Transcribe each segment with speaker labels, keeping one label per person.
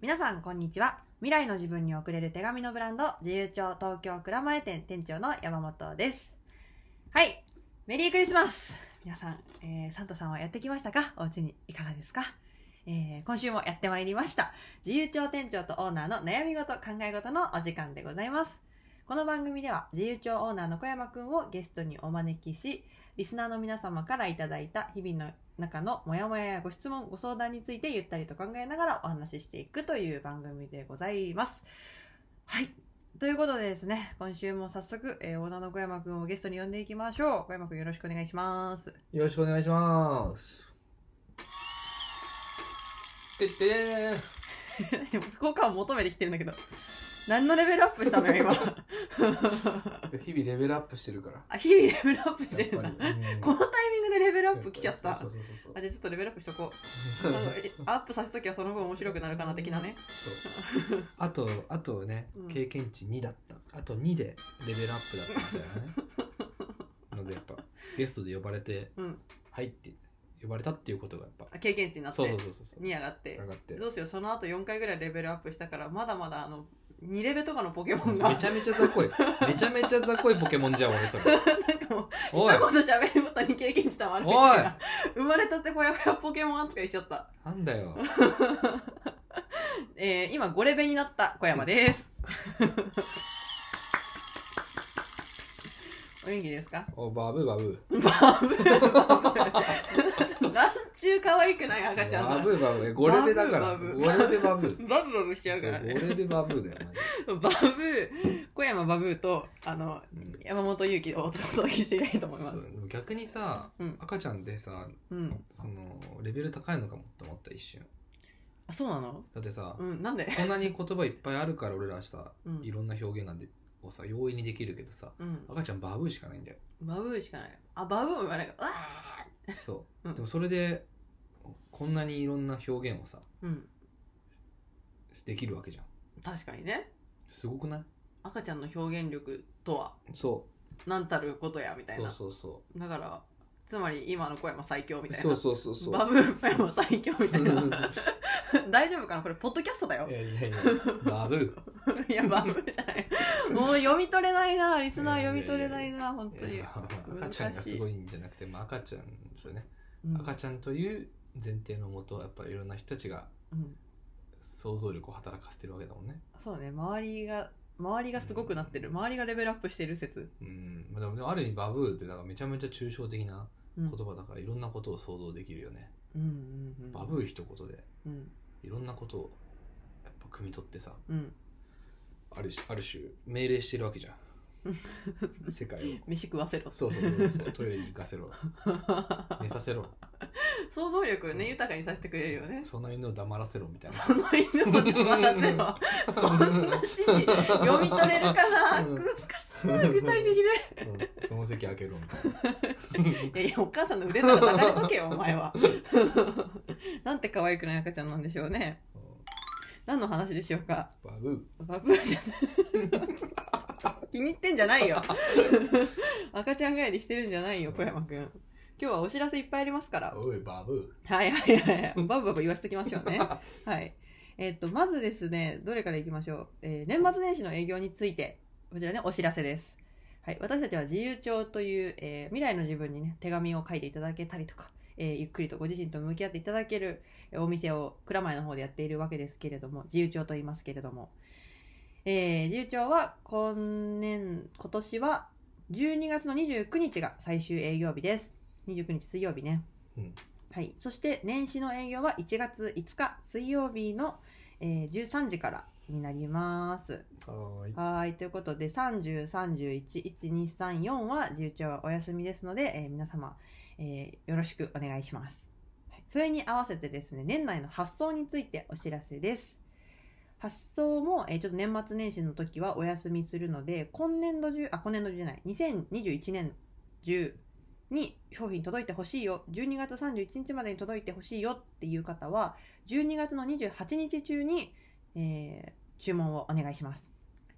Speaker 1: 皆さんこんにちは未来の自分に送れる手紙のブランド自由帳東京蔵前店店長の山本ですはいメリークリスマス皆さん、えーサンタさんはやってきましたかお家にいかがですか、えー今週もやってまいりました自由帳店長とオーナーの悩み事考え事のお時間でございますこの番組では自由帳オーナーの小山くんをゲストにお招きしリスナーの皆様からいただいた日々の中のモヤモヤやご質問、ご相談についてゆったりと考えながらお話ししていくという番組でございます。はい。ということでですね、今週も早速、えー、オーナーの小山くんをゲストに呼んでいきましょう。小山くんよろしくお願いします。
Speaker 2: よろしくお願いします。てってれー
Speaker 1: 効果を求めてきてるんだけど、何のレベルアップしたのよ、今。
Speaker 2: 日々レベルアップしてるから。
Speaker 1: あ、日々レベルアップして
Speaker 2: や
Speaker 1: るな。
Speaker 2: っぱり。うん
Speaker 1: このタイミングでレベルアップ来ちゃった。
Speaker 2: そうそうそうそう
Speaker 1: あ、じゃあちょっとレベルアップしとこう。
Speaker 2: そう。
Speaker 1: アップさせときはその分面白くなるかな的なね。
Speaker 2: そうあと、あとね
Speaker 1: うん、
Speaker 2: 経験値2だった。あと2でレベルアップだったみたいなね。 のでやっぱ、ゲストで呼ばれて、
Speaker 1: うん。
Speaker 2: はいって呼ばれたっていうことがやっぱ、
Speaker 1: あ経験値になって
Speaker 2: そうそうそうそう。
Speaker 1: に上がって
Speaker 2: 上がって。
Speaker 1: どうしようその後4回ぐらいレベルアップしたからまだまだあの2レベとかのポケモンが
Speaker 2: めちゃめちゃ雑魚い。めちゃめちゃ雑魚いポケモンじゃん、俺 それ。
Speaker 1: なんかもう
Speaker 2: おい
Speaker 1: 一言喋るごとに経験値たまるみ
Speaker 2: おい
Speaker 1: たいな生まれたてほやほやポケモン扱いしちゃった、
Speaker 2: なんだよ。
Speaker 1: えー、今5レベになった小山です お元気ですか
Speaker 2: お、バブーバブー。
Speaker 1: バブーなんちゅう可愛くない赤ちゃんだ
Speaker 2: バブーバブー。ゴレベだから。
Speaker 1: バブー
Speaker 2: ゴレベバブー。
Speaker 1: バブバブしち
Speaker 2: そ
Speaker 1: ゃう
Speaker 2: う
Speaker 1: か
Speaker 2: ゴ
Speaker 1: らね
Speaker 2: レベバブーだよ、マジで
Speaker 1: バブー小山バブーとあの
Speaker 2: うん
Speaker 1: 山本祐希をお届けしていきたいと思います
Speaker 2: そうでも逆にさ、
Speaker 1: うん
Speaker 2: 赤ちゃんでさ
Speaker 1: うん
Speaker 2: そのレベル高いのかもって思った一瞬
Speaker 1: あそうなの
Speaker 2: だってさ、
Speaker 1: うんなんで
Speaker 2: こんなに言葉いっぱいあるから俺らさ
Speaker 1: うん
Speaker 2: いろんな表現なんでをさ容易にできるけどさ
Speaker 1: うん
Speaker 2: 赤ちゃんバブーしかないんだよ
Speaker 1: バブーしかないあバブーも言わないからうわ
Speaker 2: そう、
Speaker 1: うん
Speaker 2: でもそれでこんなにいろんな表現をさ
Speaker 1: ーうん
Speaker 2: できるわけじゃん
Speaker 1: 確かにね
Speaker 2: すごくない
Speaker 1: 赤ちゃんの表現力とは
Speaker 2: そ
Speaker 1: 何たることやみ
Speaker 2: う
Speaker 1: たい
Speaker 2: そ
Speaker 1: な
Speaker 2: うそうそ
Speaker 1: だからつまり今の小山最強み
Speaker 2: う
Speaker 1: たいな
Speaker 2: そうそうそうそう
Speaker 1: バブー小山最強みたい な
Speaker 2: い
Speaker 1: 大丈夫かなこれポッドキャストだよ
Speaker 2: やいや いやバブー
Speaker 1: いやバブーじゃないもう読み取れないなリスナー読み取れないな本当
Speaker 2: い
Speaker 1: に
Speaker 2: や赤ちゃんがすごいんじゃなくて、まあ、赤ちゃんですよね、
Speaker 1: うん
Speaker 2: 赤ちゃんという前提のもとやっぱりいろんな人たちが
Speaker 1: うん
Speaker 2: 想像力を働かせてるわけだもんね
Speaker 1: そうね周りが周りがすごくなってる周りがレベルアップしてる説、
Speaker 2: うんまあでもでもある意味バブーってなんかめちゃめちゃ抽象的な
Speaker 1: うん、
Speaker 2: 言葉だからいろんなことを想像できるよね、
Speaker 1: うんうんうん
Speaker 2: バブー一言で
Speaker 1: うん
Speaker 2: いろんなことをやっぱ汲み取ってさ
Speaker 1: うん
Speaker 2: ある種ある種命令してるわけじ ゃん世界を
Speaker 1: 飯食わせろ
Speaker 2: そうそうそうそうトイレに行か せろ寝させろ
Speaker 1: 想像力をね豊かにさせてくれるよね
Speaker 2: その犬を黙らせろみたいな
Speaker 1: その犬を黙らせろそんな指示読み取れるかな
Speaker 2: うん
Speaker 1: 難しいな具体的
Speaker 2: うんその席開けろみたい
Speaker 1: でいやいやお母さんの腕とか抱かれとけよお前はなんて可愛くない赤ちゃんなんでしょうね
Speaker 2: な
Speaker 1: 何の話でしょうか
Speaker 2: バブ
Speaker 1: バブーじゃない気に入ってんじゃない よ赤ちゃん帰りしてるんじゃないよ小山くん今日はお知らせいっぱいありますから
Speaker 2: ーおいバブ
Speaker 1: はいはいはいはいバブバブ言わせてきましょうねはいえっとまずですねどれからいきましょう、えー年末年始の営業についてこちらねお知らせですはい、私たちは自由帳という、えー未来の自分にね手紙を書いていただけたりとか、えーゆっくりとご自身と向き合っていただけるえーお店を蔵前の方でやっているわけですけれども自由帳と言いますけれども、えー自由帳は今年今年は12月の29日が最終営業日です29日水曜日ね、
Speaker 2: うん
Speaker 1: はい、そして年始の営業は1月5日水曜日の、えー13時からになります
Speaker 2: ーはーい
Speaker 1: はい、ということで、30、31、1、2、3、4は自由帳はお休みですので、えー皆様、えーよろしくお願いします。はいそれに合わせてですね、年内の発送についてお知らせです。発送も、えーちょっと年末年始の時はお休みするので、今年度中、あ、今年度中じゃない、2021年中に商品届いてほしいよ、12月31日までに届いてほしいよっていう方は、12月の28日中に、えー注文をお願いします。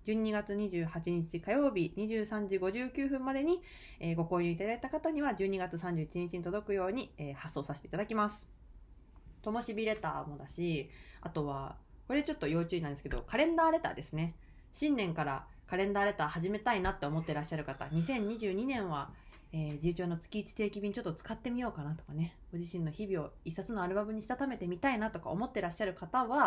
Speaker 1: 12月28日火曜日23時59分までに、えーご購入いただいた方には12月31日に届くように、えー発送させていただきます。ともしびレターもだしあとはここれちょっと要注意なんですけどカレンダーレターですね新年からカレンダーレター始めたいなって思ってらっしゃる方2022年は、えー、自由帳の月1定期便ちょっと使ってみようかなとかねご自身の日々を一冊のアルバムにしたためてみたいなとか思ってらっしゃる方は、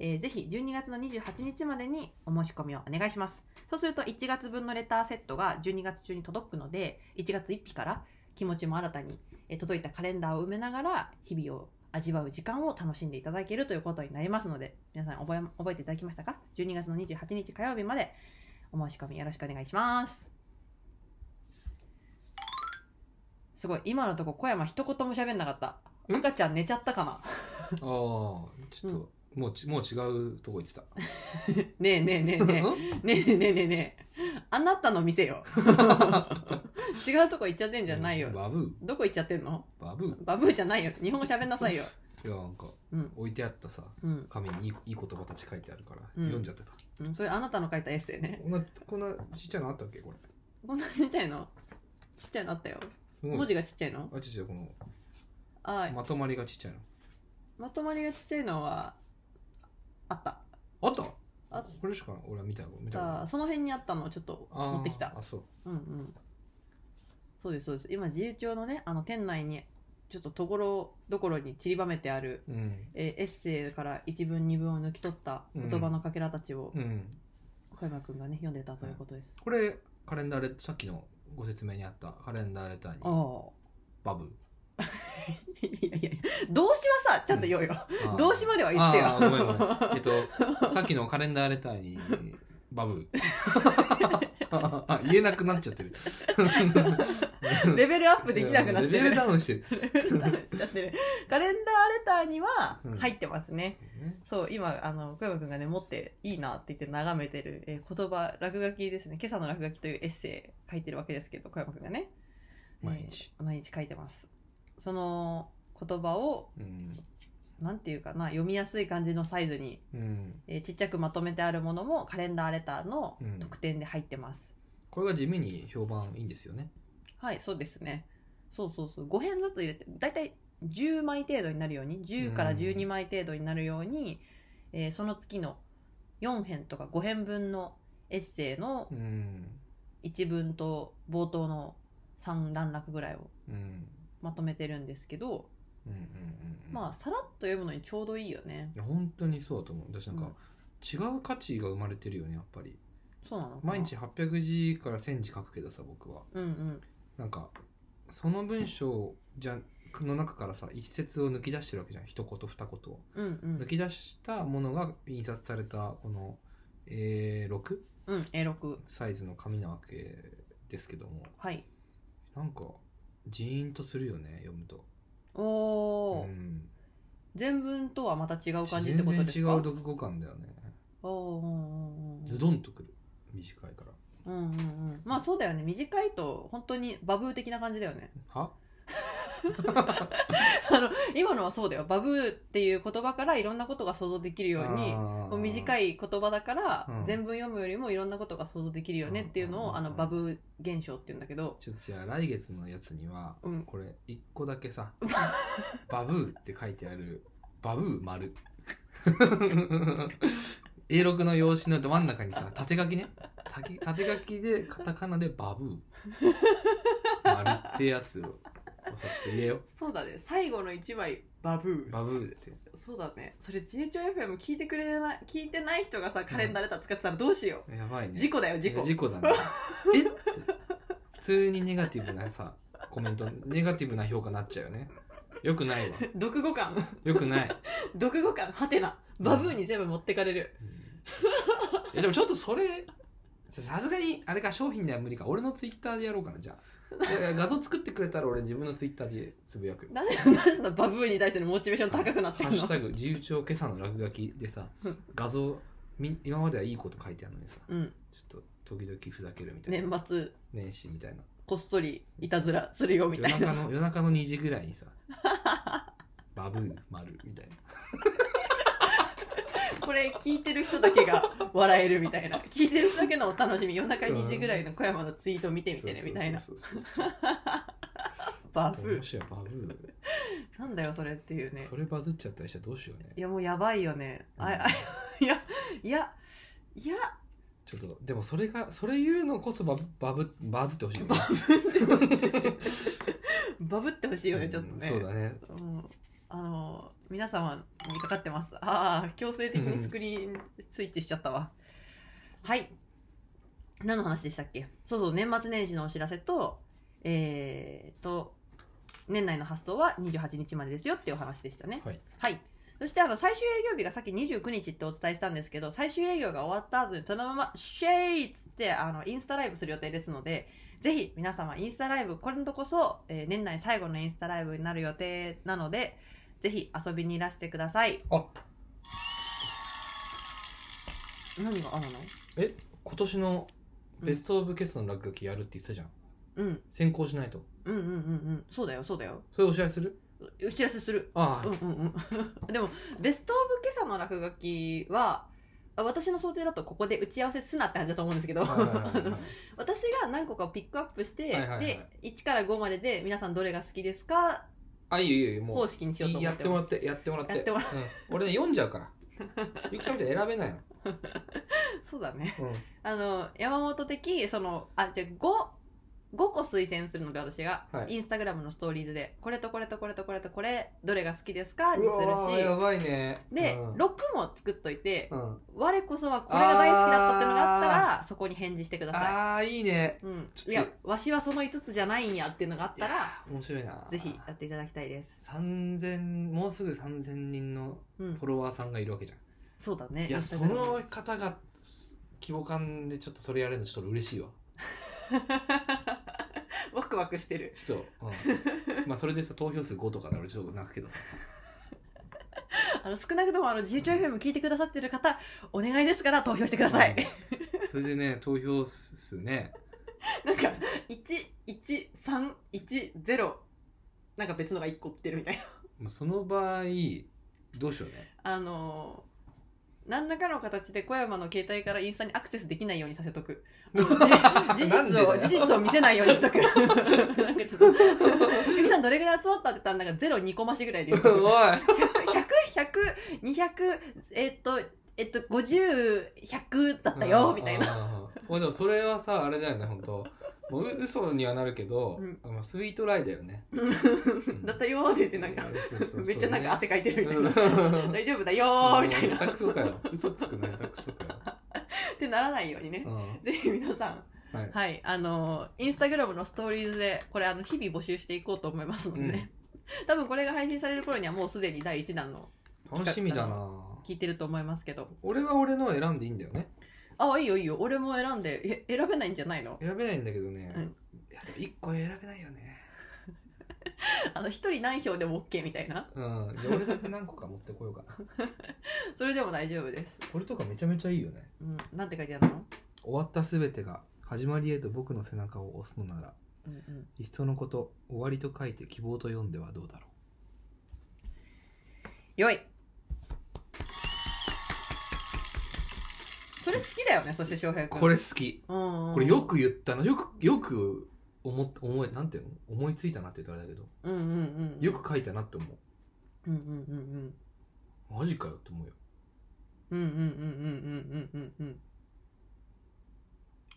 Speaker 1: えー、ぜひ12月の28日までにお申し込みをお願いしますそうすると1月分のレターセットが12月中に届くので1月1日から気持ちも新たにえー届いたカレンダーを埋めながら日々を味わう時間を楽しんでいただけるということになりますので皆さん覚え覚えていただきましたか12月の28日火曜日までお申し込みよろしくお願いしますすごい今のとこ小山一言も喋んなかった
Speaker 2: ん
Speaker 1: 赤ちゃん寝ちゃったかな
Speaker 2: ああちょっと、もうちもう違うとこ行ってた
Speaker 1: ねえねえねえ ねえねえねえねえねえあなたの店 よ違うとこ行っちゃってんじゃないよ
Speaker 2: バブー
Speaker 1: どこ行っちゃってんの
Speaker 2: バブー
Speaker 1: バブーじゃないよ日本語喋んなさいよ
Speaker 2: いやなんか、
Speaker 1: うん
Speaker 2: 置いてあったさ
Speaker 1: うん、
Speaker 2: 紙にいいいい言葉たち書いてあるから、
Speaker 1: うん
Speaker 2: 読んじゃってた
Speaker 1: うん、それあなたの書いたエッセイね
Speaker 2: こんなこんなちっちゃいのあったっけこれ
Speaker 1: こんなちっちゃいのちっちゃいのあったよ。
Speaker 2: すごい
Speaker 1: 文字がちっちゃいの
Speaker 2: あちっちゃいこの
Speaker 1: あ
Speaker 2: まとまりがちっちゃいの
Speaker 1: まとまりがちっちゃいのは、あった。
Speaker 2: あった
Speaker 1: あっ
Speaker 2: これしか俺は見たこと見たことない
Speaker 1: た。その辺にあったのをちょっと
Speaker 2: あー
Speaker 1: 持ってきた。
Speaker 2: あそう
Speaker 1: うんうん。そうです、そうです。今、自由帳のね、あの、店内に、ちょっとところどころに散りばめてある、
Speaker 2: うん
Speaker 1: えーエッセイから1文2文を抜き取った言葉のかけらたちを、
Speaker 2: うん
Speaker 1: 小山くんがね、読んでたということです。
Speaker 2: これカレンダーレさっきのご説明にあったカレンダーレターに
Speaker 1: ああ。
Speaker 2: バブ
Speaker 1: いやいやいや、動詞はさ、ちゃんと言おうよ。
Speaker 2: ー
Speaker 1: 動詞までは言ってよ。
Speaker 2: あーごめんごめんえっとさっきのカレンダーレターにバブ 言えなくなっちゃってる
Speaker 1: レベルアップできなくなってる。
Speaker 2: レベ ルダウンしてる
Speaker 1: しちゃってるカレンダーレターには
Speaker 2: うん
Speaker 1: 入ってますね、そう今あの小山君がね持っていいなって言って眺めてる、えー言葉落書きですね「今朝の落書き」というエッセイ書いてるわけですけど小山君がね
Speaker 2: 毎日、
Speaker 1: えー毎日書いてますその言葉を
Speaker 2: うん
Speaker 1: なんていうかな読みやすい感じのサイズに、
Speaker 2: うん
Speaker 1: えーちっちゃくまとめてあるものもカレンダーレターの
Speaker 2: うん
Speaker 1: 特典で入ってます、
Speaker 2: これが地味に評判いいんですよね
Speaker 1: はいそうですねそうそうそう5編ずつ入れて大体10枚程度になるように10から12枚程度になるように、えーその月の4編とか5編分のエッセイの
Speaker 2: うん
Speaker 1: 1文と冒頭の3段落ぐらいを
Speaker 2: うんうん
Speaker 1: まとめてるんですけど、
Speaker 2: うんうんうん
Speaker 1: まあさらっと読むのにちょうどいいよね
Speaker 2: いや本当にそうだと思う私なんか、
Speaker 1: うん
Speaker 2: 違う価値が生まれてるよねやっぱり
Speaker 1: そうなのかな
Speaker 2: 毎日800字から1000字書くけどさ僕は
Speaker 1: うんうん
Speaker 2: なんかその文章じゃの中からさ一節を抜き出してるわけじゃん一言二言を、
Speaker 1: うんうん
Speaker 2: 抜き出したものが印刷されたこの A6
Speaker 1: うん A6
Speaker 2: サイズの紙なわけですけども
Speaker 1: はい
Speaker 2: なんかジーンとするよね読むと
Speaker 1: おお、
Speaker 2: うん、
Speaker 1: 全文とはまた違う感じって
Speaker 2: 全
Speaker 1: こと
Speaker 2: 然違う
Speaker 1: ですか
Speaker 2: 読語感だよね
Speaker 1: おおーうんうんうん
Speaker 2: ズドンとくる短いから
Speaker 1: うんうんうん、まあそうだよね短いと本当にバブー的な感じだよね
Speaker 2: は
Speaker 1: あの今のはそうだよバブーっていう言葉からいろんなことが想像できるようにこう短
Speaker 2: い
Speaker 1: い言葉だから
Speaker 2: うん
Speaker 1: 全文読むよりもいろんなことが想像できるよねっていうの
Speaker 2: う
Speaker 1: を
Speaker 2: ん
Speaker 1: あのバブー現象って言うんだけど、
Speaker 2: ちょっとじゃあ来月のやつには
Speaker 1: うん、
Speaker 2: これ一個だけ さ「バブー」って書いてある「バブー丸」A6 の用紙のど真ん中にさ縦書きねたき縦書きでカタカナで「バブー」丸ってやつをさして入れよう
Speaker 1: そうだね最後の一枚バブー
Speaker 2: バブーって
Speaker 1: そうだねそれ GHFM 聞いてくれない聞いてない人がさカレンダーレター使ってたらどうしよ、
Speaker 2: やばいうね
Speaker 1: 事故だよ事故
Speaker 2: 事故だね えって普通にネガティブなさコメントネガティブな評価になっちゃうよねよくないわ
Speaker 1: 読後感
Speaker 2: よくない
Speaker 1: 読後感ハテナバブーに全部持ってかれる、
Speaker 2: いやでもちょっとそれささすがにあれか商品には無理か俺のツイッターでやろうかなじゃあいや画像作ってくれたら俺自分のツイッターでつぶやくよ
Speaker 1: なんでなんだバブーに対してのモチベーション高くなって
Speaker 2: ハ
Speaker 1: る
Speaker 2: ッシ
Speaker 1: の
Speaker 2: ュタグ自由帳今朝の落書きでさ
Speaker 1: うん
Speaker 2: 画像み今まではいいこと書いてあるのにさ
Speaker 1: うん
Speaker 2: ちょっと時々ふざけるみたいな
Speaker 1: 年末
Speaker 2: 年始みたいな
Speaker 1: こっそりいたずらするよみた
Speaker 2: 夜
Speaker 1: い
Speaker 2: 中
Speaker 1: な
Speaker 2: の夜中の2時ぐらいにさバブー丸みたいな
Speaker 1: これ聞いてる人だけが笑えるみたいな聞いてる人だけのお楽しみ夜中2時ぐらいの小山のツイート見てみてねみたいな
Speaker 2: そうそうそうそう
Speaker 1: バ
Speaker 2: ちょっと
Speaker 1: ブ
Speaker 2: 面白いバブー
Speaker 1: なんだよそれっていうね
Speaker 2: それバズっちゃったりしたらどうしようね
Speaker 1: いやもうやばいよねああいやいやいや
Speaker 2: ちょっとでもそれがそれ言うのこそババブバズってほしいよね
Speaker 1: バブってバブってほしいよねちょっと
Speaker 2: うん
Speaker 1: ね、
Speaker 2: そうだね
Speaker 1: うんあの皆様にかかってますああ強制的にスクリーンスイッチしちゃったわ、はい何の話でしたっけそうそう年末年始のお知らせとえー、と年内の発送は28日までですよっていうお話でしたね
Speaker 2: はい、
Speaker 1: そしてあの最終営業日がさっき29日ってお伝えしたんですけど最終営業が終わった後にそのままシェイっつってあのインスタライブする予定ですのでぜひ皆様インスタライブ今度こそ、えー年内最後のインスタライブになる予定なのでぜひ遊びにいらしてください
Speaker 2: あ
Speaker 1: 何があるの
Speaker 2: 今年のベスト・オブ・ゲストの落書きやるって言ってたじゃん
Speaker 1: うん
Speaker 2: 先行しないと
Speaker 1: うんうんうんうんそうだよそうだよ
Speaker 2: それお知らせする
Speaker 1: お知らせする
Speaker 2: ああ、
Speaker 1: うんうんうん でもベスト・オブ・今朝の落書きはあ私の想定だとここで打ち合わせすなって感じだと思うんですけど
Speaker 2: はいはいはいはい
Speaker 1: 私が何個かをピックアップして、
Speaker 2: はいはいはい
Speaker 1: で1から5までで皆さんどれが好きですか
Speaker 2: あいいよいいよいいよも
Speaker 1: 方
Speaker 2: う
Speaker 1: 式にしようと思
Speaker 2: や
Speaker 1: っ
Speaker 2: ってても
Speaker 1: ま
Speaker 2: ら
Speaker 1: す
Speaker 2: ってやってもらって
Speaker 1: やっても
Speaker 2: うん俺ね読んじゃうからゆきちゃんみたいに選べないの、
Speaker 1: そうだね
Speaker 2: うん、
Speaker 1: あの山本的そのあじゃあ5 5個推薦するので私が、
Speaker 2: はい
Speaker 1: インスタグラムのストーリーズでこれとこれとこれとこれとこれどれが好きですかに
Speaker 2: うわ
Speaker 1: す
Speaker 2: ー
Speaker 1: る
Speaker 2: や
Speaker 1: し
Speaker 2: ばいね
Speaker 1: で、
Speaker 2: うん
Speaker 1: 6も作っといて、
Speaker 2: うん、
Speaker 1: 我こそはこれが大好きだったってのがあったらそこに返事してくださ
Speaker 2: ああいいね
Speaker 1: い、うん
Speaker 2: ちょっ、と
Speaker 1: いやわしはその5つじゃないんやっていうのがあったら
Speaker 2: 面白いな
Speaker 1: ぜひやっていただきたいです、
Speaker 2: 3000もうすぐ3000人の
Speaker 1: うん
Speaker 2: フォ、ロワーさんがいるわけじゃん、
Speaker 1: そうだね
Speaker 2: いや
Speaker 1: Instagram
Speaker 2: その方が規模感でちょっとそれやれるのちょっと嬉しいわ
Speaker 1: ワクワクしてる
Speaker 2: ちょっと、うん、まあそれでさ投票数5とかだろちょっと泣くけどさ
Speaker 1: あの少なくともあの GHFM 聞いてくださってる方お願いですから投票してください、
Speaker 2: うんそれでね投票数ね
Speaker 1: なんか11310なんか別のが1個来てるみたいな
Speaker 2: もうその場合どうしようね
Speaker 1: あのー何らかの形で小山の携帯からインスタにアクセスできないようにさせとく事
Speaker 2: なんで
Speaker 1: 実
Speaker 2: だ
Speaker 1: を
Speaker 2: よ
Speaker 1: 事実を見せないようにしとく なんかちょっとゆきさんどれぐらい集まったって言ったらなんかゼロ2個増しぐらいで言うと100100200200えっとえっと50100だったよみたいな
Speaker 2: なでもそれはさあれだよね本当もうう嘘にはなるけど、
Speaker 1: うん
Speaker 2: あのスイートライだよね
Speaker 1: うん だったよーって言ってなんかめっちゃなんか汗かいてるみたいな 大丈夫だよーみたいな
Speaker 2: たくそかよ嘘つくな下手くそかよ
Speaker 1: ってならないようにね
Speaker 2: うん
Speaker 1: ぜひ皆さん
Speaker 2: はい
Speaker 1: はいあのインスタグラムのストーリーズでこれあの日々募集していこうと思いますので、
Speaker 2: うん
Speaker 1: 多分これが配信される頃にはもうすでに第1弾の
Speaker 2: 楽しみだな
Speaker 1: 聞いてると思いますけど
Speaker 2: 俺は俺のを選んでいいんだよね
Speaker 1: あいいよいいよ俺も選んでえ選べないんじゃないの
Speaker 2: 選べないんだけどね、
Speaker 1: うん
Speaker 2: いやでも1個選べないよね
Speaker 1: あの1人何票でも OK みたいな
Speaker 2: うんじゃあ俺だけ何個か持ってこようかな
Speaker 1: それでも大丈夫です、
Speaker 2: これとかめちゃめちゃいいよね
Speaker 1: うん、なんて書いてあるの、
Speaker 2: 終わったすべてが始まりへと僕の背中を押すのなら
Speaker 1: うんうん、
Speaker 2: いっそのこと終わりと書いて希望と読んではどうだろ
Speaker 1: よいそれ好きだよねそして翔平
Speaker 2: う
Speaker 1: 君
Speaker 2: これ好き
Speaker 1: うんうん
Speaker 2: これよく言ったなよくよく思っ思いなんていうの思いついたなって言ったらあれだけど
Speaker 1: うんうんうんうん
Speaker 2: よく書いたなって思
Speaker 1: うんうんうんうん
Speaker 2: うマジかよって思うよ
Speaker 1: うんうんうんうんうんうんうんうん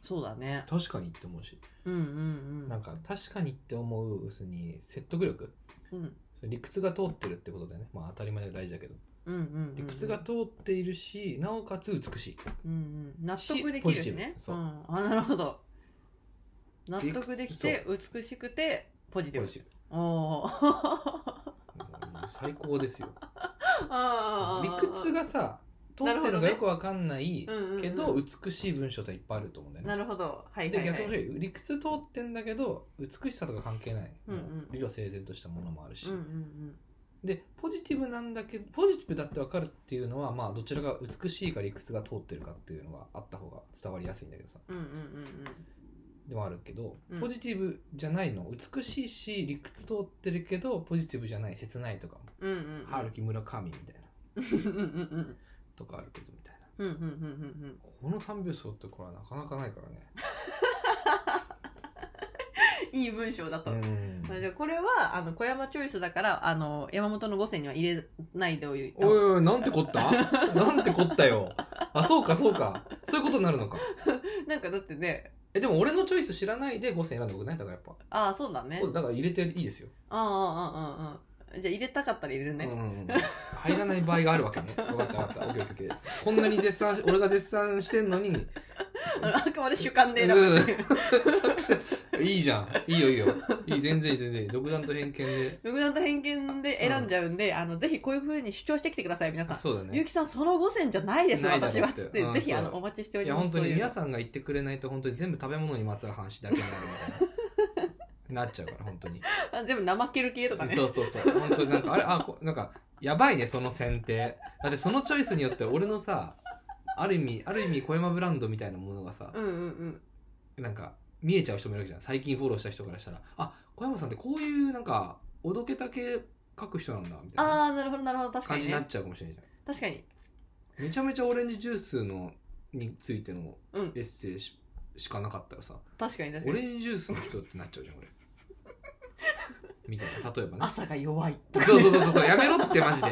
Speaker 1: そうだね
Speaker 2: 確かにって思うし
Speaker 1: うんうんうん
Speaker 2: なんか確かにって思う要するに説得力
Speaker 1: うん
Speaker 2: それ理屈が通ってるってことだよねまあ当たり前で大事だけど
Speaker 1: うんうんうんうん
Speaker 2: 理屈が通っているしなおかつ美しい
Speaker 1: うんうん納得で
Speaker 2: しポ
Speaker 1: き
Speaker 2: ジ
Speaker 1: る
Speaker 2: テ
Speaker 1: し
Speaker 2: ィブ
Speaker 1: ね、
Speaker 2: そうん
Speaker 1: あなるほど納得できて美しくてポジティブ
Speaker 2: 美味しい
Speaker 1: おー
Speaker 2: うん最高ですよ
Speaker 1: あ
Speaker 2: 理
Speaker 1: ー
Speaker 2: 屈がさ通ってるのがよくわかんない
Speaker 1: うんうんうん
Speaker 2: けど美しい文章っていっぱいあると思うんだよね
Speaker 1: なるほどはい
Speaker 2: で
Speaker 1: はい、は
Speaker 2: 逆
Speaker 1: い、
Speaker 2: もそうよ理屈通ってんだけど美しさとか関係ない、
Speaker 1: うんうん
Speaker 2: も理路整然としたものもあるし、
Speaker 1: うんうん
Speaker 2: でポジティブなんだけどポジティブだってわかるっていうのはまあどちらが美しいか理屈が通ってるかっていうのがあった方が伝わりやすいんだけどさ
Speaker 1: うんうんうん
Speaker 2: でもあるけど、
Speaker 1: うん
Speaker 2: ポジティブじゃないの美しいし理屈通ってるけどポジティブじゃない切ないとか
Speaker 1: うんうんうんうん
Speaker 2: 春木村上みたいな
Speaker 1: うんうんうん
Speaker 2: とかあるけどみたいな
Speaker 1: うんうんうんうん
Speaker 2: この3拍子ってこれはなかなかないからね
Speaker 1: いい文章だと。
Speaker 2: うん
Speaker 1: まあじゃあこれはあの小山チョイスだからあの山本の五選には入れないでおいた
Speaker 2: おいおいなんてこったなんてこったよあそうかそうかそういうことになるのか
Speaker 1: なんかだってね
Speaker 2: えでも俺のチョイス知らないで5選選んだことないだからやっぱ
Speaker 1: ああそうだね
Speaker 2: そうだから入れていいですよ、
Speaker 1: ああああああじゃあ入れたかったら入れるね、
Speaker 2: うんうんうん入らない場合があるわけね分かった分かったオッケーオッケーオッケーこんなに絶賛俺が絶賛してんのに
Speaker 1: あのあくまで主観で選ぶっていう
Speaker 2: いいじゃんいいよいいよいい全然いい全然いい独断と偏見で
Speaker 1: 独断と偏見で選んじゃうんで、あのぜひこういうふうに主張してきてください皆さん、
Speaker 2: そうだね
Speaker 1: ゆうきさんその五選じゃないです
Speaker 2: ないだろ
Speaker 1: 私
Speaker 2: う
Speaker 1: はつっ
Speaker 2: って
Speaker 1: て、
Speaker 2: うん
Speaker 1: ぜひ
Speaker 2: そう
Speaker 1: あのお待ちしてお
Speaker 2: い
Speaker 1: り
Speaker 2: や
Speaker 1: ます
Speaker 2: 本当に皆
Speaker 1: そういう
Speaker 2: さんが言ってくれないと本当に全部食べ物にまつわる話だけになるみたい ななっちゃうから本当に、
Speaker 1: あ全部怠ける系とかね
Speaker 2: そうそうそう本当になんかあれあこなんかやばいねその選定だってそのチョイスによって俺のさある意味ある意味小山ブランドみたいなものがさ
Speaker 1: うんうんうん
Speaker 2: なんか見えちゃう人もいるわけじゃん最近フォローした人からしたらあ小山さんってこういうなんかおどけた系書く人なんだみたいな
Speaker 1: ああなるほどなるほど確か
Speaker 2: 感じ
Speaker 1: に
Speaker 2: になっ
Speaker 1: ね
Speaker 2: ちゃうかもしれないじゃん
Speaker 1: 確かに
Speaker 2: めちゃめちゃオレンジジュースのについての
Speaker 1: うん
Speaker 2: エッセイし,、かなかったらさ
Speaker 1: 確かに確か
Speaker 2: オ
Speaker 1: に
Speaker 2: レンジジュースの人ってなっちゃうじゃん俺 みたいな例えばね
Speaker 1: 朝が弱いとか
Speaker 2: そうそ うそうそうやめろってマジで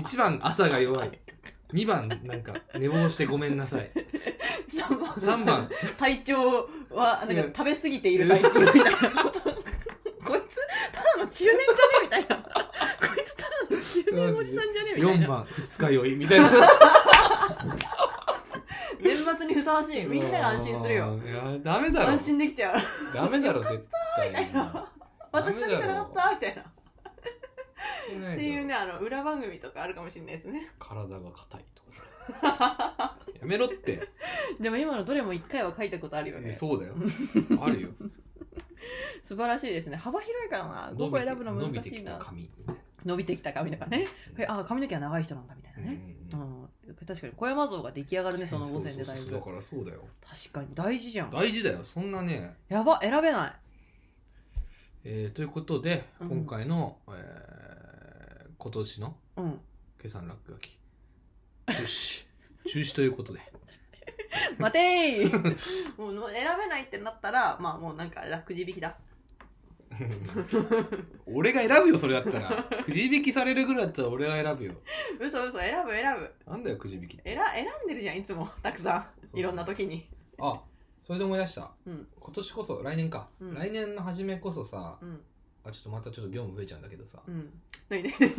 Speaker 2: 1番朝が弱い2番なんか寝坊してごめんなさ い
Speaker 1: 3番
Speaker 2: 3番
Speaker 1: 体調はなんか
Speaker 2: うん
Speaker 1: 食べ過ぎている最中みたいなこいつただの中年じゃねみたいなこ いつただの中年おじさんじゃねみたい
Speaker 2: 4
Speaker 1: な
Speaker 2: 番二日酔いみたいな
Speaker 1: 年末にふさわしい みんなが安心するよ
Speaker 2: いやダメだろ
Speaker 1: 安心できちゃう
Speaker 2: ダメだろ絶対
Speaker 1: 私だけじゃなかったみたいな
Speaker 2: っ
Speaker 1: っていうねあの裏番組とかあるかもしれないですね
Speaker 2: 体が硬いとかやめろって
Speaker 1: でも今のどれも1回は書いたことあるよ ね
Speaker 2: そう だよあるよ
Speaker 1: 素晴らしいですね幅広いからな5個選ぶの
Speaker 2: 伸び
Speaker 1: 難
Speaker 2: て
Speaker 1: しい
Speaker 2: き
Speaker 1: な
Speaker 2: た髪みたい
Speaker 1: 伸びてきた髪とかねえあ髪の毛は長い人なんだみたいな
Speaker 2: な
Speaker 1: ね、
Speaker 2: う
Speaker 1: うん
Speaker 2: うん
Speaker 1: ん、確かに小山像が出来上がるねその5選でだい
Speaker 2: そうそうそう
Speaker 1: ぶ
Speaker 2: だからそうだよ
Speaker 1: 確かに大事じゃん
Speaker 2: 大事だよそんなね
Speaker 1: やば選べない
Speaker 2: えーということで
Speaker 1: うん
Speaker 2: 今回のえー今年の
Speaker 1: うん
Speaker 2: 計算落書き中 止中止ということで
Speaker 1: 待てー もうもう選べないってなったらまあもうなんかあくじ引きだ
Speaker 2: 俺が選ぶよそれだったらくじ引きされるぐらいだったら俺が選ぶよ
Speaker 1: 嘘嘘選ぶ選ぶ
Speaker 2: なんだよくじ引きって
Speaker 1: 選選んでるじゃんい つもたくさんいろんな時に
Speaker 2: あそれで思い出した、
Speaker 1: うん
Speaker 2: 今年こそ来年か、
Speaker 1: うん
Speaker 2: 来年の初めこそさ
Speaker 1: うん
Speaker 2: あちょっとまたちょっと業務増えちゃうんだけどさ、
Speaker 1: うん何 何何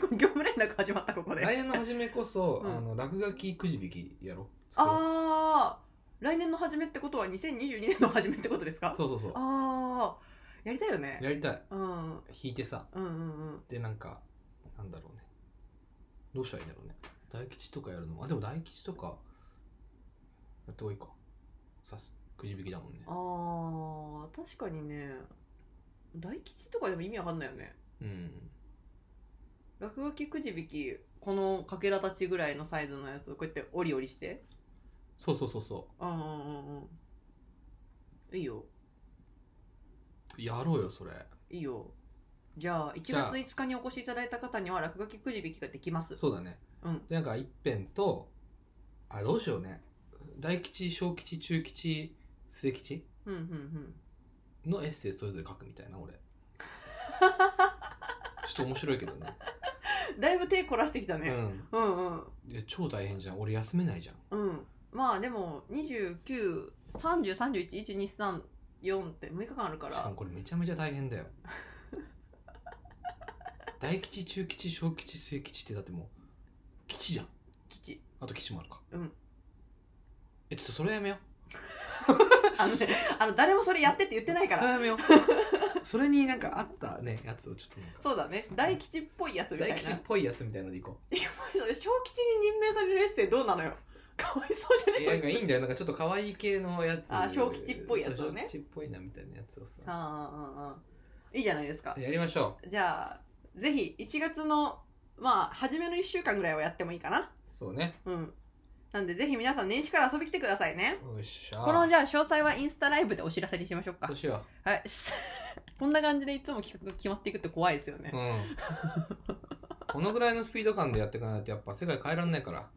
Speaker 1: これ業務連絡始まったここで
Speaker 2: 来年の初めこそ、
Speaker 1: うん
Speaker 2: あの落書きくじ引きやろう
Speaker 1: ああ来年の初めってことは2022年の初めってことですか
Speaker 2: そうそうそう
Speaker 1: ああやりたいよね
Speaker 2: やりたい
Speaker 1: うんうん
Speaker 2: 引いてさ
Speaker 1: うんうん
Speaker 2: でなんかなんだろうねどうしたらいいんだろうね大吉とかやるのもあでも大吉とかやった方がいいかさすくじ引きだもんね
Speaker 1: あー確かにね大吉とかでも意味わかんないよね
Speaker 2: うん
Speaker 1: 落書きくじ引きこのかけらたちぐらいのサイズのやつをこうやって折り折りして
Speaker 2: そうそうそうそ
Speaker 1: うんうんうんうんいいよ
Speaker 2: うやろうよそれ
Speaker 1: いいよじゃあ1
Speaker 2: じゃあ
Speaker 1: 月5日にお越しいただいた方には落書きくじ引きができます
Speaker 2: そうだね、
Speaker 1: うん
Speaker 2: でなんか一辺とあどうしようね大吉小吉中吉末吉
Speaker 1: うんうんうん
Speaker 2: のエッセイそれぞれ書くみたい な俺ちょっと面白いけどね
Speaker 1: だいぶ手凝らしてきたね、
Speaker 2: う
Speaker 1: うんうん
Speaker 2: んいや超大変じゃん俺休めないじゃん
Speaker 1: うんまあでも2930311234って6日間あるか
Speaker 2: しからもこれめちゃめちゃ大変だ よ大吉中吉小吉末吉ってだってもう吉じゃん
Speaker 1: 吉
Speaker 2: あと吉もあるか
Speaker 1: うん
Speaker 2: えちょっとそれやめよう
Speaker 1: あのねあの誰もそれやってって言ってないか
Speaker 2: それ
Speaker 1: ら
Speaker 2: やめよ うそれになんかあったねやつをちょっとなんか
Speaker 1: そうだね大吉っぽいやつみたいな
Speaker 2: 大吉っぽいやつみたいのでいこ
Speaker 1: それ小吉に任命されるエッセイどうなのよ かわいそうじゃ
Speaker 2: ういや
Speaker 1: な
Speaker 2: ないんかいいんだよなんかちょっと可愛い系のやつ
Speaker 1: あ小吉っぽいやつをね
Speaker 2: そう小吉っぽいなみたいなやつをさ
Speaker 1: ああああいいじゃないですか
Speaker 2: やりましょう
Speaker 1: じゃあぜひ1月のまあ初めの1週間ぐらいはやってもいいかな
Speaker 2: そうね
Speaker 1: うんなんでぜひ皆さん年始から遊び来てくださいね
Speaker 2: よっしゃ
Speaker 1: このじゃあ詳細はインスタライブでお知らせにしましょうか
Speaker 2: どうしよ
Speaker 1: はい、 こんな感じでいつも企画が決まっていくって怖いですよね
Speaker 2: う、う。んこのぐらいのスピード感でやっていかないとやっぱ世界変えられないから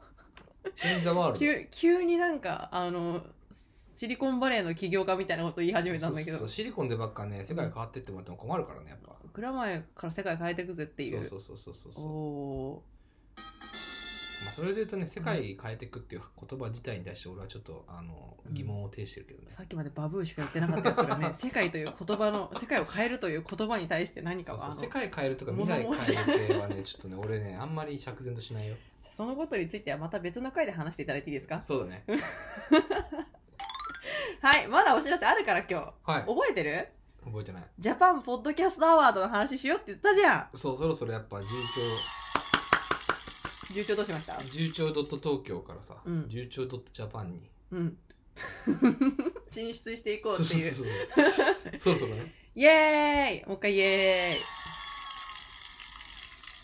Speaker 2: チェンジ・ザ・ワールド
Speaker 1: 急急になんかあのシリコンバレーの起業家みたいなこと言い始めたんだけ
Speaker 2: そうそうそう
Speaker 1: ど
Speaker 2: シリコンでばっかね世界変わってってもらっても困るからねやっぱ
Speaker 1: 蔵前から世界変えていくぜっていう
Speaker 2: そうそうそうそうそう
Speaker 1: おー
Speaker 2: まあ、それで言うとね世界変えていくっていう言葉自体に対して俺はちょっとあの
Speaker 1: うん
Speaker 2: 疑問を呈してるけどね、
Speaker 1: さっきまでバブーしか言ってなかったやつが ね世界という言葉の世界を変えるという言葉に対して何か
Speaker 2: そう
Speaker 1: は
Speaker 2: そ
Speaker 1: あ
Speaker 2: う
Speaker 1: の
Speaker 2: 世界変えるとか未来変える系はねちょっとね俺ねあんまり釈然としないよ
Speaker 1: そのことについてはまた別の回で話していただいていいですか
Speaker 2: そうだね
Speaker 1: はいまだお知らせあるから今日
Speaker 2: はい
Speaker 1: 覚えてる
Speaker 2: 覚えてない
Speaker 1: ジャパンポッドキャストアワードの話しようって言ったじゃ
Speaker 2: そうそろそろやっぱ
Speaker 1: ん
Speaker 2: 重
Speaker 1: 重調どうしました
Speaker 2: 長重長ドット東京からさ、
Speaker 1: うん
Speaker 2: 重長ドットジャパンに
Speaker 1: うん 進出していこう
Speaker 2: そ
Speaker 1: っていう
Speaker 2: そうそうそろそろね
Speaker 1: イエーイもう一回イエーイ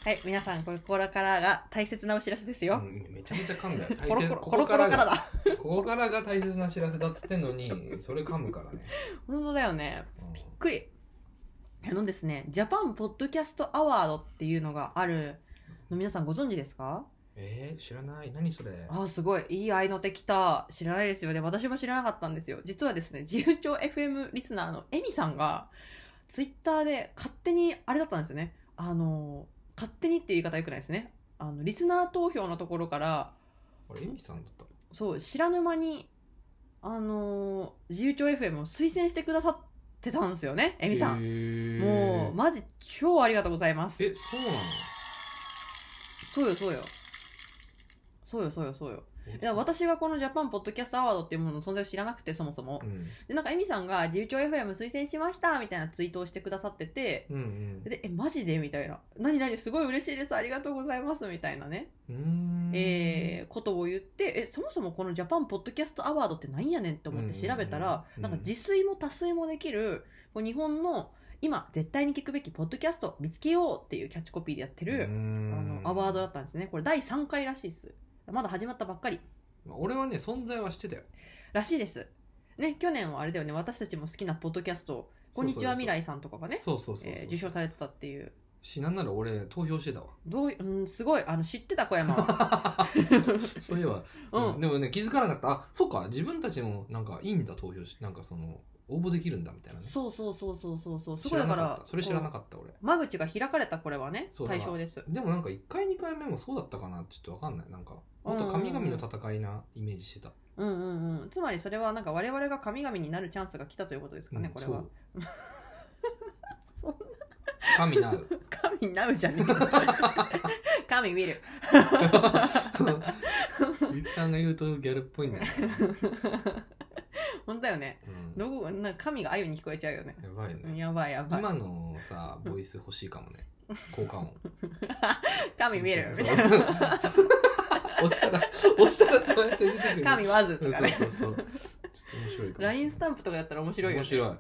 Speaker 1: はい皆さんこれこれからが大切なお知らせです
Speaker 2: う
Speaker 1: よ、
Speaker 2: んめちゃめちゃ噛んだよ
Speaker 1: コロコ
Speaker 2: 大切
Speaker 1: ロ
Speaker 2: こ
Speaker 1: コ
Speaker 2: こ
Speaker 1: ロコ
Speaker 2: か
Speaker 1: ロ
Speaker 2: ら
Speaker 1: から
Speaker 2: が
Speaker 1: だ
Speaker 2: ここからが大切な知らせだっつってんのにそれ噛むからね、
Speaker 1: 本当だよね
Speaker 2: うん
Speaker 1: びっくりあのですねジャパンポッドキャストアワードっていうのがあるの皆さんご存知ですか
Speaker 2: えー、知らない何それ
Speaker 1: あーすごいいい愛の手きた知らないですよね私も知らなかったんですよ実はですね自由帳 FM リスナーのエミさんがツイッターで勝手にあれだったんですよねあのー勝手にっていう言い方よくないですねあのリスナー投票のところから
Speaker 2: 俺エミさんだった
Speaker 1: そう知らぬ間にあのー自由帳 FM を推薦してくださってたんですよねエミさん、
Speaker 2: ん
Speaker 1: もうマジ超ありがとうございます
Speaker 2: えそうなの
Speaker 1: そうよそうよそうよそうよそうよ
Speaker 2: え
Speaker 1: いや私がこのジャパンポッドキャストアワードっていうものの存在を知らなくてそもそも
Speaker 2: うん
Speaker 1: でなんかエミさんが「自由帳 FM 推薦しました」みたいなツイートをしてくださってて
Speaker 2: うんうん
Speaker 1: で「えマジで?」みたいな「何何すごい嬉しいですありがとうございます」みたいなね、
Speaker 2: うーん
Speaker 1: えーことを言ってえそもそもこのジャパンポッドキャストアワードってなんやねんって思って調べたら、
Speaker 2: うんうんうん
Speaker 1: なんか自炊も多炊もできるこう日本の今絶対に聞くべきポッドキャストを見つけようっていうキャッチコピーでやってる、
Speaker 2: うー
Speaker 1: あ
Speaker 2: ん
Speaker 1: のアワードだったんですねこれ第3回らしいですまだ始まったばっかり
Speaker 2: 俺はね存在はしてたよ
Speaker 1: らしいです。ね、去年はあれだよね、私たちも好きなポッドキャスト、こんにちは未来さんとかがね、
Speaker 2: そうそうそうそう
Speaker 1: えー受賞されてたっていう。
Speaker 2: しなんなら俺投票してたわ
Speaker 1: どういうん、すごい、あの、知ってた小山は。
Speaker 2: そういえば、
Speaker 1: う
Speaker 2: うん
Speaker 1: ん。
Speaker 2: でもね気づかなかったあそうか自分たちもなんかいいんだ投票しなんかその応募できるんだみたいなね
Speaker 1: そうそうそうそうそうそう。す
Speaker 2: 知
Speaker 1: ごい
Speaker 2: ら
Speaker 1: だ
Speaker 2: な
Speaker 1: か
Speaker 2: かっ
Speaker 1: ら
Speaker 2: た、それ知らな
Speaker 1: こ
Speaker 2: かった俺
Speaker 1: う間口が開かれたこれはね
Speaker 2: そう、だ
Speaker 1: 対
Speaker 2: な
Speaker 1: 象です。
Speaker 2: でもなんか1回2回目もそうだったかなちょっとわかんないなんかもっと神々の戦いなイメージしてた、
Speaker 1: うんうんうん。つまりそれはなんか我々が神々になるチャンスが来たということですかね、
Speaker 2: うん
Speaker 1: これ
Speaker 2: そ
Speaker 1: は
Speaker 2: う。
Speaker 1: そんな
Speaker 2: 神なう
Speaker 1: 神になるじゃん。 神見る。
Speaker 2: ゆきさんが言うとギャルっぽいんだよ、
Speaker 1: 本当だよね。
Speaker 2: うん、
Speaker 1: どこ、なんか神が鮎に聞こえちゃうよね。
Speaker 2: やばいよ
Speaker 1: うん
Speaker 2: ね
Speaker 1: やばいやばい。
Speaker 2: 今のさボイス欲しいかもね効果音
Speaker 1: 神見る。
Speaker 2: そ
Speaker 1: み
Speaker 2: う
Speaker 1: たいな。
Speaker 2: 押したら押したらそうやって出てくる
Speaker 1: 神わず
Speaker 2: そ
Speaker 1: と
Speaker 2: う
Speaker 1: か
Speaker 2: そう
Speaker 1: ね。
Speaker 2: そうそうちょっと面白いかも
Speaker 1: ラインスタンプとかやったら面白いよね。
Speaker 2: 面白い
Speaker 1: うん、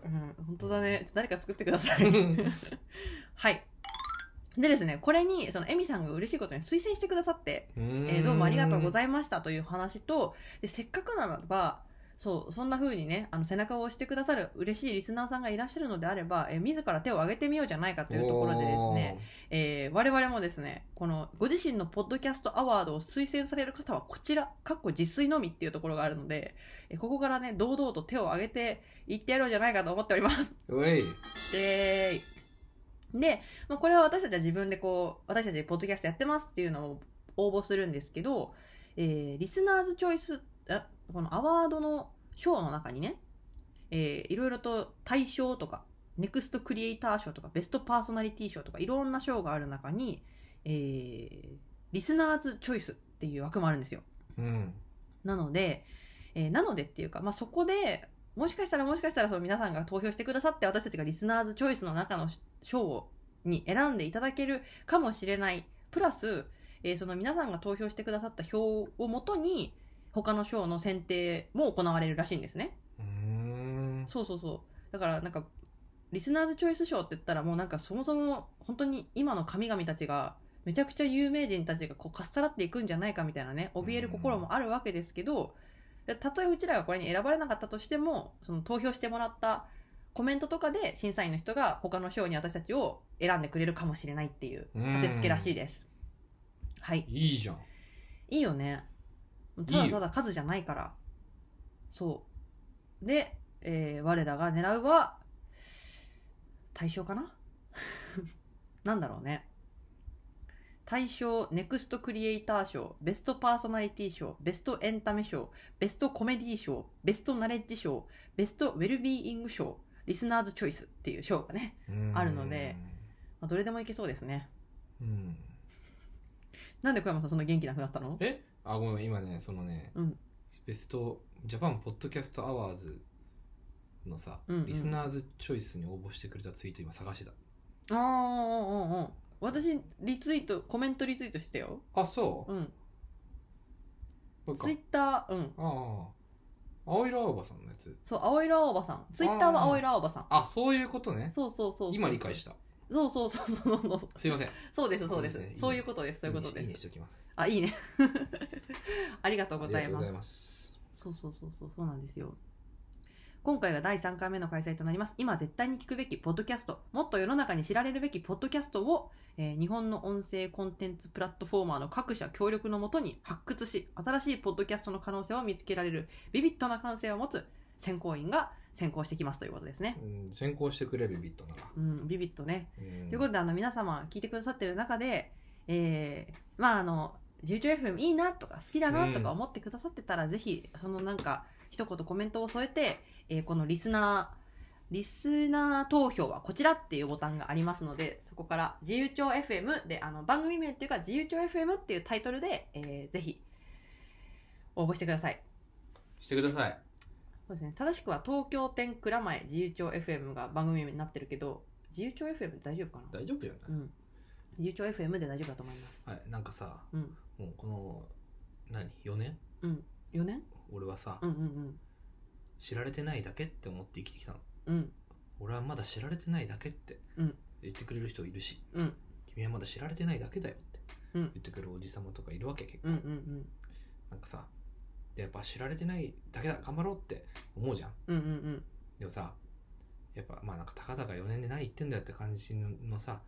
Speaker 1: 本当だね。誰か作ってくださ
Speaker 2: う
Speaker 1: い。
Speaker 2: ん
Speaker 1: はい。でですね、これに、その、エミさんが嬉しいことに推薦してくださって、えーどうもありがとうございましたという話と、でせっかくならば、そう、そんな風にね、あの、背中を押してくださる嬉しいリスナーさんがいらっしゃるのであれば、えー自ら手を挙げてみようじゃないかというところでですね、えー我々もですね、この、ご自身のポッドキャストアワードを推薦される方は、こちら、かっこ自炊のみっていうところがあるので、えーここからね、堂々と手を挙げていってやろうじゃないかと思っております。
Speaker 2: おーうえい
Speaker 1: でで、まあ、これは私たちは自分でこう私たちポッドキャストやってますっていうのを応募するんですけど、えーリスナーズチョイスあこのアワードの賞の中にね、えーいろいろと大賞とかネクストクリエイター賞とかベストパーソナリティ賞とかいろんな賞がある中に、えーリスナーズチョイスっていう枠もあるんですよ。
Speaker 2: うん
Speaker 1: なので、えーなのでっていうか、まあ、そこでもしかしたらもしかしたらその皆さんが投票してくださって私たちがリスナーズチョイスの中の賞をに選んでいただけるかもしれないプラス、えーその皆さんが投票してくださった票をもとに他の賞の選定も行われるらしいんですね。
Speaker 2: うーん
Speaker 1: そうそうそうだからなんかリスナーズチョイス賞って言ったらもうなんかそもそも本当に今の神々たちがめちゃくちゃ有名人たちがこうかっさらっていくんじゃないかみたいなね怯える心もあるわけですけどでたとえうちらがこれに選ばれなかったとしてもその投票してもらったコメントとかで審査員の人が他の賞に私たちを選んでくれるかもしれないっていう
Speaker 2: うん
Speaker 1: 当てつけらしいです。はい
Speaker 2: いいじゃん
Speaker 1: いいよねただただ数じゃないからそで、えー我らが狙うは対象かな なんだろうね大賞ネクストクリエイター賞ベストパーソナリティ賞ベストエンタメ賞ベストコメディ賞ベストナレッジ賞ベストウェルビーイング賞リスナーズチョイスっていう賞がね、あるのでまあ、どれでもいけそうですね
Speaker 2: うん
Speaker 1: なんで小山さんそんな元気なくなったの
Speaker 2: えあごめん今ねそのね、
Speaker 1: うん
Speaker 2: ベストジャパンポッドキャストアワーズのさ、
Speaker 1: うんうん
Speaker 2: リスナーズチョイスに応募してくれたツイート今探してた
Speaker 1: ああうんうんうん私リツイートコメントリツイートしてよ
Speaker 2: あそう、
Speaker 1: うん
Speaker 2: そっか
Speaker 1: ツイッターうん
Speaker 2: ああ青色青葉さんのやつ
Speaker 1: そう青色青葉さんツイッターは青色青葉さん
Speaker 2: あそういうことね
Speaker 1: そうそうそうそう
Speaker 2: 今理解した
Speaker 1: そうそうそうそうそうそう
Speaker 2: すいません
Speaker 1: そうですそうです
Speaker 2: そうですね
Speaker 1: そういうことですそういうこと
Speaker 2: いい
Speaker 1: で
Speaker 2: ねし
Speaker 1: す
Speaker 2: ておきます
Speaker 1: あいいね ありがとうございます
Speaker 2: ます
Speaker 1: そうそうそうそうそうなんですよ今回が第3回目の開催となります今絶対に聞くべきポッドキャストもっと世の中に知られるべきポッドキャストを、えー日本の音声コンテンツプラットフォーマーの各社協力のもとに発掘し新しいポッドキャストの可能性を見つけられるビビッドな感性を持つ選考員が選考してきますということですね、
Speaker 2: うん先行してくれビビットなら、
Speaker 1: うん、ビビッドね
Speaker 2: うん
Speaker 1: ということであの皆様聞いてくださってる中で、えーまああの 11FM いいなとか好きだなとか思ってくださってたら、ぜひそのなんか一言コメントを添えて、えーこのリスナーリスナー投票はこちらっていうボタンがありますのでそこから「自由帳 FM」であの番組名っていうか「自由帳 FM」っていうタイトルで、えーぜひ応募してください
Speaker 2: してください
Speaker 1: そうですね正しくは東京店蔵前自由帳 FM が番組名になってるけど自由帳 FM で大丈夫かな
Speaker 2: 大丈夫じゃない、
Speaker 1: うん。ゆうちょ FM で大丈夫だと思います。
Speaker 2: はいなんかさ
Speaker 1: うん。
Speaker 2: もうこの何4年
Speaker 1: 4年
Speaker 2: 俺はさ、
Speaker 1: うんうん
Speaker 2: 知られてないだけって思って生きてきたの
Speaker 1: うん。うん。
Speaker 2: 俺はまだ知られてないだけって
Speaker 1: うん
Speaker 2: 言ってくれる人いるし、
Speaker 1: うん
Speaker 2: 君はまだ知られてないだけだよって
Speaker 1: うん
Speaker 2: 言ってくるおじさまとかいるわけ結構、
Speaker 1: うんうん
Speaker 2: なんかさでやっぱ知られてないだけだ頑張ろうって思うじゃん
Speaker 1: うん。うんうん
Speaker 2: でもさやっぱまあなんかたかだか4年で何言ってんだよって感じののさ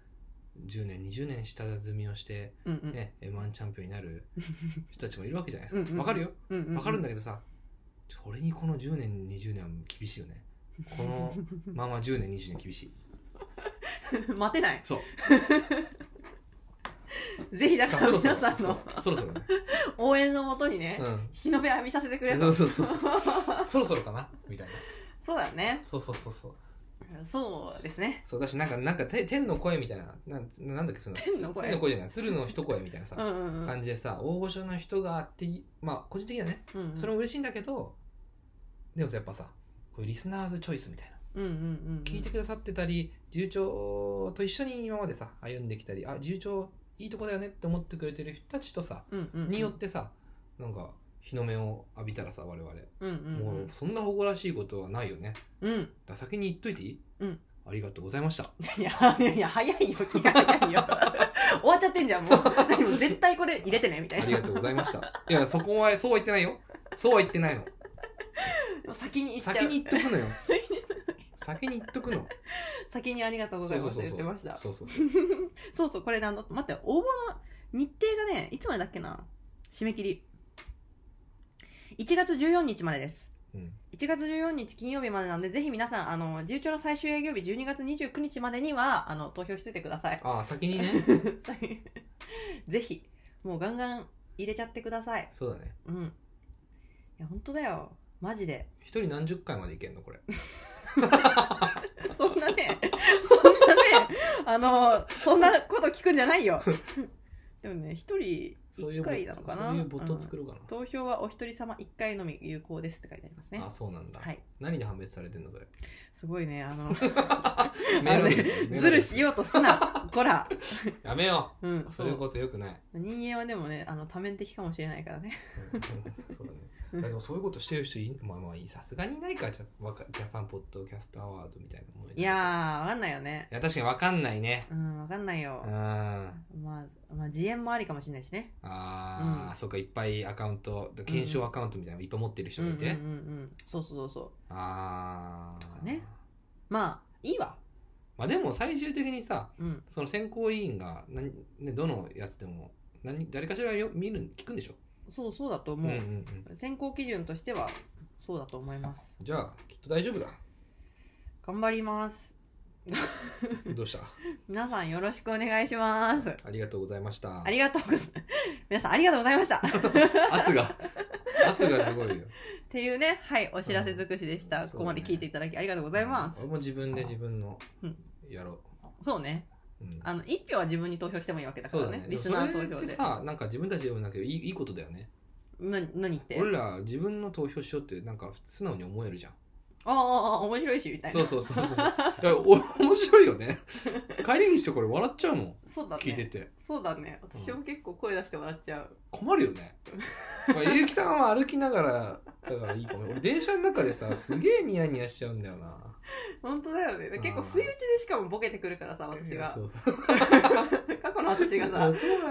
Speaker 2: 10年20年下積みをして、
Speaker 1: うん。うんうん。
Speaker 2: ね m 1チャンピオンに なる人たちもいるわけじゃないです
Speaker 1: うんうんう
Speaker 2: か
Speaker 1: ん
Speaker 2: わかるよ
Speaker 1: うんうん。
Speaker 2: わかるんだけどさそれにこの10年20年は厳しいよねこのまあまあ10年20年厳し い
Speaker 1: 待てない。
Speaker 2: そう
Speaker 1: ぜひだ
Speaker 2: だ
Speaker 1: か
Speaker 2: かららそ
Speaker 1: 皆
Speaker 2: ろそろ
Speaker 1: さんの
Speaker 2: そうそろそろね、
Speaker 1: 応援のもとにね、
Speaker 2: うん、
Speaker 1: 日の目を浴びさせてくれ
Speaker 2: そ
Speaker 1: と。
Speaker 2: うそうそうそうそろそろかなみたいな
Speaker 1: そうだね。
Speaker 2: そうそうそうそう
Speaker 1: そうですね。
Speaker 2: そうだしなんかなんかて天の声みたいななんなんだっけその
Speaker 1: 天の声
Speaker 2: 天の声じゃない鶴の一声みたいなさ
Speaker 1: うんうんうん。
Speaker 2: 感じでさ大御所の人があっていまあ個人的にはね
Speaker 1: うんうん
Speaker 2: それも嬉しいんだけど、でもさやっぱさこういうリスナーズチョイスみたいな
Speaker 1: うんうんうんうん。
Speaker 2: 聞いてくださってたり重長と一緒に今までさ歩んできたりあ重長いいとこだよねって思ってくれてる人たちとさ
Speaker 1: うんうんうん。
Speaker 2: によってさなんか日の目を浴びたらさ我々、
Speaker 1: うんうん
Speaker 2: もうそんな誇らしいことはないよね
Speaker 1: うん。うん。
Speaker 2: だから先に言っといていい、
Speaker 1: うん
Speaker 2: ありがとうございました
Speaker 1: いやいやいや、早いよ、気が早 いよ。終わっちゃってんじゃん、もう。でも絶対これ入れてね、みたい
Speaker 2: あ
Speaker 1: な
Speaker 2: り。がとうございましたいやそこはそうは言ってないよそうは言ってないの
Speaker 1: でも先に行っちゃう。
Speaker 2: 先に言っ とくのよ先に言っとくの
Speaker 1: 先にありがとうございました言ってました
Speaker 2: そうそうそう
Speaker 1: そうそうこれなんだ待って応募の日程がねいつまでだっけな締め切り1月14日までです
Speaker 2: うん
Speaker 1: 1月14日金曜日までなんでぜひ皆さんあの重長の最終営業日12月29日までにはあの投票しててください
Speaker 2: ああ先にね
Speaker 1: ぜひもうガンガン入れちゃってください
Speaker 2: そうだね
Speaker 1: うんいや本当だよマジで
Speaker 2: 一人何十回までいけんのこれ
Speaker 1: そんなねそんなねあのそんなこと聞くんじゃない よでもね一人
Speaker 2: そうい
Speaker 1: 一
Speaker 2: うボ
Speaker 1: 回なのかな
Speaker 2: そういうボット
Speaker 1: うん
Speaker 2: 作ろうかな、
Speaker 1: 投票はお一人様1回のみ有効ですって書いてありますね
Speaker 2: あ。そうなんだ、
Speaker 1: はい、
Speaker 2: 何で判別されてんのそれ
Speaker 1: すごいね、あの、
Speaker 2: メールですメールです
Speaker 1: ずるしようとすな、こら。
Speaker 2: やめよ
Speaker 1: うん、
Speaker 2: う
Speaker 1: そ
Speaker 2: そういう
Speaker 1: う。
Speaker 2: ことよくない、
Speaker 1: 人間はでもね、あの多面的かもしれないからね。
Speaker 2: うんそうだねいやでもそういうことしてる人いんまあまあいいさすがにいないかジャわかジャパンポッドキャストアワードみたいなもの
Speaker 1: いやー、わかんないよね
Speaker 2: い。や確かにわかんないね
Speaker 1: うん、わかんないよ
Speaker 2: う。ん
Speaker 1: まあ、まあ、自演もありかもしれないしね。
Speaker 2: あー、
Speaker 1: うん
Speaker 2: そっかいっぱいアカウント検証アカウントみたいなのいっぱい持ってる人
Speaker 1: うん
Speaker 2: が
Speaker 1: う
Speaker 2: い
Speaker 1: んうん
Speaker 2: て、
Speaker 1: うん。そうそうそうそう。
Speaker 2: ああ
Speaker 1: とかねまあ、いいわ。
Speaker 2: まあでも最終的にさ
Speaker 1: うん。
Speaker 2: その選考委員が何、ね、どのやつでも何誰かしらよ見る聞くんでしょ
Speaker 1: そうそうだと
Speaker 2: うん
Speaker 1: 思
Speaker 2: う
Speaker 1: う。
Speaker 2: んうん
Speaker 1: 選考基準としては、そうだと思います
Speaker 2: じゃあきっと大丈夫だ
Speaker 1: 頑張ります
Speaker 2: どうした
Speaker 1: 皆さんよろしくお願いします
Speaker 2: ありがとうございました
Speaker 1: ありがとうございます 皆さんありがとうございま したっ
Speaker 2: 圧が圧がすごいよ
Speaker 1: ていうねはいお知らせ尽くしでした、
Speaker 2: うん
Speaker 1: ここまで聞いていただきありがとうございます
Speaker 2: 俺も自分で自分の
Speaker 1: うん
Speaker 2: やろ
Speaker 1: そうね
Speaker 2: う、うん
Speaker 1: あの一票は自分に投票してもいいわけだか
Speaker 2: そう
Speaker 1: ら
Speaker 2: だ
Speaker 1: ね
Speaker 2: ね
Speaker 1: リスナー投
Speaker 2: でも
Speaker 1: 票
Speaker 2: それって
Speaker 1: で
Speaker 2: さなんか自分たちでもなけどいいいいことだよね
Speaker 1: な何言って
Speaker 2: 俺ら自分の投票しようってなんか素直に思えるじゃん
Speaker 1: あああ面白いしみたいな
Speaker 2: そうそうそうそういやお面白い よね帰り道とか俺笑っちゃうもん
Speaker 1: そうだね
Speaker 2: 聞いてて
Speaker 1: そうだね私も結構声出して笑っちゃう、
Speaker 2: 困るよね、まあ、ゆうきさんは歩きながらだからいいかも俺電車の中でさすげえニヤニヤしちゃうんだよな
Speaker 1: 本当だよね結構不意打ちでしかもボケてくるからさ私が
Speaker 2: そう
Speaker 1: 過去の私が
Speaker 2: そう
Speaker 1: さ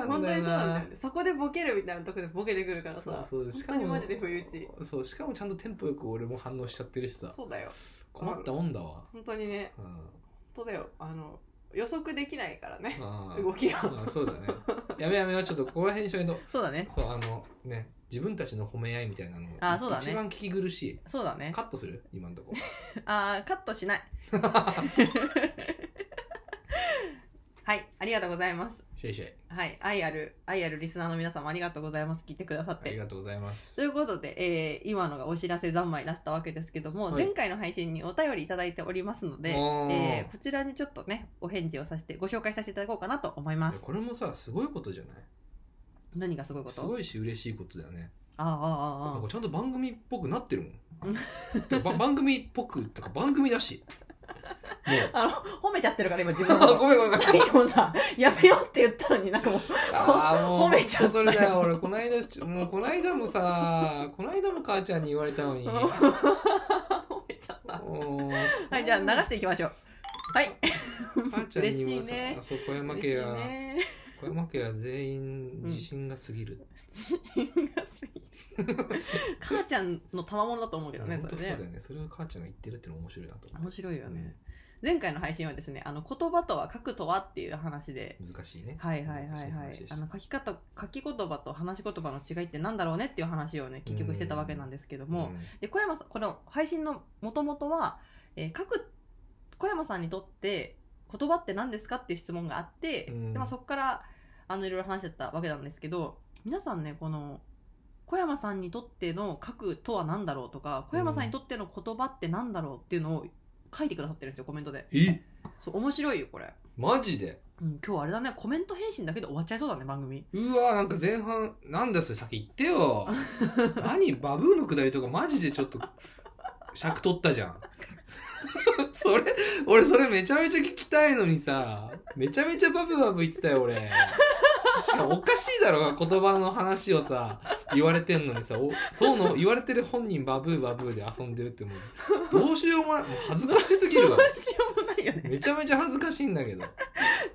Speaker 2: な
Speaker 1: 本
Speaker 2: ん
Speaker 1: 当
Speaker 2: だ
Speaker 1: にそ
Speaker 2: よ
Speaker 1: うなんだ
Speaker 2: な
Speaker 1: よねそこでボケるみたいなとこでボケてくるから
Speaker 2: そう
Speaker 1: さ
Speaker 2: そうしかも
Speaker 1: 本当にマジで不意打ち
Speaker 2: そうしかもちゃんとテンポよく俺も反応しちゃってるしさ
Speaker 1: そうだよ
Speaker 2: 困ったもんだわ、
Speaker 1: 本当にね
Speaker 2: うん
Speaker 1: 本当だよあの予測できないからね
Speaker 2: あー
Speaker 1: 動きが
Speaker 2: うんそうだねやめやめはちょっとここら辺にしないと
Speaker 1: そうだね
Speaker 2: そうあのね自分たちの褒め合いみたいなの
Speaker 1: あーそうだね
Speaker 2: 一番聞き苦しい
Speaker 1: そうだね
Speaker 2: カットする今 んとこ
Speaker 1: あーカットしないはいありがとうございます
Speaker 2: シェイシェイ
Speaker 1: はい愛ある愛あるリスナーの皆様ありがとうございます聞いてくださっ
Speaker 2: あり
Speaker 1: て
Speaker 2: がとうございます
Speaker 1: ということで、えー今のがお知らせ三昧だったわけですけども、
Speaker 2: はい
Speaker 1: 前回の配信にお便りいただいておりますので、
Speaker 2: おー
Speaker 1: えーこちらにちょっとねお返事をさせてご紹介させていただこうかなと思います
Speaker 2: これもさすごいことじゃない
Speaker 1: 何がすごいこ
Speaker 2: す
Speaker 1: と
Speaker 2: ごいし嬉しいことだよね
Speaker 1: ああああ
Speaker 2: なん
Speaker 1: あ
Speaker 2: かちゃんと番組っぽくなってるも
Speaker 1: うん
Speaker 2: んてかば番組っぽくとか番組 だしもう
Speaker 1: ああの褒めちゃってるから今自分の
Speaker 2: あ
Speaker 1: こと
Speaker 2: ごめんごめんごめん
Speaker 1: 最後さやめようって言ったのになんかもう
Speaker 2: あーも
Speaker 1: 褒
Speaker 2: う
Speaker 1: めちゃったよ
Speaker 2: それだよ俺この間しもうこの間もさこの間も母ちゃんに言われたのに
Speaker 1: 褒めちゃったは
Speaker 2: はい
Speaker 1: じゃあ流していきましょうはい
Speaker 2: 母ちゃんにも
Speaker 1: 嬉し
Speaker 2: さ、
Speaker 1: いね
Speaker 2: そう小山
Speaker 1: 嬉しい
Speaker 2: 家は、
Speaker 1: ね
Speaker 2: 小山家は全員
Speaker 1: うん
Speaker 2: 自信が過ぎる、
Speaker 1: 母ちゃんの賜物だと思うけどねそ
Speaker 2: 本当そう
Speaker 1: れ
Speaker 2: だよ
Speaker 1: ね
Speaker 2: ねそれを母ちゃんが言ってるってのも面白いなと思
Speaker 1: 面白いよね、前回の配信はですねあの言葉とは書くとはっていう話で
Speaker 2: 難しいね
Speaker 1: はいはいはいは
Speaker 2: 難し
Speaker 1: い
Speaker 2: 話でした
Speaker 1: あの書き方書き言葉と話し言葉の違いってなんだろうねっていう話をね結局してたわけなんですけども、
Speaker 2: うん
Speaker 1: で小山さんこの配信のもともとは、えー書く小山さんにとって言葉って何ですかっていう質問があって、
Speaker 2: うん
Speaker 1: でまあ、そこからあのいろいろ話してたわけなんですけど皆さんねこの小山さんにとっての書くとは何だろうとか小山さんにとっての言葉って何だろうっていうのを書いてくださってるんですよコメントで
Speaker 2: え
Speaker 1: そう面白いよこれ、
Speaker 2: マジで
Speaker 1: うん、今日あれだねコメント返信だけで終わっちゃいそうだね番組
Speaker 2: うわなんか前半なんだそれ先言ってよ何バブーのくだりとかマジでちょっと尺取ったじゃんそれ俺それめちゃめちゃ聞きたいのにさめちゃめちゃバブバブ言ってたよ俺しかもおかしいだろ言葉の話をさ言われてんのにさおそうの言われてる本人バブーバブーで遊んでるってもうどうしようもないもう恥ずかしすぎるわ
Speaker 1: どうしようもないよね
Speaker 2: めちゃめちゃ恥ずかしいんだけど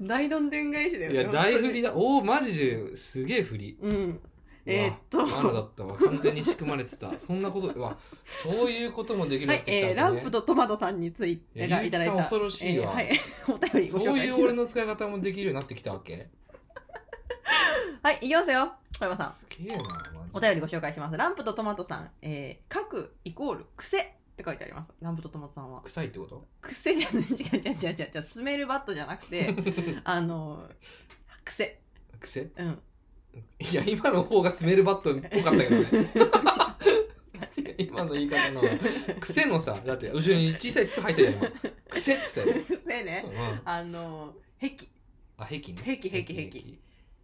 Speaker 1: 大どんでん返しだよ
Speaker 2: い
Speaker 1: ね
Speaker 2: や大振りだおおマジですげえ振り
Speaker 1: うんえーっと
Speaker 2: うわ罠だったわ完全に仕組まれてたそんなことうわそういうこともできる
Speaker 1: は
Speaker 2: ように
Speaker 1: い
Speaker 2: な、ってきた
Speaker 1: えー、ランプとトマトさんについてがいただい
Speaker 2: い
Speaker 1: た。
Speaker 2: やゆうきさん恐ろしいわ
Speaker 1: えーはい、 お便りご紹
Speaker 2: そ
Speaker 1: 介
Speaker 2: うい
Speaker 1: し
Speaker 2: う
Speaker 1: ま
Speaker 2: 俺
Speaker 1: す。
Speaker 2: の使い方もできるようになってきたわけ
Speaker 1: はい、いきますよ。小山さん、
Speaker 2: すげえなマジ
Speaker 1: お便りご紹介します。ランプとトマトさん、えー、書くイコール癖って書いてあります。ランプとトマトさんは。
Speaker 2: 臭いってこと
Speaker 1: 癖じゃない、 違う違う違う違う違う、スメルバットじゃなく て、あのー、癖。
Speaker 2: 癖
Speaker 1: うん。
Speaker 2: いや今の方がスメルバットっぽかったけ どね今の言い方の癖のさだって後ろに小さい筒入ってたよ今癖っつったよ、
Speaker 1: 癖ね。
Speaker 2: うん、
Speaker 1: あのー、癖。
Speaker 2: あ壁ね
Speaker 1: 壁壁壁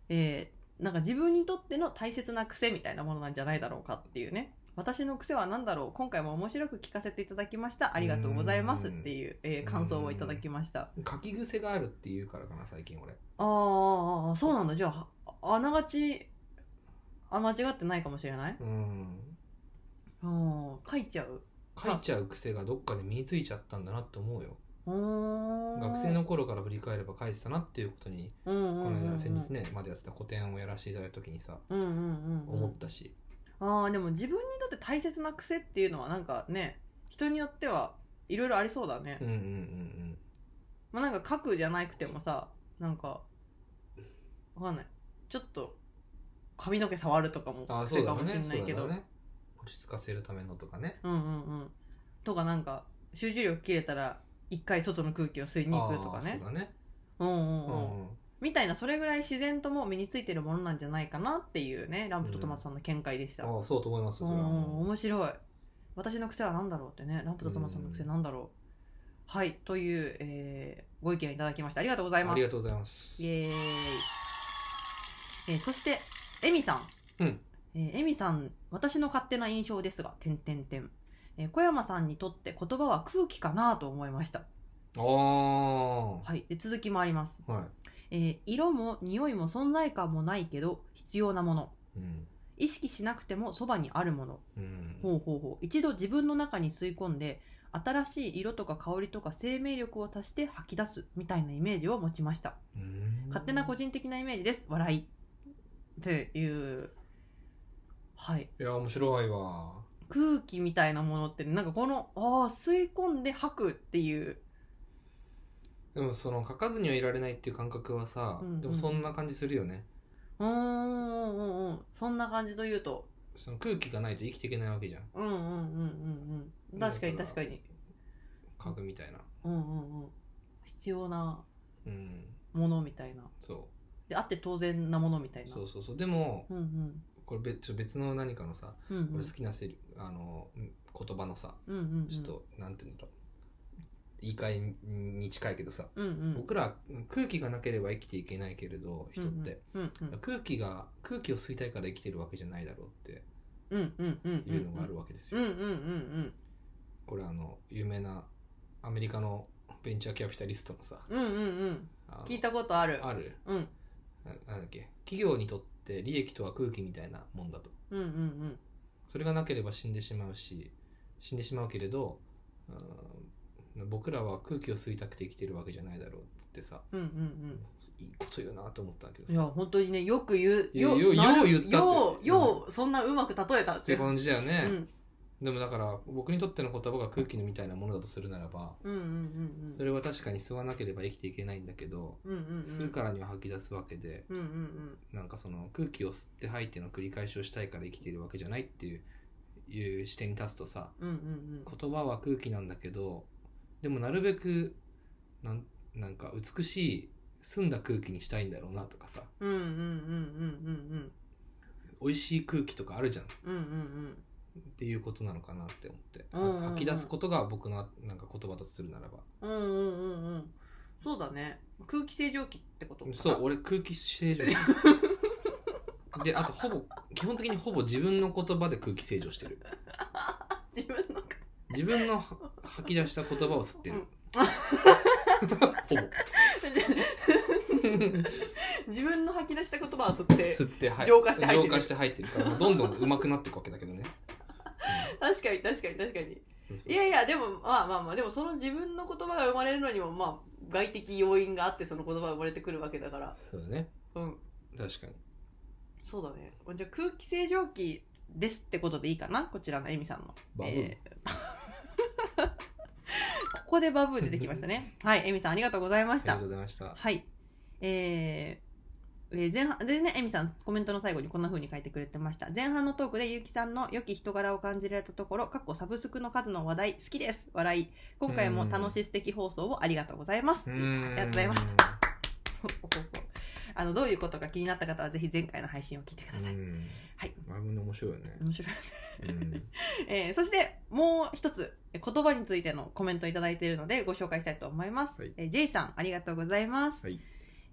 Speaker 1: えーなんか自分にとっての大切な癖みたいなものなんじゃないだろうかっていうね私の癖は何だろう今回も面白く聞かせていただきましたありがとうございますっていう、えー感想をいただきました
Speaker 2: 書き癖があるっていうからかな最近俺
Speaker 1: あーあーそうなんだじゃあああながちあ間違ってないかもしれない
Speaker 2: うん
Speaker 1: あー書いちゃう
Speaker 2: 書いちゃう癖がどっかで身についちゃったんだなって思うよ学
Speaker 1: 学
Speaker 2: 生の頃から振り返れば書いてたなっていうことに
Speaker 1: うんう
Speaker 2: こ
Speaker 1: んうんう
Speaker 2: の間先日
Speaker 1: ん
Speaker 2: ねまでやってた古典をやらせていただいた時にさ
Speaker 1: うんうんうんう
Speaker 2: 思っ
Speaker 1: ん
Speaker 2: たし
Speaker 1: あーでも自分にとって大切な癖っていうのはなんかね人によってはいろいろありそうだね、
Speaker 2: うんうんうん
Speaker 1: まあ、なんか書くじゃなくてもさなんかわかんないちょっと髪の毛触るとかも
Speaker 2: うんあ
Speaker 1: 癖
Speaker 2: そう
Speaker 1: か
Speaker 2: だ
Speaker 1: もしれ
Speaker 2: ね
Speaker 1: な
Speaker 2: そ
Speaker 1: いうけど
Speaker 2: だね落ち着かせるためのとかね
Speaker 1: うんうんうんとかなんか集中力切れたら一回外の空気を吸いに行くとか
Speaker 2: あー
Speaker 1: ね
Speaker 2: そうだね、
Speaker 1: うんうんう
Speaker 2: う
Speaker 1: んん、みたいなそれぐらい自然ともう身についてるものなんじゃないかなっていうねランプとトマスさんの見解でした、
Speaker 2: ああそうと思います
Speaker 1: う
Speaker 2: そ
Speaker 1: ん
Speaker 2: れは
Speaker 1: うん、面白い私の癖は何だろうってねランプとトマスさんの癖なんだろう、はいという、えーご意見をいただきましたありがとうございます
Speaker 2: ありがとうございます
Speaker 1: イエーイ、えーそしてエミさん、
Speaker 2: うん
Speaker 1: えーエミさん私の勝手な印象ですが点点点えー小山さんにとって言葉は空気かなと思いました、
Speaker 2: ああは
Speaker 1: はい、で続きもあります
Speaker 2: い、
Speaker 1: えー色も匂いも存在感もないけど必要なもの
Speaker 2: うん
Speaker 1: 意識しなくてもそばにあるもの
Speaker 2: うん
Speaker 1: ほうほうほう一度自分の中に吸い込んで新しい色とか香りとか生命力を足して吐き出すみたいなイメージを持ちました
Speaker 2: うん
Speaker 1: 勝手な個人的なイメージです笑いっていうはい
Speaker 2: いや面白いわ
Speaker 1: 空気みたいなものってなんかこのあー吸い込んで吐くっていう
Speaker 2: でもその書かずにはいられないっていう感覚はさ、
Speaker 1: うんうん
Speaker 2: でもそんな感じするよね
Speaker 1: うーんうんうんうんそんな感じというと
Speaker 2: その空気がないと生きていけないわけじゃん
Speaker 1: うんうんうんうんうん確かに
Speaker 2: だ
Speaker 1: 確
Speaker 2: ら
Speaker 1: かに
Speaker 2: 家具みたいな
Speaker 1: うんうんうん必要な
Speaker 2: うん
Speaker 1: ものみたいな
Speaker 2: そ
Speaker 1: であって当然なものみたいうな
Speaker 2: そうそうそうでも
Speaker 1: うんうん
Speaker 2: これ別ちょ別の何かのさ
Speaker 1: うんうん
Speaker 2: 俺好きなセリ、あのうん言葉のさ
Speaker 1: うんうんうん
Speaker 2: ちょっと、なんて言うんだろう言い換えに近いけどさ、
Speaker 1: うんうん
Speaker 2: 僕ら空気がなければ生きていけないけれど人って、
Speaker 1: うんうん
Speaker 2: 空気が空気を吸いたいから生きてるわけじゃないだろうって
Speaker 1: うんうんうん
Speaker 2: いうのがあるわけです
Speaker 1: う
Speaker 2: よ、
Speaker 1: んうんうんうん
Speaker 2: これあの有名なアメリカのベンチャーキャピタリストのさ
Speaker 1: うんうんうん
Speaker 2: あの
Speaker 1: 聞いたことある
Speaker 2: ある
Speaker 1: うん
Speaker 2: ななんだっけ企業にとって利益とは空気みたいなもんだと
Speaker 1: うんうん
Speaker 2: それがなければ死んでしまうし死んでしまうけれど、うん、僕らは空気を吸いたくて生きてるわけじゃないだろうっつってさ
Speaker 1: うんうんうん
Speaker 2: いいこと言うなと思ったんだけ
Speaker 1: うんい
Speaker 2: ど
Speaker 1: や
Speaker 2: さ
Speaker 1: 本当にねよく言う
Speaker 2: いや
Speaker 1: よ
Speaker 2: よう
Speaker 1: なる
Speaker 2: よう言ったって
Speaker 1: ようようそんなうまく例えたっ
Speaker 2: そう
Speaker 1: て
Speaker 2: いう感じだよ
Speaker 1: う
Speaker 2: ね、
Speaker 1: ん
Speaker 2: でもだから僕にとっての言葉が空気みたいなものだとするならば
Speaker 1: うんうんうんうん
Speaker 2: それは確かに吸わなければ生きていけないんだけど
Speaker 1: うんうんうん
Speaker 2: 吸うからには吐き出すわけで
Speaker 1: うんうんうん
Speaker 2: なんかその空気を吸って吐いての繰り返しをしたいから生きているわけじゃないっていういう視点に立つとさ
Speaker 1: うんうん
Speaker 2: 言葉は空気なんだけどでもなるべくなんなんか美しい澄んだ空気にしたいんだろうなとかさ
Speaker 1: うんうんうんうんうんうん
Speaker 2: 美味しい空気とかあるじゃんっ
Speaker 1: うんうん
Speaker 2: ていうことなのかなって思って、
Speaker 1: うんうんうん
Speaker 2: 吐き出すことが僕のなんか言葉だとするならば
Speaker 1: うんうんうんうんうんそうだね空気清浄機ってことかな
Speaker 2: そう俺空気清浄であとほぼ基本的にほぼ自分の言葉で空気清浄してる
Speaker 1: 自分のか
Speaker 2: 自分のは吐き出した言葉を吸ってる ほぼ
Speaker 1: 自分の吐き出した言葉を吸って
Speaker 2: 吸って吐い
Speaker 1: 浄化して入ってる
Speaker 2: 浄化して入ってるからもうどんどん上手くなっていくわけだけ どね、
Speaker 1: 確かに確かに確かに
Speaker 2: うんそうそう
Speaker 1: いやいやでもまあまあまあでもその自分の言葉が生まれるのにもまあ外的要因があってその言葉が生まれてくるわけだから
Speaker 2: そうだね
Speaker 1: うん
Speaker 2: 確かに
Speaker 1: そうだねじゃあ空気清浄機ですってことでいいかなこちらのエミさんの
Speaker 2: バブー、
Speaker 1: えー ここでバブー出てきましたねはいエミさんありがとうございまし
Speaker 2: ありが
Speaker 1: た
Speaker 2: とうございました
Speaker 1: はい。えーえー前半でね、エミさん、コメントの最後にこんな風に書いてくれてました。前半のトークで、ゆうきさんの良き人柄を感じられたところ、かっこサブスクの数の話題、好きです笑い。今回も楽しい素敵放送をありがとうございます。
Speaker 2: う
Speaker 1: あ
Speaker 2: ーん
Speaker 1: りがとうございます。そうそうそうそうあの、どういうことが気になった方は、ぜひ前回の配信を聞いてください。
Speaker 2: うん
Speaker 1: はい
Speaker 2: バブー面白いよね、
Speaker 1: 面白い。
Speaker 2: うん
Speaker 1: えーそしてもう一つえ言葉についてのコメントをいただいているのでご紹介したいと思います、
Speaker 2: はい
Speaker 1: えー J さんありがとうございます、
Speaker 2: はい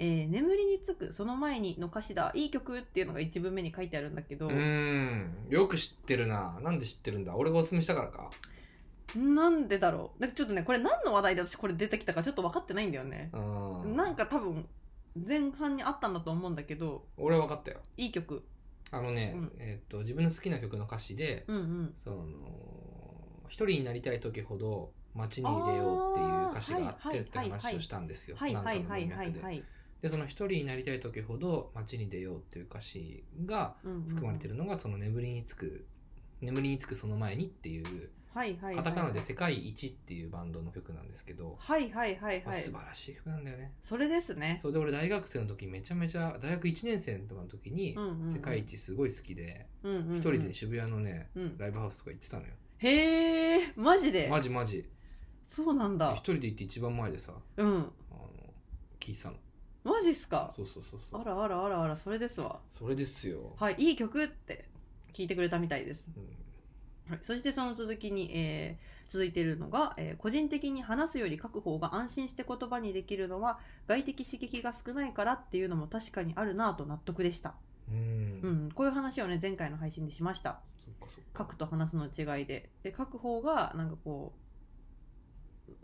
Speaker 1: えー眠りにつくその前に」の歌詞だいい曲っていうのが1文目に書いてあるんだけど、
Speaker 2: うーんよく知ってるななんで知ってるんだ俺がおすすめしたからか
Speaker 1: なんでだろうなんかちょっとねこれ何の話題で私これ出てきたかちょっと分かってないんだよね、
Speaker 2: うん
Speaker 1: なんか多分前半にあったんだと思うんだけど
Speaker 2: 俺は分かったよ
Speaker 1: いい曲
Speaker 2: あのね、
Speaker 1: うん
Speaker 2: えっと自分の好きな曲の歌詞で、
Speaker 1: うんうん
Speaker 2: その一人になりたい時ほど街に入れようっていう歌詞があってって
Speaker 1: あーはいはいはいはい
Speaker 2: 話をしたんですよ。
Speaker 1: はい
Speaker 2: なんか
Speaker 1: は
Speaker 2: の
Speaker 1: いは
Speaker 2: 文
Speaker 1: いは
Speaker 2: 脈
Speaker 1: い
Speaker 2: で
Speaker 1: はい
Speaker 2: でその一人になりたい時ほど街に出ようっていう歌詞が含まれて
Speaker 1: る
Speaker 2: るのがその眠りにつく眠りにつくその前にっていう
Speaker 1: はいはいはいはい
Speaker 2: カタカナで「世界一」っていうバンドの曲なんですけど、
Speaker 1: はいはいはい
Speaker 2: まあ
Speaker 1: はい
Speaker 2: 素晴らしい曲なんだよね
Speaker 1: それですね
Speaker 2: それで俺大学生の時めちゃめちゃ大学1年生とかの時に
Speaker 1: うんうんうん
Speaker 2: 世界一すごい好きで
Speaker 1: 一、うんうんうん
Speaker 2: 一人で渋谷のね
Speaker 1: うん、
Speaker 2: ライブハウスとか行ってたのよ
Speaker 1: へえマジで
Speaker 2: マジマジ
Speaker 1: そうなん
Speaker 2: 一
Speaker 1: だ
Speaker 2: 人で行って一番前でさ
Speaker 1: うん
Speaker 2: あの聞いてたの
Speaker 1: マジっすか
Speaker 2: そうそうそうそ
Speaker 1: あ
Speaker 2: う
Speaker 1: らあらあらあらそれですわ
Speaker 2: それですよ、
Speaker 1: はいいい曲って聞いてくれたみたいです、
Speaker 2: うん
Speaker 1: はい、そしてその続きに、えー続いているのが、えー個人的に話すより書く方が安心して言葉にできるのは外的刺激が少ないからっていうのも確かにあるなぁと納得でした
Speaker 2: うん
Speaker 1: うん、こういう話をね前回の配信でしました
Speaker 2: そっかそっ
Speaker 1: 書
Speaker 2: か
Speaker 1: くと話すの違いでで書く方がなんかこう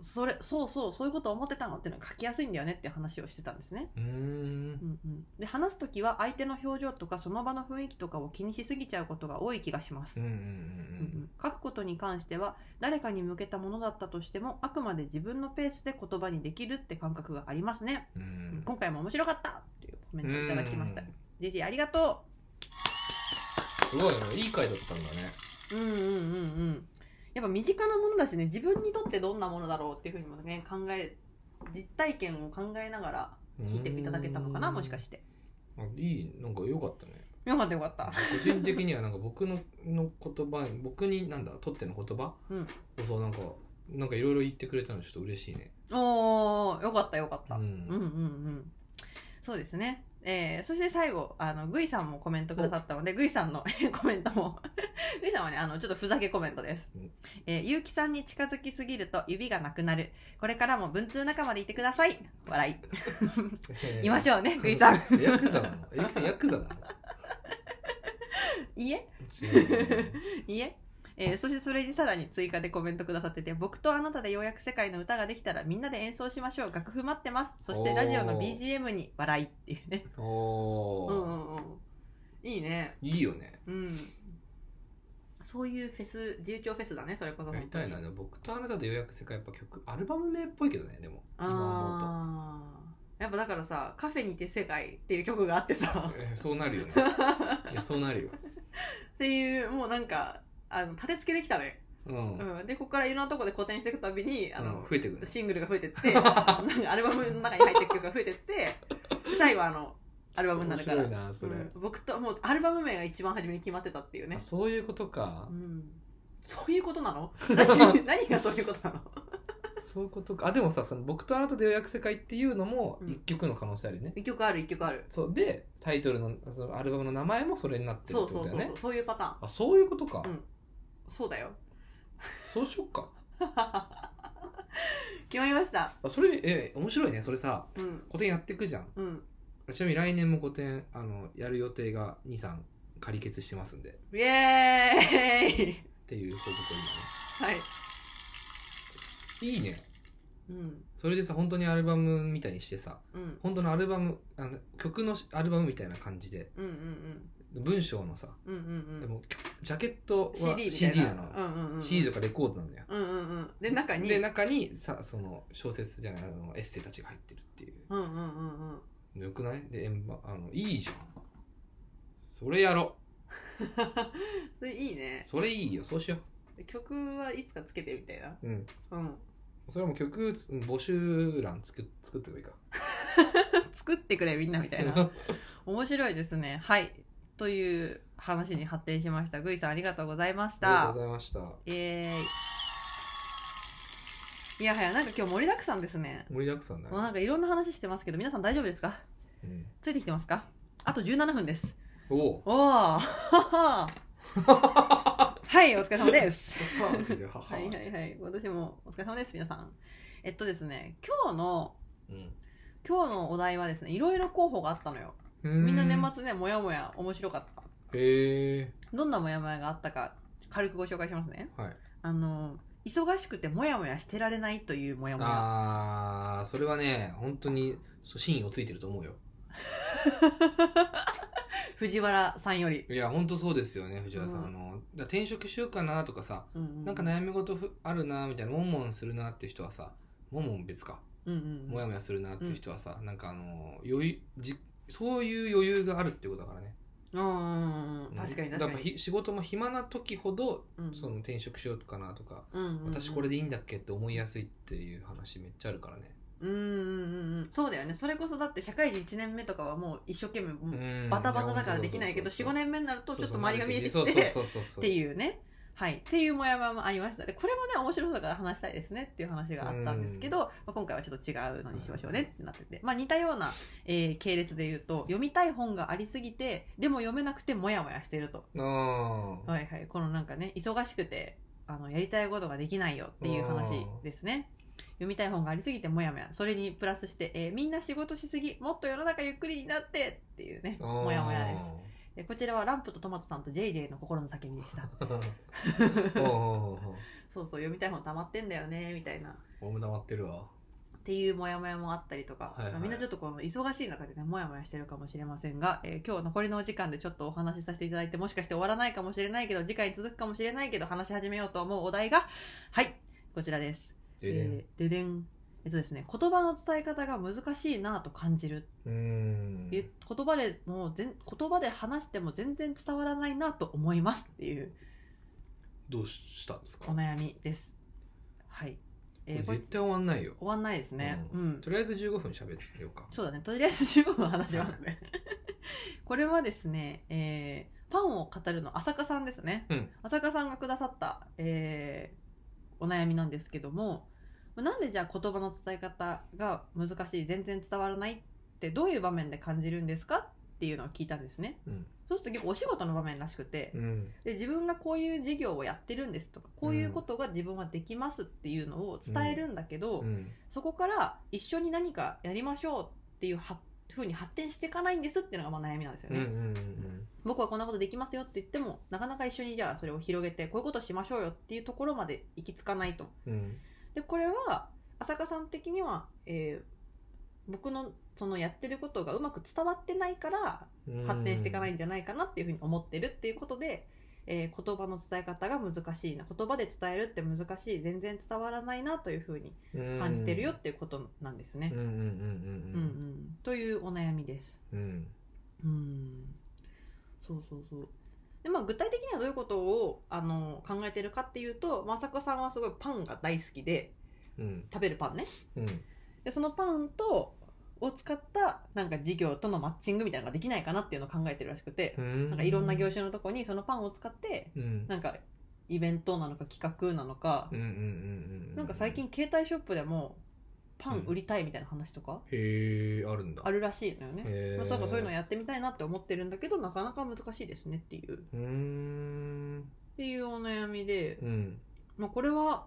Speaker 1: それそうそうそういうこと思ってたのっていうのが書きやすいんだよねっていう話をしてたんですね、
Speaker 2: うーん
Speaker 1: うんうん、で話す時は相手の表情とかその場の雰囲気とかを気にしすぎちゃうことが多い気がします、
Speaker 2: うんうんう
Speaker 1: う
Speaker 2: ん
Speaker 1: んうん書くことに関しては誰かに向けたものだったとしてもあくまで自分のペースで言葉にできるって感覚がありますね、
Speaker 2: うんう
Speaker 1: うん
Speaker 2: ん
Speaker 1: 今回も面白かったっていうコメントをいただきました
Speaker 2: うん
Speaker 1: JJ ありがとう
Speaker 2: すごいねいい回だったんだね
Speaker 1: うんうんうんうんやっぱ身近なものだしね自分にとってどんなものだろうっていうふうにもね考え実体験を考えながら聞いていただけたのかな
Speaker 2: うん
Speaker 1: もしかして
Speaker 2: あいいなんか良かったね
Speaker 1: よかったよかった
Speaker 2: 個人的にはなんか 僕のの言葉に僕になんだとっての言葉、
Speaker 1: うん
Speaker 2: をさなんかなんかいろいろ言ってくれたのちょっと嬉しいね
Speaker 1: おーよかったよかった、うん、うんうん
Speaker 2: ん
Speaker 1: うんそうですねえー、そして最後あのグイさんもコメントくださったのでグイさんの コメントもグイさんはねあのちょっとふざけコメントです
Speaker 2: うん
Speaker 1: 「えー、ゆうきさんに近づきすぎると指がなくなるこれからも文通仲間でいてください」笑いいましょうねグイさん
Speaker 2: ヤクザなのヤクザヤクザなの
Speaker 1: いいえ
Speaker 2: 違う
Speaker 1: いいええーそしてそれにさらに追加でコメントくださってて「僕とあなたでようやく世界の歌ができたらみんなで演奏しましょう楽譜待ってます」そして
Speaker 2: おー
Speaker 1: ラジオの BGM に笑いっていうね
Speaker 2: の
Speaker 1: う
Speaker 2: お
Speaker 1: ん
Speaker 2: ー、
Speaker 1: うんうんいいね
Speaker 2: いいよね
Speaker 1: うんそういうフェス自由帳フェスだねそれこそ
Speaker 2: やりたいなでも僕とあなたで予約世界やっぱ曲アルバム名っぽいけどねでも今思う
Speaker 1: ああやっぱだからさ「カフェにて世界」っていう曲があってさ
Speaker 2: とえーそうなる よねいやそうなるよ
Speaker 1: っていうもうなんかあの立て付けできたね、
Speaker 2: うん、
Speaker 1: うん、でここからいろんなとこで個展していくたびにあの、
Speaker 2: うん増えてくる
Speaker 1: シングルが増えてってなんかアルバムの中に入ってる曲が増えてって最後あのアルバムになるから
Speaker 2: 面白いなそれ、
Speaker 1: うん僕ともうアルバム名が一番初めに決まってたっていうね
Speaker 2: あ、そういうことか、
Speaker 1: うん、そういうことなの 何何がそういうことなの
Speaker 2: そういうことかあでもさその僕とあなたで予約世界っていうのも
Speaker 1: うん
Speaker 2: 一曲の可能性あるよね、
Speaker 1: 一曲ある一曲ある
Speaker 2: そうでタイトルのそのアルバムの名前もそれになってるっ
Speaker 1: そう
Speaker 2: て
Speaker 1: そ
Speaker 2: こ
Speaker 1: う
Speaker 2: と
Speaker 1: そ
Speaker 2: だ
Speaker 1: う
Speaker 2: よ
Speaker 1: そう
Speaker 2: ね
Speaker 1: そういうパターン
Speaker 2: あそういうことか、
Speaker 1: うんそうだよ
Speaker 2: そうしよっか
Speaker 1: 決まりました
Speaker 2: あそれえ面白いねそれさ
Speaker 1: うん
Speaker 2: 個展やっていくじゃん
Speaker 1: うん
Speaker 2: ちなみに来年も個展あのやる予定が23仮決してますんでっ
Speaker 1: イエーイ
Speaker 2: ていう報告を
Speaker 1: はい、
Speaker 2: 今ねいいね
Speaker 1: うん
Speaker 2: それでさ本当にアルバムみたいにしてさ
Speaker 1: うん、
Speaker 2: 本当のアルバムあの曲のアルバムみたいな感じで
Speaker 1: うんうんうん
Speaker 2: 文章のさ
Speaker 1: うんうん
Speaker 2: で
Speaker 1: うん
Speaker 2: もジャケットは
Speaker 1: CD みたいな
Speaker 2: CD なの、
Speaker 1: うんうんうん
Speaker 2: CD とかレコードなのよ
Speaker 1: うんうんうんで中に
Speaker 2: で中にさその小説じゃないあのエッセイたちが入ってるっていう
Speaker 1: うんうんうんうん
Speaker 2: よくないで円盤あのいいじゃんそれやろ
Speaker 1: それいいね
Speaker 2: それいいよそうしよ
Speaker 1: 曲はいつかつけてみたいな
Speaker 2: ううん
Speaker 1: うん
Speaker 2: それはもう曲つ募集欄つく作ってもいいか
Speaker 1: 作ってくれみんなみた いな面白いですねはいという話に発展しましたグイさんありがとうございまし
Speaker 2: ありが
Speaker 1: た
Speaker 2: とうございました
Speaker 1: イエーイいやはやなんか今日盛りだくさんですね
Speaker 2: 盛りだくさんだ
Speaker 1: もうなん
Speaker 2: ね、
Speaker 1: かいろんな話してますけど皆さん大丈夫ですか
Speaker 2: うん、
Speaker 1: ついてきてますかあと17分です
Speaker 2: おお
Speaker 1: おお はいお疲れ様ですは
Speaker 2: はい
Speaker 1: はいはい私もお疲れ様です皆さんえっとですね今日の今日のお題はですねいろいろ候補があったのよ
Speaker 2: うん
Speaker 1: みんな年末ねもやもや面白かった
Speaker 2: 末へえ
Speaker 1: どんなもやもやがあったか軽くご紹介しますね
Speaker 2: はい
Speaker 1: あの忙しくてもやもやしてられないというもやもや
Speaker 2: あーそれはね本当にそう真意をついてると思うよ
Speaker 1: 藤原さんより、
Speaker 2: いや本当そうですよね藤原さん、
Speaker 1: うん
Speaker 2: あのだ転職しようかなとかさ
Speaker 1: うんうん、
Speaker 2: なんか悩み事ふあるなみたいなもんもんするなって人はさもんもん別か
Speaker 1: うんうん
Speaker 2: もやもやするなっていう人はさ、なんかあの余裕じそういう余裕があるってことだからね
Speaker 1: うんうん確かに
Speaker 2: だ
Speaker 1: 確
Speaker 2: ら
Speaker 1: かに
Speaker 2: ひ仕事も暇な時ほど
Speaker 1: うん
Speaker 2: その転職しようかなとか、
Speaker 1: うんうんうん
Speaker 2: 私これでいいんだっけって思いやすいっていう話めっちゃあるからね、
Speaker 1: うんうんうんうんそうだよねそれこそだって社会人1年目とかはもう一生懸命もう
Speaker 2: うん
Speaker 1: バタバタだからできないけど
Speaker 2: そうそうそう
Speaker 1: 45年目になるとちょっと
Speaker 2: そうそう
Speaker 1: 周りが見えてきて
Speaker 2: そうそうそうそう
Speaker 1: っていうねはいっていうモヤモヤもありましたでこれもね面白さから話したいですねっていう話があったんですけど、
Speaker 2: う
Speaker 1: まあ、今回はちょっと違うのにしましょうねってなってて、まあ、似たような、えー系列で言うと読みたい本がありすぎてでも読めなくてモヤモヤしてると
Speaker 2: ああ
Speaker 1: はいはい、このなんかね忙しくてあのやりたいことができないよっていう話ですね読みたい本がありすぎてもやもやそれにプラスして、えーみんな仕事しすぎもっと世の中ゆっくりになってっていうねもやもや ですえこちらはランプとトマトさんと JJ の心の叫びでした
Speaker 2: すおうおうおうおう
Speaker 1: そうそう読みたい本溜まってんだよねみたいな
Speaker 2: 俺も黙ってるわ
Speaker 1: っていうモヤモヤもあったりとか、
Speaker 2: はいはい
Speaker 1: まあみんなちょっとこの忙しい中でねモヤモヤしてるかもしれませんが、えー今日は残りのお時間でちょっとお話しさせていただいてもしかして終わらないかもしれないけど次回に続くかもしれないけど話し始めようと思うお題がはいこちらです。
Speaker 2: ででん
Speaker 1: えーででんえっとですね、言葉の伝え方が難しいなと感じる、
Speaker 2: うーん
Speaker 1: え言葉でもう全言葉で話しても全然伝わらないなと思いますっていう
Speaker 2: どうしたんですか
Speaker 1: お悩みですはい、えー
Speaker 2: こ
Speaker 1: これ
Speaker 2: れ絶対終わんないよ
Speaker 1: 終わんないですね
Speaker 2: うん
Speaker 1: うん
Speaker 2: とりあえず15分喋ってようか
Speaker 1: そうだね。とりあえず15分話しますね。これはですね、えーパンを語るの浅香さんですね。
Speaker 2: うん
Speaker 1: 浅香さんがくださった、えーお悩みなんですけども、なんでじゃあ言葉の伝え方が難しい、全然伝わらないってどういう場面で感じるんですかっていうのを聞いたんですね。
Speaker 2: うん
Speaker 1: そうすると結構お仕事の場面らしくて、
Speaker 2: うん
Speaker 1: で自分がこういう事業をやってるんですとか、こういうことが自分はできますっていうのを伝えるんだけど、
Speaker 2: うん
Speaker 1: そこから一緒に何かやりましょうっていうは風に発展していかないんですっていうのがまあ悩みなんですよ
Speaker 2: うんう
Speaker 1: ね、
Speaker 2: んうん
Speaker 1: 僕はこんなことできますよって言ってもなかなか一緒にじゃあそれを広げてこういうことしましょうよっていうところまで行き着かないと
Speaker 2: うん
Speaker 1: でこれは浅香さん的には、えー僕のそのやってることがうまく伝わってないから
Speaker 2: うん
Speaker 1: 発展していかないんじゃないかなっていうふうに思ってるっていうことで、えー言葉の伝え方が難しいな言葉で伝えるって難しい全然伝わらないなというふうに感じてるよっていうことなんですね
Speaker 2: うん。うん
Speaker 1: うんうん、というお悩みです。
Speaker 2: うんうんうん
Speaker 1: うん、そうそうそうでまあ、具体的にはどういうことをあの考えてるかっていうとまあ朝子さんはすごいパンが大好きで
Speaker 2: うん
Speaker 1: 食べるパンね
Speaker 2: うん
Speaker 1: でそのパンとを使ったなんか事業とのマッチングみたいなのができないかなっていうのを考えてるらしくて
Speaker 2: う、ん
Speaker 1: なんかいろんな業種のとこにそのパンを使って
Speaker 2: うん
Speaker 1: なんかイベントなのか企画なのか
Speaker 2: う、んうんうんうん
Speaker 1: なんか最近携帯ショップでもパン売りたいみたいな話とか
Speaker 2: へえあるんだ
Speaker 1: あるらしいのよね、
Speaker 2: へ
Speaker 1: ま
Speaker 2: ー
Speaker 1: あ、そうかそういうのやってみたいなって思ってるんだけどなかなか難しいですねっていうっ
Speaker 2: うーん
Speaker 1: ていうお悩みで、
Speaker 2: うん
Speaker 1: まあ、これは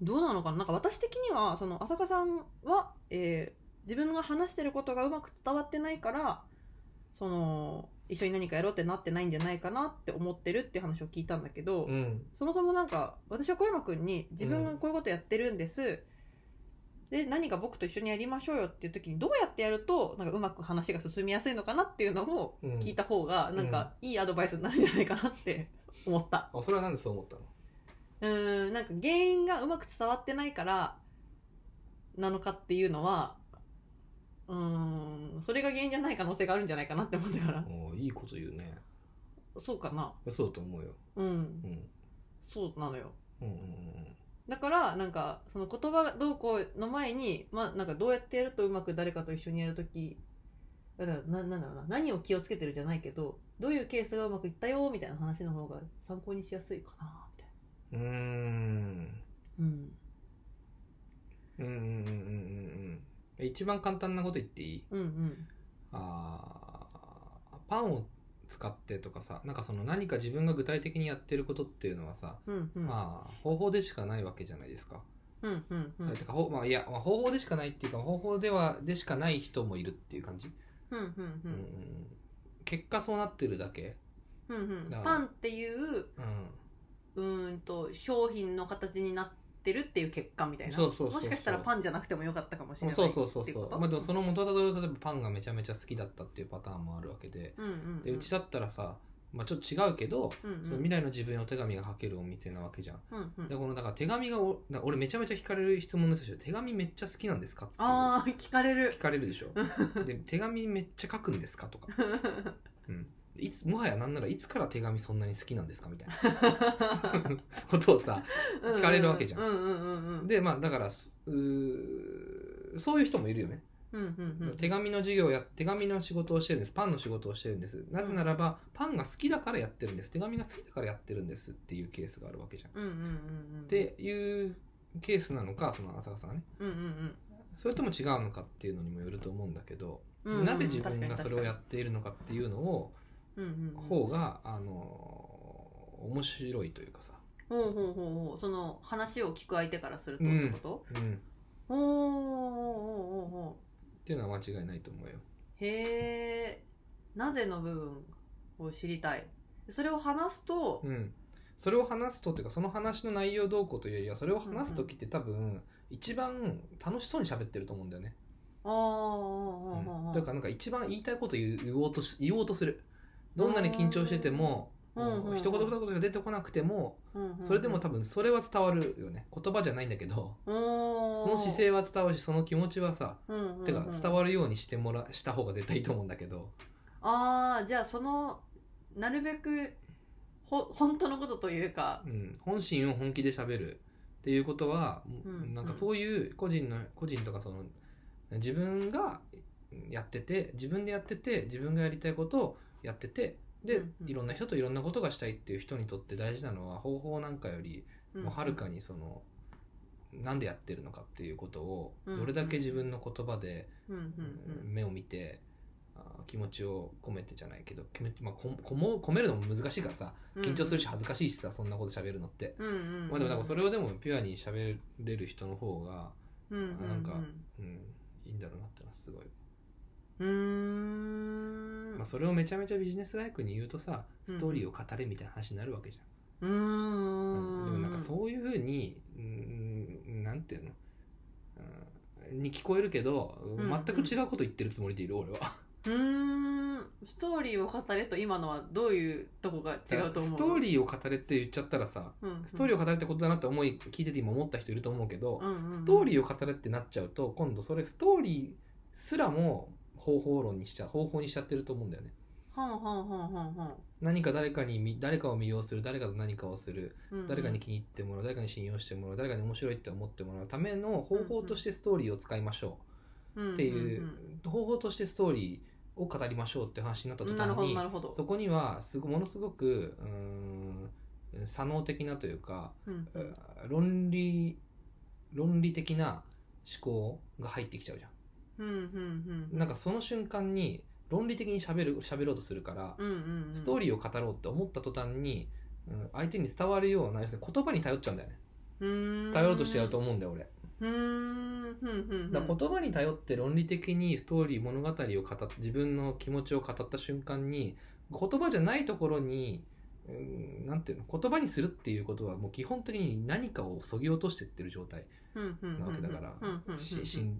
Speaker 1: どうなのかななんか私的にはその浅香さんは、えー自分が話してることがうまく伝わってないからその一緒に何かやろうってなってないんじゃないかなって思ってるっていう話を聞いたんだけど、
Speaker 2: うん
Speaker 1: そもそもなんか私は小山君に自分がこういうことやってるんです、で何か僕と一緒にやりましょうよっていう時にどうやってやるとなんかうまく話が進みやすいのかなっていうのを
Speaker 2: うん
Speaker 1: 聞いた方がなんかいいアドバイスになるんじゃないかなって 思った
Speaker 2: あそれはなんでそう思ったの
Speaker 1: うーんなんか原因がうまく伝わってないからなのかっていうのはうーんそれが原因じゃない可能性があるんじゃないかなって思ったから
Speaker 2: おーいいこと言うね
Speaker 1: そうかな
Speaker 2: そうだと思うよ
Speaker 1: うん
Speaker 2: うん
Speaker 1: そうなのよ
Speaker 2: うんうん
Speaker 1: だからなんかその言葉がどうこうの前に、まあ、なんかどうやってやるとうまく誰かと一緒にやるときだからななんだろうな何を気をつけてるじゃないけどどういうケースがうまくいったよみたいな話の方が参考にしやすいかなみたい
Speaker 2: うんうん
Speaker 1: な、うん、
Speaker 2: うーんうんうんうんうんうんうん一番簡単なこと言っていい
Speaker 1: うんうん
Speaker 2: あーパンを使ってとかさなんかその何か自分が具体的にやってることっていうのはさ、
Speaker 1: うんうん
Speaker 2: まあ方法でしかないわけじゃないですか。
Speaker 1: うんうんうん
Speaker 2: てかほまあ、いや、まあ方法でしかないっていうか方法ではでしかない人もいるっていう感じ、
Speaker 1: うんうんう
Speaker 2: うん
Speaker 1: ん
Speaker 2: 結果そうなってるだけ、
Speaker 1: うんう
Speaker 2: だ
Speaker 1: ん
Speaker 2: から
Speaker 1: パンっていう
Speaker 2: うん、
Speaker 1: うーんと商品の形になってるっていう結果みたいな
Speaker 2: そうそうそうそう
Speaker 1: もしかしたらパンじゃなくてもよかったかもしれない
Speaker 2: そうそうそう
Speaker 1: ってい
Speaker 2: そ
Speaker 1: こ
Speaker 2: う
Speaker 1: と
Speaker 2: まあでもその元だと例えばパンがめちゃめちゃ好きだったっていうパターンもあるわけで,、
Speaker 1: うんうん
Speaker 2: でうちだったらさ、まあ、ちょっと違うけど、
Speaker 1: うんうん
Speaker 2: その未来の自分へお手紙が書けるお店なわけじゃん
Speaker 1: うんうん
Speaker 2: でこのだから手紙がおだ俺めちゃめちゃ惹かれる質問ですよ手紙めっちゃ好きなんですかっていう
Speaker 1: ああ聞かれる
Speaker 2: 聞かれるでしょで手紙めっちゃ書くんですかとかいつもはやなんならいつから手紙そんなに好きなんですかみたいなことをさ聞かれるわけじゃん
Speaker 1: うんうんうんうん
Speaker 2: でまあだからすうーそういう人もいるよね、
Speaker 1: うんうんうん
Speaker 2: 手紙の授業や手紙の仕事をしてるんですパンの仕事をしてるんですなぜならばパンが好きだからやってるんです手紙が好きだからやってるんですっていうケースがあるわけじゃん
Speaker 1: うんうんうんうん
Speaker 2: っていうケースなのかその浅香さんがね
Speaker 1: うんうん
Speaker 2: それとも違うのかっていうのにもよると思うんだけど、
Speaker 1: うんうんうん
Speaker 2: なぜ自分がそれをやっているのかっていうのを
Speaker 1: うんうんうん
Speaker 2: 方が、あのー面白いというかさ、
Speaker 1: ほうほうほうほうその話を聞く相手からすると
Speaker 2: う
Speaker 1: っ
Speaker 2: ん
Speaker 1: てこと、
Speaker 2: うん、っ
Speaker 1: おーおーおーおーお
Speaker 2: ていうのは間違いないと思うよ。
Speaker 1: ーへえなぜの部分を知りたいそれを話すと、
Speaker 2: うん、それを話すとっていうかその話の内容どうこうというよりはそれを話す時って多分一番楽しそうに喋ってると思うんだよね。
Speaker 1: あーあーあーあー
Speaker 2: だからなんか一番言いたいこと言う言おうとし言おうとする。どんなに緊張してて
Speaker 1: うんうんうん
Speaker 2: も、
Speaker 1: うん
Speaker 2: 一言二言が出てこなくても、
Speaker 1: うんうんうん
Speaker 2: それでも多分それは伝わるよね。言葉じゃないんだけど。そ
Speaker 1: そ
Speaker 2: の姿勢は伝わるしその気持ちはさ、てか伝
Speaker 1: る
Speaker 2: わるようにしてもらした方が絶対いいと思うんだけど、
Speaker 1: ああじゃあそのなるべくほ本当のことというか
Speaker 2: うん、本心を本気で喋るっていうことは、
Speaker 1: うん
Speaker 2: なんかそういう個人の個人とかその自分がやってて自分でやってて自分がやりたいことをやっててで、
Speaker 1: うんうん
Speaker 2: いろんな人といろんなことがしたいっていう人にとって大事なのは方法なんかよりもうはるかにその、なんでやってるのかっていうことを
Speaker 1: うん
Speaker 2: どれだけ自分の言葉で、
Speaker 1: うんうんうん
Speaker 2: 目を見てあー気持ちを込めてじゃないけど気持ち、まあ、ここも込めるのも難しいからさ
Speaker 1: うん
Speaker 2: 緊張するし恥ずかしいしさそんなこと喋るのって、
Speaker 1: うんうんうん
Speaker 2: まあ、でもなんかそれをでもピュアに喋れる人の方が、
Speaker 1: うんうんうん
Speaker 2: なんかうん、いいんだろうなってのはすごい、
Speaker 1: うーん
Speaker 2: まあ、それをめちゃめちゃビジネスライクに言うとさ
Speaker 1: うん
Speaker 2: ストーリーを語れみたいな話になるわけじ
Speaker 1: うー
Speaker 2: ゃ
Speaker 1: ん
Speaker 2: ん、でもなんかそういうふうに、うん、なんていうの、うん、に聞こえるけど、
Speaker 1: んうん
Speaker 2: 全く違うこと言ってるつもりでいる俺は。
Speaker 1: うーんストーリーを語れと今のはどういうとこが 違うと思う
Speaker 2: ストー
Speaker 1: ー
Speaker 2: リーを語れって言っちゃったらさストーリーを語るってことだなって思い聞いてて今思った人いると思うけど、ストーリ
Speaker 1: ー
Speaker 2: ーを語るってなっちゃうと今度それストーリーすらも方法論にしちゃう方法にしちゃってると思うんだよね
Speaker 1: はんはんはんはんはん
Speaker 2: 何か誰かにみ誰かを魅了する誰かと何かをする
Speaker 1: うんうん
Speaker 2: 誰かに気に入ってもらう誰かに信用してもらう誰かに面白いって思ってもらうための方法としてストーリーを使いましょうってい
Speaker 1: ん
Speaker 2: うん
Speaker 1: ん
Speaker 2: 方法としてストーリーを語りましょうって話になった
Speaker 1: う
Speaker 2: 途
Speaker 1: んなる
Speaker 2: 端
Speaker 1: ほど
Speaker 2: に
Speaker 1: なるほど
Speaker 2: そこにはすごものすごくうーん左脳的なというか、
Speaker 1: うんうん
Speaker 2: 論理論理的な思考が入ってきちゃうじゃ
Speaker 1: うんうんうん
Speaker 2: ん。なんかその瞬間に論理的に喋る喋ろうとするから、
Speaker 1: うんうんうん
Speaker 2: ストーリーを語ろうって思った途端に、うん相手に伝わるような要するに言葉に頼っちゃうんだよね。頼
Speaker 1: 頼
Speaker 2: ろうとしてやると思うんだよ俺。
Speaker 1: うーんふんふんふ
Speaker 2: だ
Speaker 1: ん
Speaker 2: から言葉に頼って論理的にストーリー物語を語っ自分の気持ちを語った瞬間に言葉じゃないところにうんなんていうの言葉にするっていうことはもう基本的に何かをそぎ落としてってる状態なわけだから
Speaker 1: うんうんうんうん
Speaker 2: し心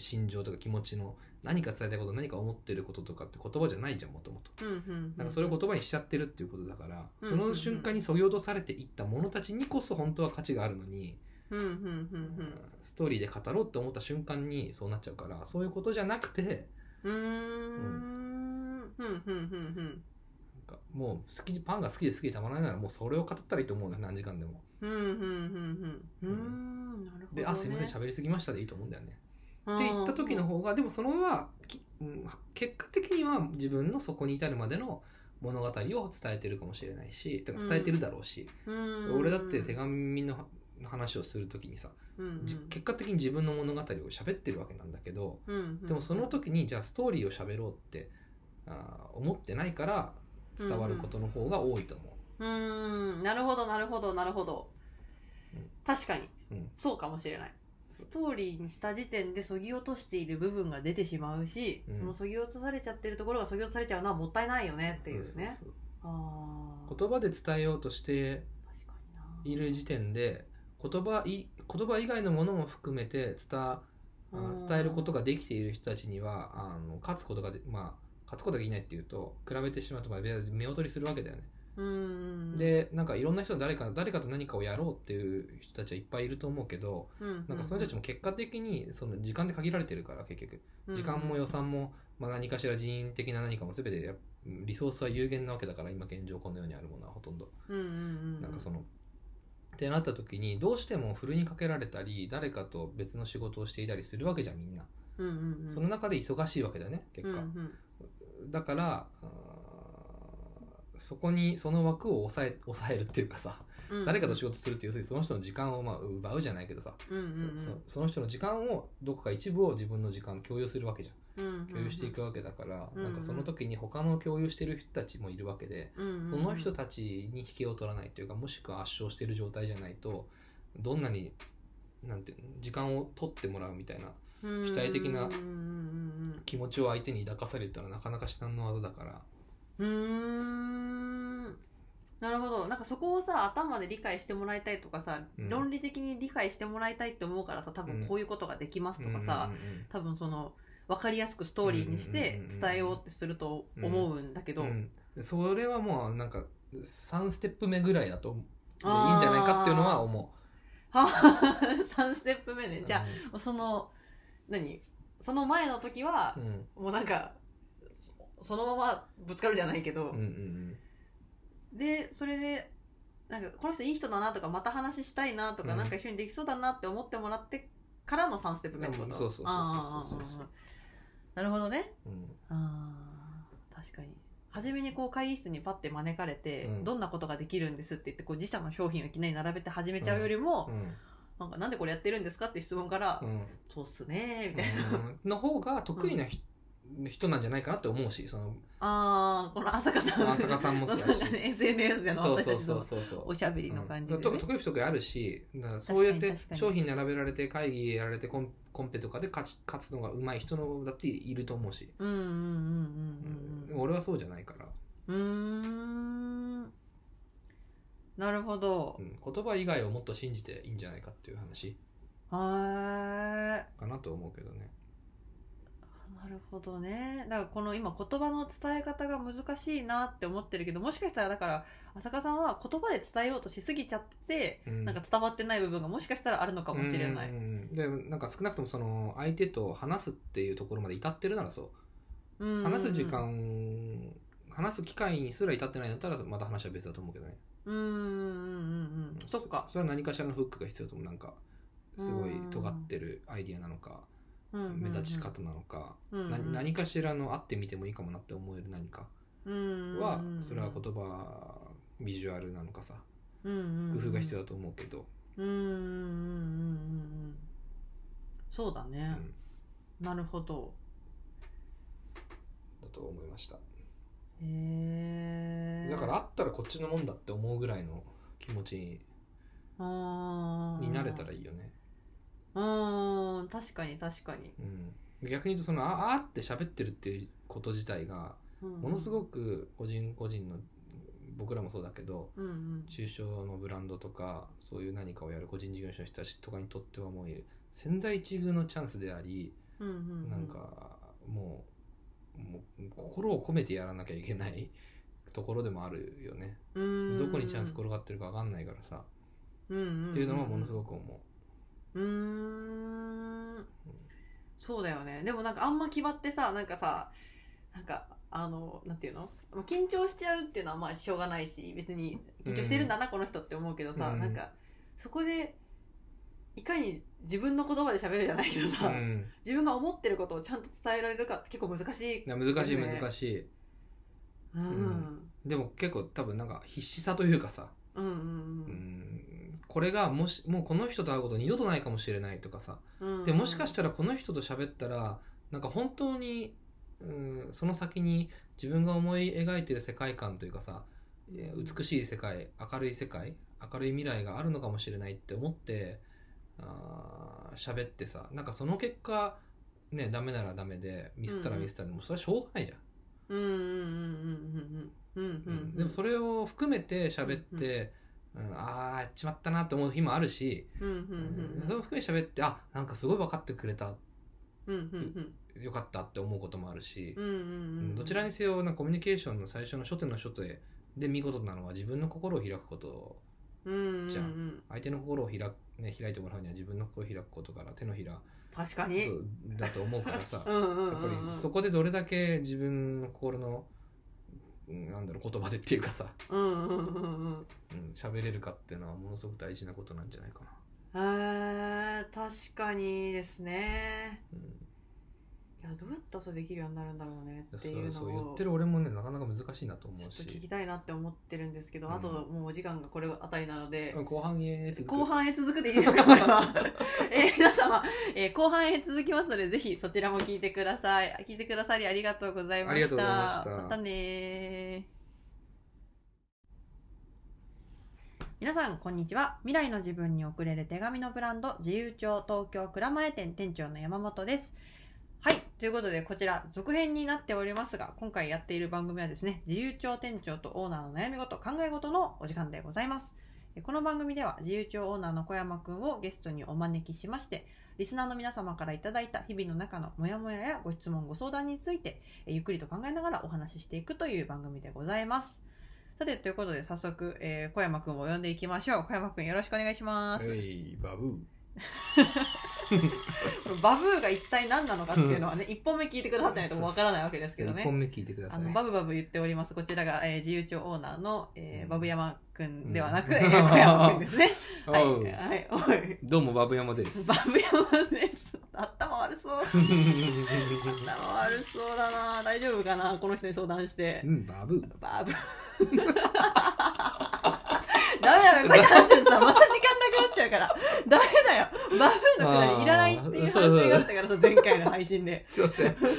Speaker 2: 心情とか気持ちの何か伝えたいこと何か思ってることとかって言葉じゃないじゃんもともと
Speaker 1: うんうんうん
Speaker 2: なんかそれを言葉にしちゃってるっていうことだから
Speaker 1: うん
Speaker 2: その瞬間にそぎ落とされていったものたちにこそ本当は価値があるの
Speaker 1: う
Speaker 2: に、
Speaker 1: んうんうん
Speaker 2: ストーリーで語ろうって思った瞬間にそうなっちゃうからそういうことじゃなくて
Speaker 1: うんうーんふんふんふんふん
Speaker 2: なんかもう好きパンが好きで好きでたまらないならもうそれを語ったらいいと思うんだよ何時間でも
Speaker 1: ふんふんふんふんうーんなるほど
Speaker 2: で「
Speaker 1: ね
Speaker 2: あすいません喋りすぎました」でいいと思うんだよね
Speaker 1: うん
Speaker 2: って言った時の方がでもそのはきうん結果的には自分のそこに至るまでの物語を伝えてるかもしれないしだから伝えてるだろうし、
Speaker 1: うん
Speaker 2: 俺だって手紙の話をする時にさ、
Speaker 1: うんうん
Speaker 2: じ結果的に自分の物語を喋ってるわけなんだけど、
Speaker 1: うんうん
Speaker 2: でもその時にじゃあストーリーを喋ろうってあー思ってないから伝わることの方が多いと思
Speaker 1: うーんなるほどなるほどなるほど
Speaker 2: うん
Speaker 1: 確かに
Speaker 2: う。うん、
Speaker 1: そうかもしれないストーリーにした時点でそぎ落としている部分が出てしまうし、
Speaker 2: うん
Speaker 1: そのそぎ落とされちゃってるところがそぎ落とされちゃうのはもったいないよねっていうね
Speaker 2: そうそう
Speaker 1: ああ
Speaker 2: そう言葉で伝えようとして
Speaker 1: 確かに
Speaker 2: い
Speaker 1: な
Speaker 2: る時点で言葉い言葉以外のものも含めて伝あ
Speaker 1: うん
Speaker 2: ー伝えることができている人たちにはあの勝つことがでまあ勝つことができないっていうと比べてしまうとまあ目劣りするわけだよ
Speaker 1: う
Speaker 2: ね。
Speaker 1: んうんうんうん、
Speaker 2: でなんかいろんな人誰か誰かと何かをやろうっていう人たちはいっぱいいると思うけど
Speaker 1: うん、うん
Speaker 2: なんかその人たちも結果的にその時間で限られてるから結局時間も予算も、まあ、何かしら人員的な何かも全てやっリソースは有限なわけだから今現状このようにあるものはほとんど
Speaker 1: うんうんうんうん、
Speaker 2: なんかそのってなった時にどうしてもふるいにかけられたり誰かと別の仕事をしていたりするわけじゃんみんな
Speaker 1: うんうんうん、
Speaker 2: その中で忙しいわけだよね結果、
Speaker 1: うん
Speaker 2: だからあーそこにその枠を抑え抑えるっていうかさ
Speaker 1: うんうん、
Speaker 2: 誰かと仕事するって要するにその人の時間をまあ奪うじゃないけどさ、
Speaker 1: うんうんうん、
Speaker 2: そそその人の時間をどこか一部を自分の時間共有するわけじゃん
Speaker 1: うんうん、
Speaker 2: 共有していくわけだから、
Speaker 1: うん
Speaker 2: なんかその時に他の共有してる人たちもいるわけで、
Speaker 1: うんうんうん、
Speaker 2: その人たちに引けを取らないというかもしくは圧勝してる状態じゃないとどんなになんていうの時間を取ってもらうみたいな主体的な
Speaker 1: うんうん
Speaker 2: 気持ちを相手に抱かされたらなかなか至難の技だから
Speaker 1: うんうんうんうーんなるほどなんかそこをさ頭で理解してもらいたいとかさ、
Speaker 2: うん
Speaker 1: 論理的に理解してもらいたいって思うからさ多分こういうことができますとかさ、
Speaker 2: うんうんうん
Speaker 1: 多分その分かりやすくストーリーにして伝えようってすると思うんだけど、
Speaker 2: うんそれはもうなんか3ステップ目ぐらいだともう
Speaker 1: あー
Speaker 2: いいんじゃないかっていうのは思
Speaker 1: は3ステップ目
Speaker 2: う
Speaker 1: ねじゃあその何その前の時は
Speaker 2: う、ん
Speaker 1: もうなんかそそのままぶつかるじゃないけど、
Speaker 2: うんうん
Speaker 1: でそれでなんかこの人いい人だなとかまた話したいなとか、
Speaker 2: うん
Speaker 1: なんか一緒にできそうだなって思ってもらってからの3ステップ目ってこと、
Speaker 2: うんそうそうそうそうそう
Speaker 1: あーあーあーあーなるほどね
Speaker 2: うんうん
Speaker 1: あー確かに初めにこう会議室にパッて招かれて、
Speaker 2: うん
Speaker 1: どんなことができるんですって言ってこう自社の商品をいきなり並べて始めちゃうよりも、
Speaker 2: うん
Speaker 1: なんかなんでこれやってるんですかって質問から、
Speaker 2: うん
Speaker 1: そうっすねーみたいな、
Speaker 2: うんの方が得意なひ人なんじゃないかなって思うしその
Speaker 1: あーこの朝香さん
Speaker 2: 朝香さんも そ
Speaker 1: な
Speaker 2: うんだ
Speaker 1: か
Speaker 2: し
Speaker 1: ね SNS での
Speaker 2: そう
Speaker 1: 私
Speaker 2: そ
Speaker 1: た
Speaker 2: う
Speaker 1: ち
Speaker 2: そう
Speaker 1: の
Speaker 2: そうそう
Speaker 1: おしゃべりの感じで、
Speaker 2: う
Speaker 1: ね
Speaker 2: んと得意不得意あるしだからそうやっ
Speaker 1: 確かに
Speaker 2: て
Speaker 1: 確かに
Speaker 2: 商品並べられて会議やられてコンコンペとかで勝ち勝つのが上手い人のだっていると思うし、
Speaker 1: うんうんうんうんうんうん
Speaker 2: 俺はそうじゃないから、
Speaker 1: うーんなるほど
Speaker 2: う。ん言葉以外をもっと信じていいんじゃないかっていう話
Speaker 1: はーい。
Speaker 2: かなと思うけどね
Speaker 1: なるほどね。だからこの今言葉の伝え方が難しいなって思ってるけど、もしかしたらだから浅香さんは言葉で伝えようとしすぎちゃって、
Speaker 2: うん
Speaker 1: なんか伝わってない部分がもしかしたらあるのかもしれない。
Speaker 2: うんうんうんでなんか少なくともその相手と話すっていうところまで至ってるならそう
Speaker 1: うん
Speaker 2: 話す時。間、話す機会にすら至ってないんだったらまた話は別だと思うけどね
Speaker 1: うんうんうんうんうん。そっか。
Speaker 2: それは何かしらのフックが必要だと思うなんかすごい
Speaker 1: うん
Speaker 2: 尖ってるアイディアなのか、
Speaker 1: うんうんうん
Speaker 2: 目立ち。方なのか、
Speaker 1: うんうん
Speaker 2: な何かしらのあってみてもいいかもなって思える何かは、それは言。葉ビジュアルなのかさ
Speaker 1: うんうんうん
Speaker 2: 工夫が必要だと思うけど、
Speaker 1: うんうんうんうんうんうんそうだ
Speaker 2: うん
Speaker 1: ね、なるほど
Speaker 2: だと思いました
Speaker 1: へえ
Speaker 2: だからあったらこっちのもんだって思うぐらいの気持ちにになれたらいいよね、
Speaker 1: うん確かに確かに、
Speaker 2: うん、逆に言うとそのああーって喋ってるっていうこと自体が
Speaker 1: うん
Speaker 2: ものすごく個人個人の僕らもそうだけど
Speaker 1: うんうん
Speaker 2: 中小のブランドとかそういう何かをやる個人事業主の人たちとかにとってはもう潜在一遇のチャンスであり、
Speaker 1: うんうん
Speaker 2: なんかもうもう心を込めてやらなきゃいけないところでもあるよね、
Speaker 1: うん
Speaker 2: どこにチャンス転がってるか分かんないからさ、
Speaker 1: うんうんうん
Speaker 2: っていうのはものすごく思
Speaker 1: うーんそうだよねでもなんかあんま気張ってさなんかさなんかあのなんていうの緊張しちゃうっていうのはまあしょうがないし別に緊張してるんだな、この人って思うけどさ、
Speaker 2: うん
Speaker 1: なんかそこでいかに自分の言葉で喋るじゃないけど
Speaker 2: う、
Speaker 1: さ、
Speaker 2: うん、
Speaker 1: 自分が思ってることをちゃんと伝えられるかって結構難しい
Speaker 2: いや難しい
Speaker 1: ね
Speaker 2: 難しい、
Speaker 1: うん、うん
Speaker 2: ん、でも結構多分なんか必死さというかさ、
Speaker 1: うん
Speaker 2: う
Speaker 1: うん
Speaker 2: ん、これがもしもうこの人と会うこと二度とないかもしれないとかさ
Speaker 1: うん
Speaker 2: でもしかしたたらこの人と喋ったらなんか本当に、うん、その先に自分が思い描いてる世界観というかさえー美しい世界明るい世界明るい未来があるのかもしれないって思ってあー喋ってさなんかその結果ねダメならダメでミスったらミスったら、もうそれはしょうがないじゃん、
Speaker 1: うんうんうんうんうんうんうんうん
Speaker 2: でもそれを含めて喋って、うんああやっちまったなって思う日もあるし、
Speaker 1: うんうん
Speaker 2: うんそれを含めて喋ってあなんかすごい分かってくれた
Speaker 1: うんうんうん
Speaker 2: よかったって思うこともあるし
Speaker 1: う、んうんうん
Speaker 2: どちらにせよなんかコミュニケーションの最初の初手の初手で見事なのは自分の心を開くこと
Speaker 1: うんうん、う
Speaker 2: じゃ
Speaker 1: ん、
Speaker 2: 相手の心を開く、ね、開いてもらうには自分の心を開くことから手のひら
Speaker 1: 確かに
Speaker 2: そうだと思うからさ
Speaker 1: うんうんう
Speaker 2: やっぱ
Speaker 1: んうん
Speaker 2: りそこでどれだけ自分の心のうんなんだろう言葉でっていうかさ
Speaker 1: うんうんうんうん
Speaker 2: うん喋れるかっていうのはものすごく大事なことなんじゃないかな。
Speaker 1: あー確かにですね
Speaker 2: うん
Speaker 1: いやどうやったらそれできるようになるんだろうねってい
Speaker 2: そうう
Speaker 1: の
Speaker 2: そう言
Speaker 1: を
Speaker 2: っ
Speaker 1: ち
Speaker 2: て
Speaker 1: ょ
Speaker 2: る俺もねなかなか難しいなと思う
Speaker 1: っと聞き
Speaker 2: した
Speaker 1: いなって思ってるんですけど、
Speaker 2: うん
Speaker 1: あともうお時間がこれあたりなので、
Speaker 2: 後半へ続く
Speaker 1: 後半へ続くでいいですかこれは、 えー皆様、えー後半へ続きますのでぜひそちらも聞いてください聞いてくださりありがとうございました
Speaker 2: ありがとうございました
Speaker 1: たねー皆さんこんにちは未来の自分に送れる手紙のブランド自由帳東京蔵前店店長の山本ですはいということでこちら続編になっておりますが今回やっている番組はですね自由帳店長とオーナーの悩み事考え事のお時間でございますえこの番組では自由帳オーナーの小山くんをゲストにお招きしましてリスナーの皆様からいただいた日々の中のモヤモヤやご質問ご相談についてえゆっくりと考えながらお話ししていくという番組でございますさてということで早速、えー小山くんを呼んでいきましょう小山くんよろしくお願いし ます、
Speaker 2: えいバブー
Speaker 1: バブーが一体何なのかっていうのは ね、一本目聞いてくださってないとわからないわけですけど
Speaker 2: 1
Speaker 1: ね。
Speaker 2: 本目聞いてくださ
Speaker 1: あ
Speaker 2: い
Speaker 1: の、バブバブ言っております。こちらが、えー自由帳オーナーの、えー
Speaker 2: うん
Speaker 1: バブ山くんではなく、
Speaker 2: うん
Speaker 1: えー小山くん ですね。はい。
Speaker 2: おう
Speaker 1: はい。おい。
Speaker 2: どうもバブ山です
Speaker 1: バブ山です。頭悪そう。頭悪そうだな大丈夫かなこの人に相談して
Speaker 2: う。んバブ
Speaker 1: バブ。 ダメだよ、これ話してるとさ、また時間なくなっちゃうから。ダメだよ。バブのくだりいらないっていう反省があったからさ、前回の配信で。
Speaker 2: すいませんすいま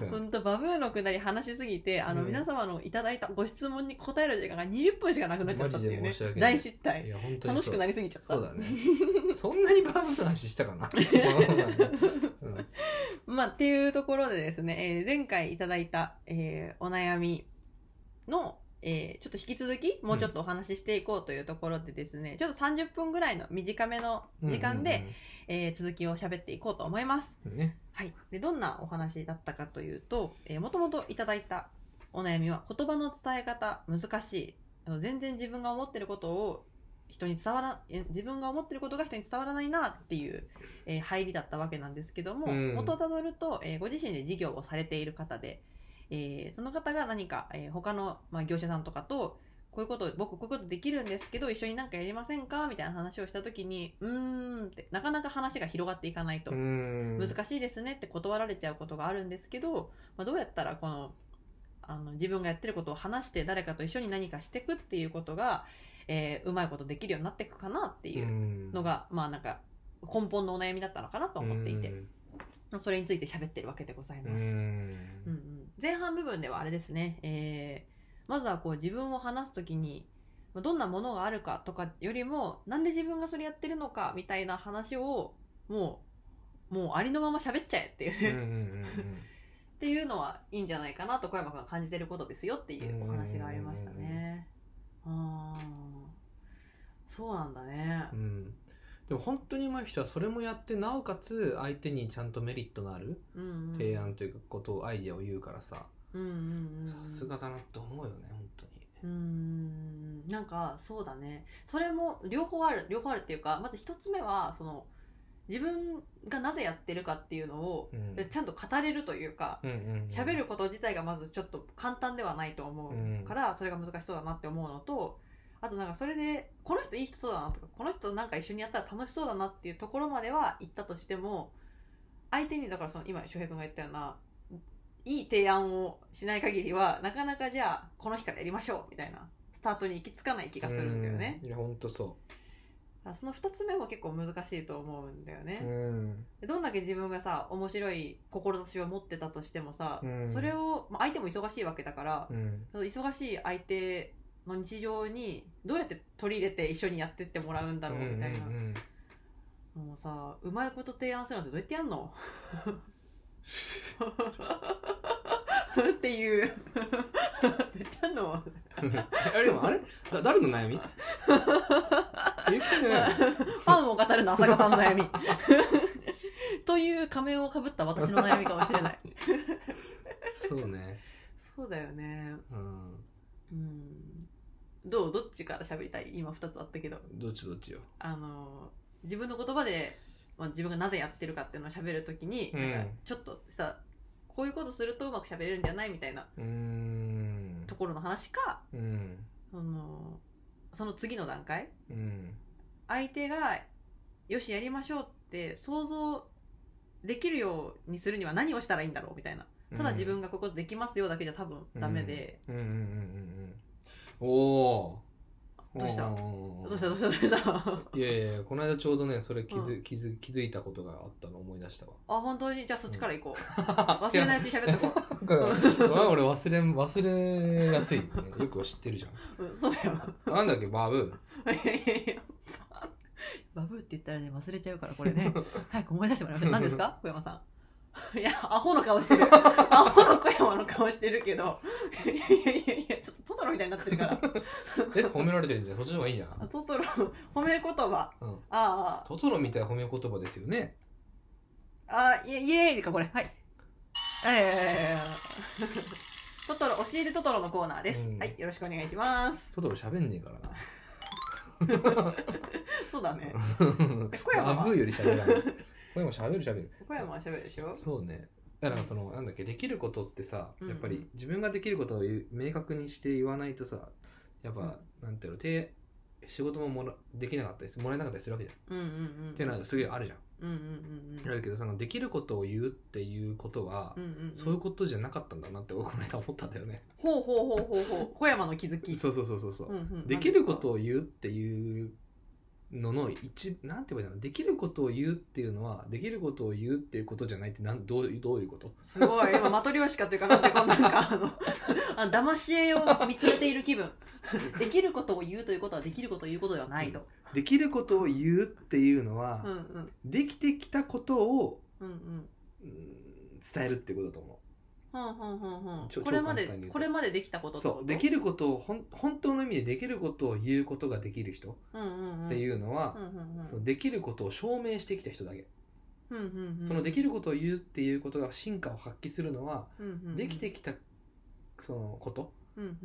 Speaker 2: せん
Speaker 1: 本当バブーのくだり話しすぎてあの、
Speaker 2: うん
Speaker 1: 皆様のいただいたご質問に答える時間が20分しかなくなっちゃったっていう
Speaker 2: マ
Speaker 1: ね
Speaker 2: ジで申し訳ない
Speaker 1: 大失態
Speaker 2: いや本当に
Speaker 1: 楽
Speaker 2: そ
Speaker 1: し
Speaker 2: う
Speaker 1: くなりすぎちゃった
Speaker 2: そうだねそんなにバブの話したか なうん
Speaker 1: まあっていうところでですね、えー前回いただいた、えーお悩みの、えーちょっと引き続きもうちょっとお話ししていこうというところでですね、ちょっと30分ぐらいの短めの時間で、えー続きを喋っていこうと思います
Speaker 2: うんうんうんね
Speaker 1: はい、でどんなお話だったかというと、えー、もともといただいたお悩みは言葉の伝え方難しいあの全然自分が思ってることを人に伝わらえ自分が思ってることが人に伝わらないなっていう、えー入りだったわけなんですけども、
Speaker 2: うん
Speaker 1: 元をたどると、えーご自身で事業をされている方で、えーその方が何か、えー他の、まあ、業者さんとかとこういうこと僕こういうことできるんですけど一緒になんかやりませんかみたいな話をした時にうーんってなかなか話が広がっていかないと。
Speaker 2: うん
Speaker 1: 難しいですねって断られちゃうことがあるんですけど、まあ、どうやったらこのあの自分がやってることを話して誰かと一緒に何かしていくっていうことが、えーうまいことできるようになっていくかなっていうのが、まあなんか根本のお悩みだったのかなと
Speaker 2: と
Speaker 1: 思っていて、それについて喋ってるわけでございます。うんうん、前半部分ではあれですね、えーまずはこう自分を話す時にまあどんなものがあるかとかよりもなんで自分がそれやってるのかみたいな話をもうもうありのまま喋っちゃえっていうね、 っ
Speaker 2: う
Speaker 1: ていうのはいいんじゃないかなと小山君が感じてることですよっていうお話がありましたね。あーそうなんだね。
Speaker 2: んでも本当に上手い人はそれもやってなおかつ相手にちゃんとメリットのある
Speaker 1: うんうん、
Speaker 2: 提案というかことをアイデアを言うからさ
Speaker 1: うんうんうんうん
Speaker 2: さすがだなと思うよね本当に
Speaker 1: うーんなんかそうだねそれも両方ある両方あるっていうかまず一つ目はその自分がなぜやってるかっていうのを
Speaker 2: うん
Speaker 1: ちゃんと語れるというか
Speaker 2: うんうんうん
Speaker 1: 喋ること自体がまずちょっと簡単ではないと思うからそれが難しそうだなって思うのとあとなんかそれでこの人いい人そうだなとかこの人なんか一緒にやったら楽しそうだなっていうところまでは行ったとしても相手にだからその今翔平君が言ったようないい提案をしない限りはなかなかじゃあこの日からやりましょうみたいなスタートに行き着かない気がするんだよね
Speaker 2: う。んいや本当そ
Speaker 1: だからその2つ目も結構難しいと思うんだよね
Speaker 2: う。うん
Speaker 1: でどんだけ自分がさ面白い志を持ってたとしてもさ、
Speaker 2: うん
Speaker 1: それを、まあ、相手も忙しいわけだから
Speaker 2: う、ん
Speaker 1: その忙しい相手の日常にどうやって取り入れて一緒にやってってもらうんだろうみたいな、
Speaker 2: うんうんうん
Speaker 1: もうさうまいこと提案するなんてどうやってやんのっていうどうやってやんの
Speaker 2: あれでもあれだ誰の 悩みゆきさんじゃないの
Speaker 1: ファンを語るの浅香さんの悩みという仮面をかぶった私の悩みかもしれない
Speaker 2: そうね
Speaker 1: そうだよね
Speaker 2: うん
Speaker 1: うんどうどっちから喋りたい今2つあったけど
Speaker 2: どっちどっちよ
Speaker 1: あの自分の言葉で、まあ、自分がなぜやってるかっていうのを喋るときに、
Speaker 2: うん
Speaker 1: なんかちょっとさこういうことするとうまく喋れるんじゃないみたいな
Speaker 2: うーん
Speaker 1: ところの話か
Speaker 2: うん
Speaker 1: そのその次の段階
Speaker 2: うん
Speaker 1: 相手がよしやりましょうって想像できるようにするには何をしたらいいんだろうみたいなただ自分がここできますよだけじゃ多分ダメで、
Speaker 2: うんうんうんうんうんおー
Speaker 1: どうした
Speaker 2: おーおーおー
Speaker 1: どうしたどうしたどうしたあ
Speaker 2: いやいやいやこの間ちょうどねそれ気づ,、
Speaker 1: う
Speaker 2: 気づ気づいたことがあったの思い出したわ
Speaker 1: 本当にじゃあそっちから行こう忘れないうちに喋っとこ
Speaker 2: だから俺忘れん忘れやすい、ね、よく知ってるじゃ
Speaker 1: う、うん、そうだよ
Speaker 2: んなんだっけバブ
Speaker 1: いやいやいや バブーって言ったらね忘れちゃうからこれ ね早く思い出してもらえます何ですか小山さんいやアホの顔してる アホの小山の顔してるけどいやいやいやちょっとトトロみたいになってるから
Speaker 2: え褒められてるんじゃんそっちの方がいいじゃ
Speaker 1: あ
Speaker 2: ん、
Speaker 1: トトロ褒め言葉
Speaker 2: うん、
Speaker 1: あ
Speaker 2: トトロみたいな褒め言葉ですよね
Speaker 1: ああイエイエーイかこれはいえー、 トトロ教えてトトロのコーナーです、
Speaker 2: うん
Speaker 1: はいよろしくお願いします
Speaker 2: トトロ喋んねえか らな
Speaker 1: そうだ ね小山は
Speaker 2: バブーより喋らない小山喋る喋る
Speaker 1: 小山は喋るでしょ
Speaker 2: そうねだからそのなんだっけできることってさ
Speaker 1: うん
Speaker 2: やっぱり自分ができることを言う明確にして言わないとさやっぱ、なんていうのて仕事ももらできなかったりすもらえなかったりするわけじゃん、
Speaker 1: うんうんうん
Speaker 2: っていうのはすげえあるじゃん
Speaker 1: うんうんうん
Speaker 2: あるけどそのできることを言うっていうことは、
Speaker 1: うんうんうん
Speaker 2: そういうことじゃなかったんだなって俺この間思ったんだよね。
Speaker 1: ほうほうほうほうほう小山の気づき
Speaker 2: そうそうそうそうそう
Speaker 1: うん
Speaker 2: う、
Speaker 1: うん
Speaker 2: できることを言うっていうのの一なんて言えばいいのできることを言うっていうのはできることを言うっていうことじゃないってなんどういうどういうこと？
Speaker 1: すごい今マトリョーシカっていうかなんてこんなんかあの あの騙し絵を見つめている気分できることを言うということはできることを言うことではないと、
Speaker 2: できることを言うっていうのは、
Speaker 1: うん、うん
Speaker 2: できてきたことを、
Speaker 1: うんうん
Speaker 2: うん伝えるっていうことだと思
Speaker 1: ほんほんほんほん
Speaker 2: ちょ
Speaker 1: これま
Speaker 2: 超簡単
Speaker 1: で
Speaker 2: に言うと
Speaker 1: これまでできたこ
Speaker 2: う。
Speaker 1: と
Speaker 2: そうできることをほん本当の意味でできることを言うことができる人って
Speaker 1: う
Speaker 2: いうのは
Speaker 1: んう、んうん
Speaker 2: そのできることを証明してきた人だけ。
Speaker 1: うんうんうん
Speaker 2: そのできることを言うっていうことが進化を発揮するのは、
Speaker 1: うんうんうん
Speaker 2: できてきたそのこと
Speaker 1: うんうん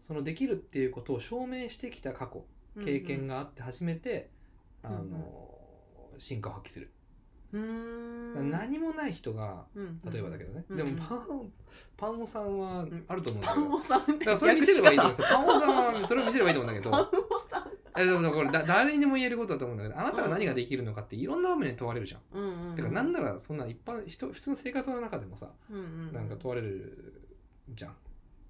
Speaker 2: そのできるっていうことを証明してきた過去
Speaker 1: うん
Speaker 2: 経験があって初めて、
Speaker 1: うんうん
Speaker 2: あの進化を発揮する、
Speaker 1: うーん
Speaker 2: 何もない人が
Speaker 1: うんうん
Speaker 2: 例えばだけどね、
Speaker 1: うん
Speaker 2: で
Speaker 1: うん
Speaker 2: もパンパンオさんはあると思うんだ
Speaker 1: パ
Speaker 2: けど、
Speaker 1: ンモさんって
Speaker 2: だからそれ見せればいいと思うん
Speaker 1: 略
Speaker 2: ですよ パンオさんはそれを見せればいいと思うんだけ
Speaker 1: し方
Speaker 2: ど
Speaker 1: パンモさん
Speaker 2: えでもだからこれだ誰にでも言えることだと思うんだけどあなたが何ができるのかっていろんな場面に問われるじゃん、
Speaker 1: うんうんうん
Speaker 2: てかなんならそんな一般人普通の生活の中でもさ
Speaker 1: うんうん
Speaker 2: なんか問われるじゃん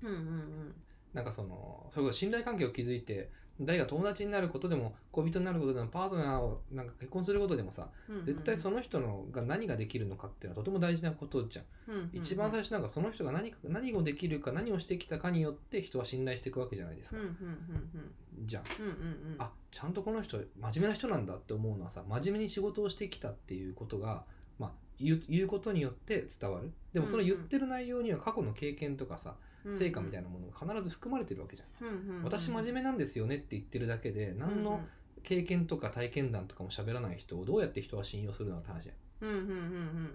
Speaker 1: うんうんうん
Speaker 2: なんかそのそれこそ信頼関係を築いて誰が友達になることでも恋人になることでもパートナーをなんか結婚することでもさ
Speaker 1: うんうん
Speaker 2: 絶対その人のが何ができるのかっていうのはとても大事なことじゃん
Speaker 1: うんうんうん
Speaker 2: 一番最初なんかその人が何か何をできるか何をしてきたかによって人は信頼していくわけじゃないです
Speaker 1: う
Speaker 2: か
Speaker 1: んうんうんうん
Speaker 2: じゃん
Speaker 1: うんうんうん
Speaker 2: あちゃんとこの人真面目な人なんだって思うのはさ真面目に仕事をしてきたっていうことがまあ言う言うことによって伝わるでもその言ってる内容には過去の経験とかさ成果みたい
Speaker 1: な、
Speaker 2: なものが必ず含まれてるわけじゃん
Speaker 1: うんうんうん、
Speaker 2: 私真面目なんですよねって言ってるだけで何の経験とか体験談とかも喋らない人をどうやって人は信用するのって話じ
Speaker 1: うんうんうんうん
Speaker 2: ゃ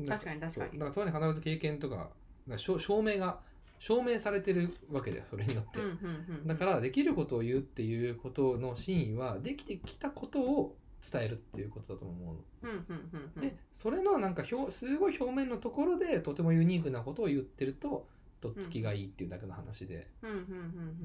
Speaker 1: うんん確かに確か
Speaker 2: そう
Speaker 1: に
Speaker 2: だからそれに必ず経験とかだから証証明が証明されてるわけだよそれによって、
Speaker 1: うんうんうん
Speaker 2: だからできることを言うっていうことの真意はできてきたことを伝えるっていうことだと思うの、
Speaker 1: うんうんうんうん
Speaker 2: でそれのなんか表すごい表面のところでとてもユニークなことを言ってるとどっつきがいいっていうだけの話で、
Speaker 1: うんうんうん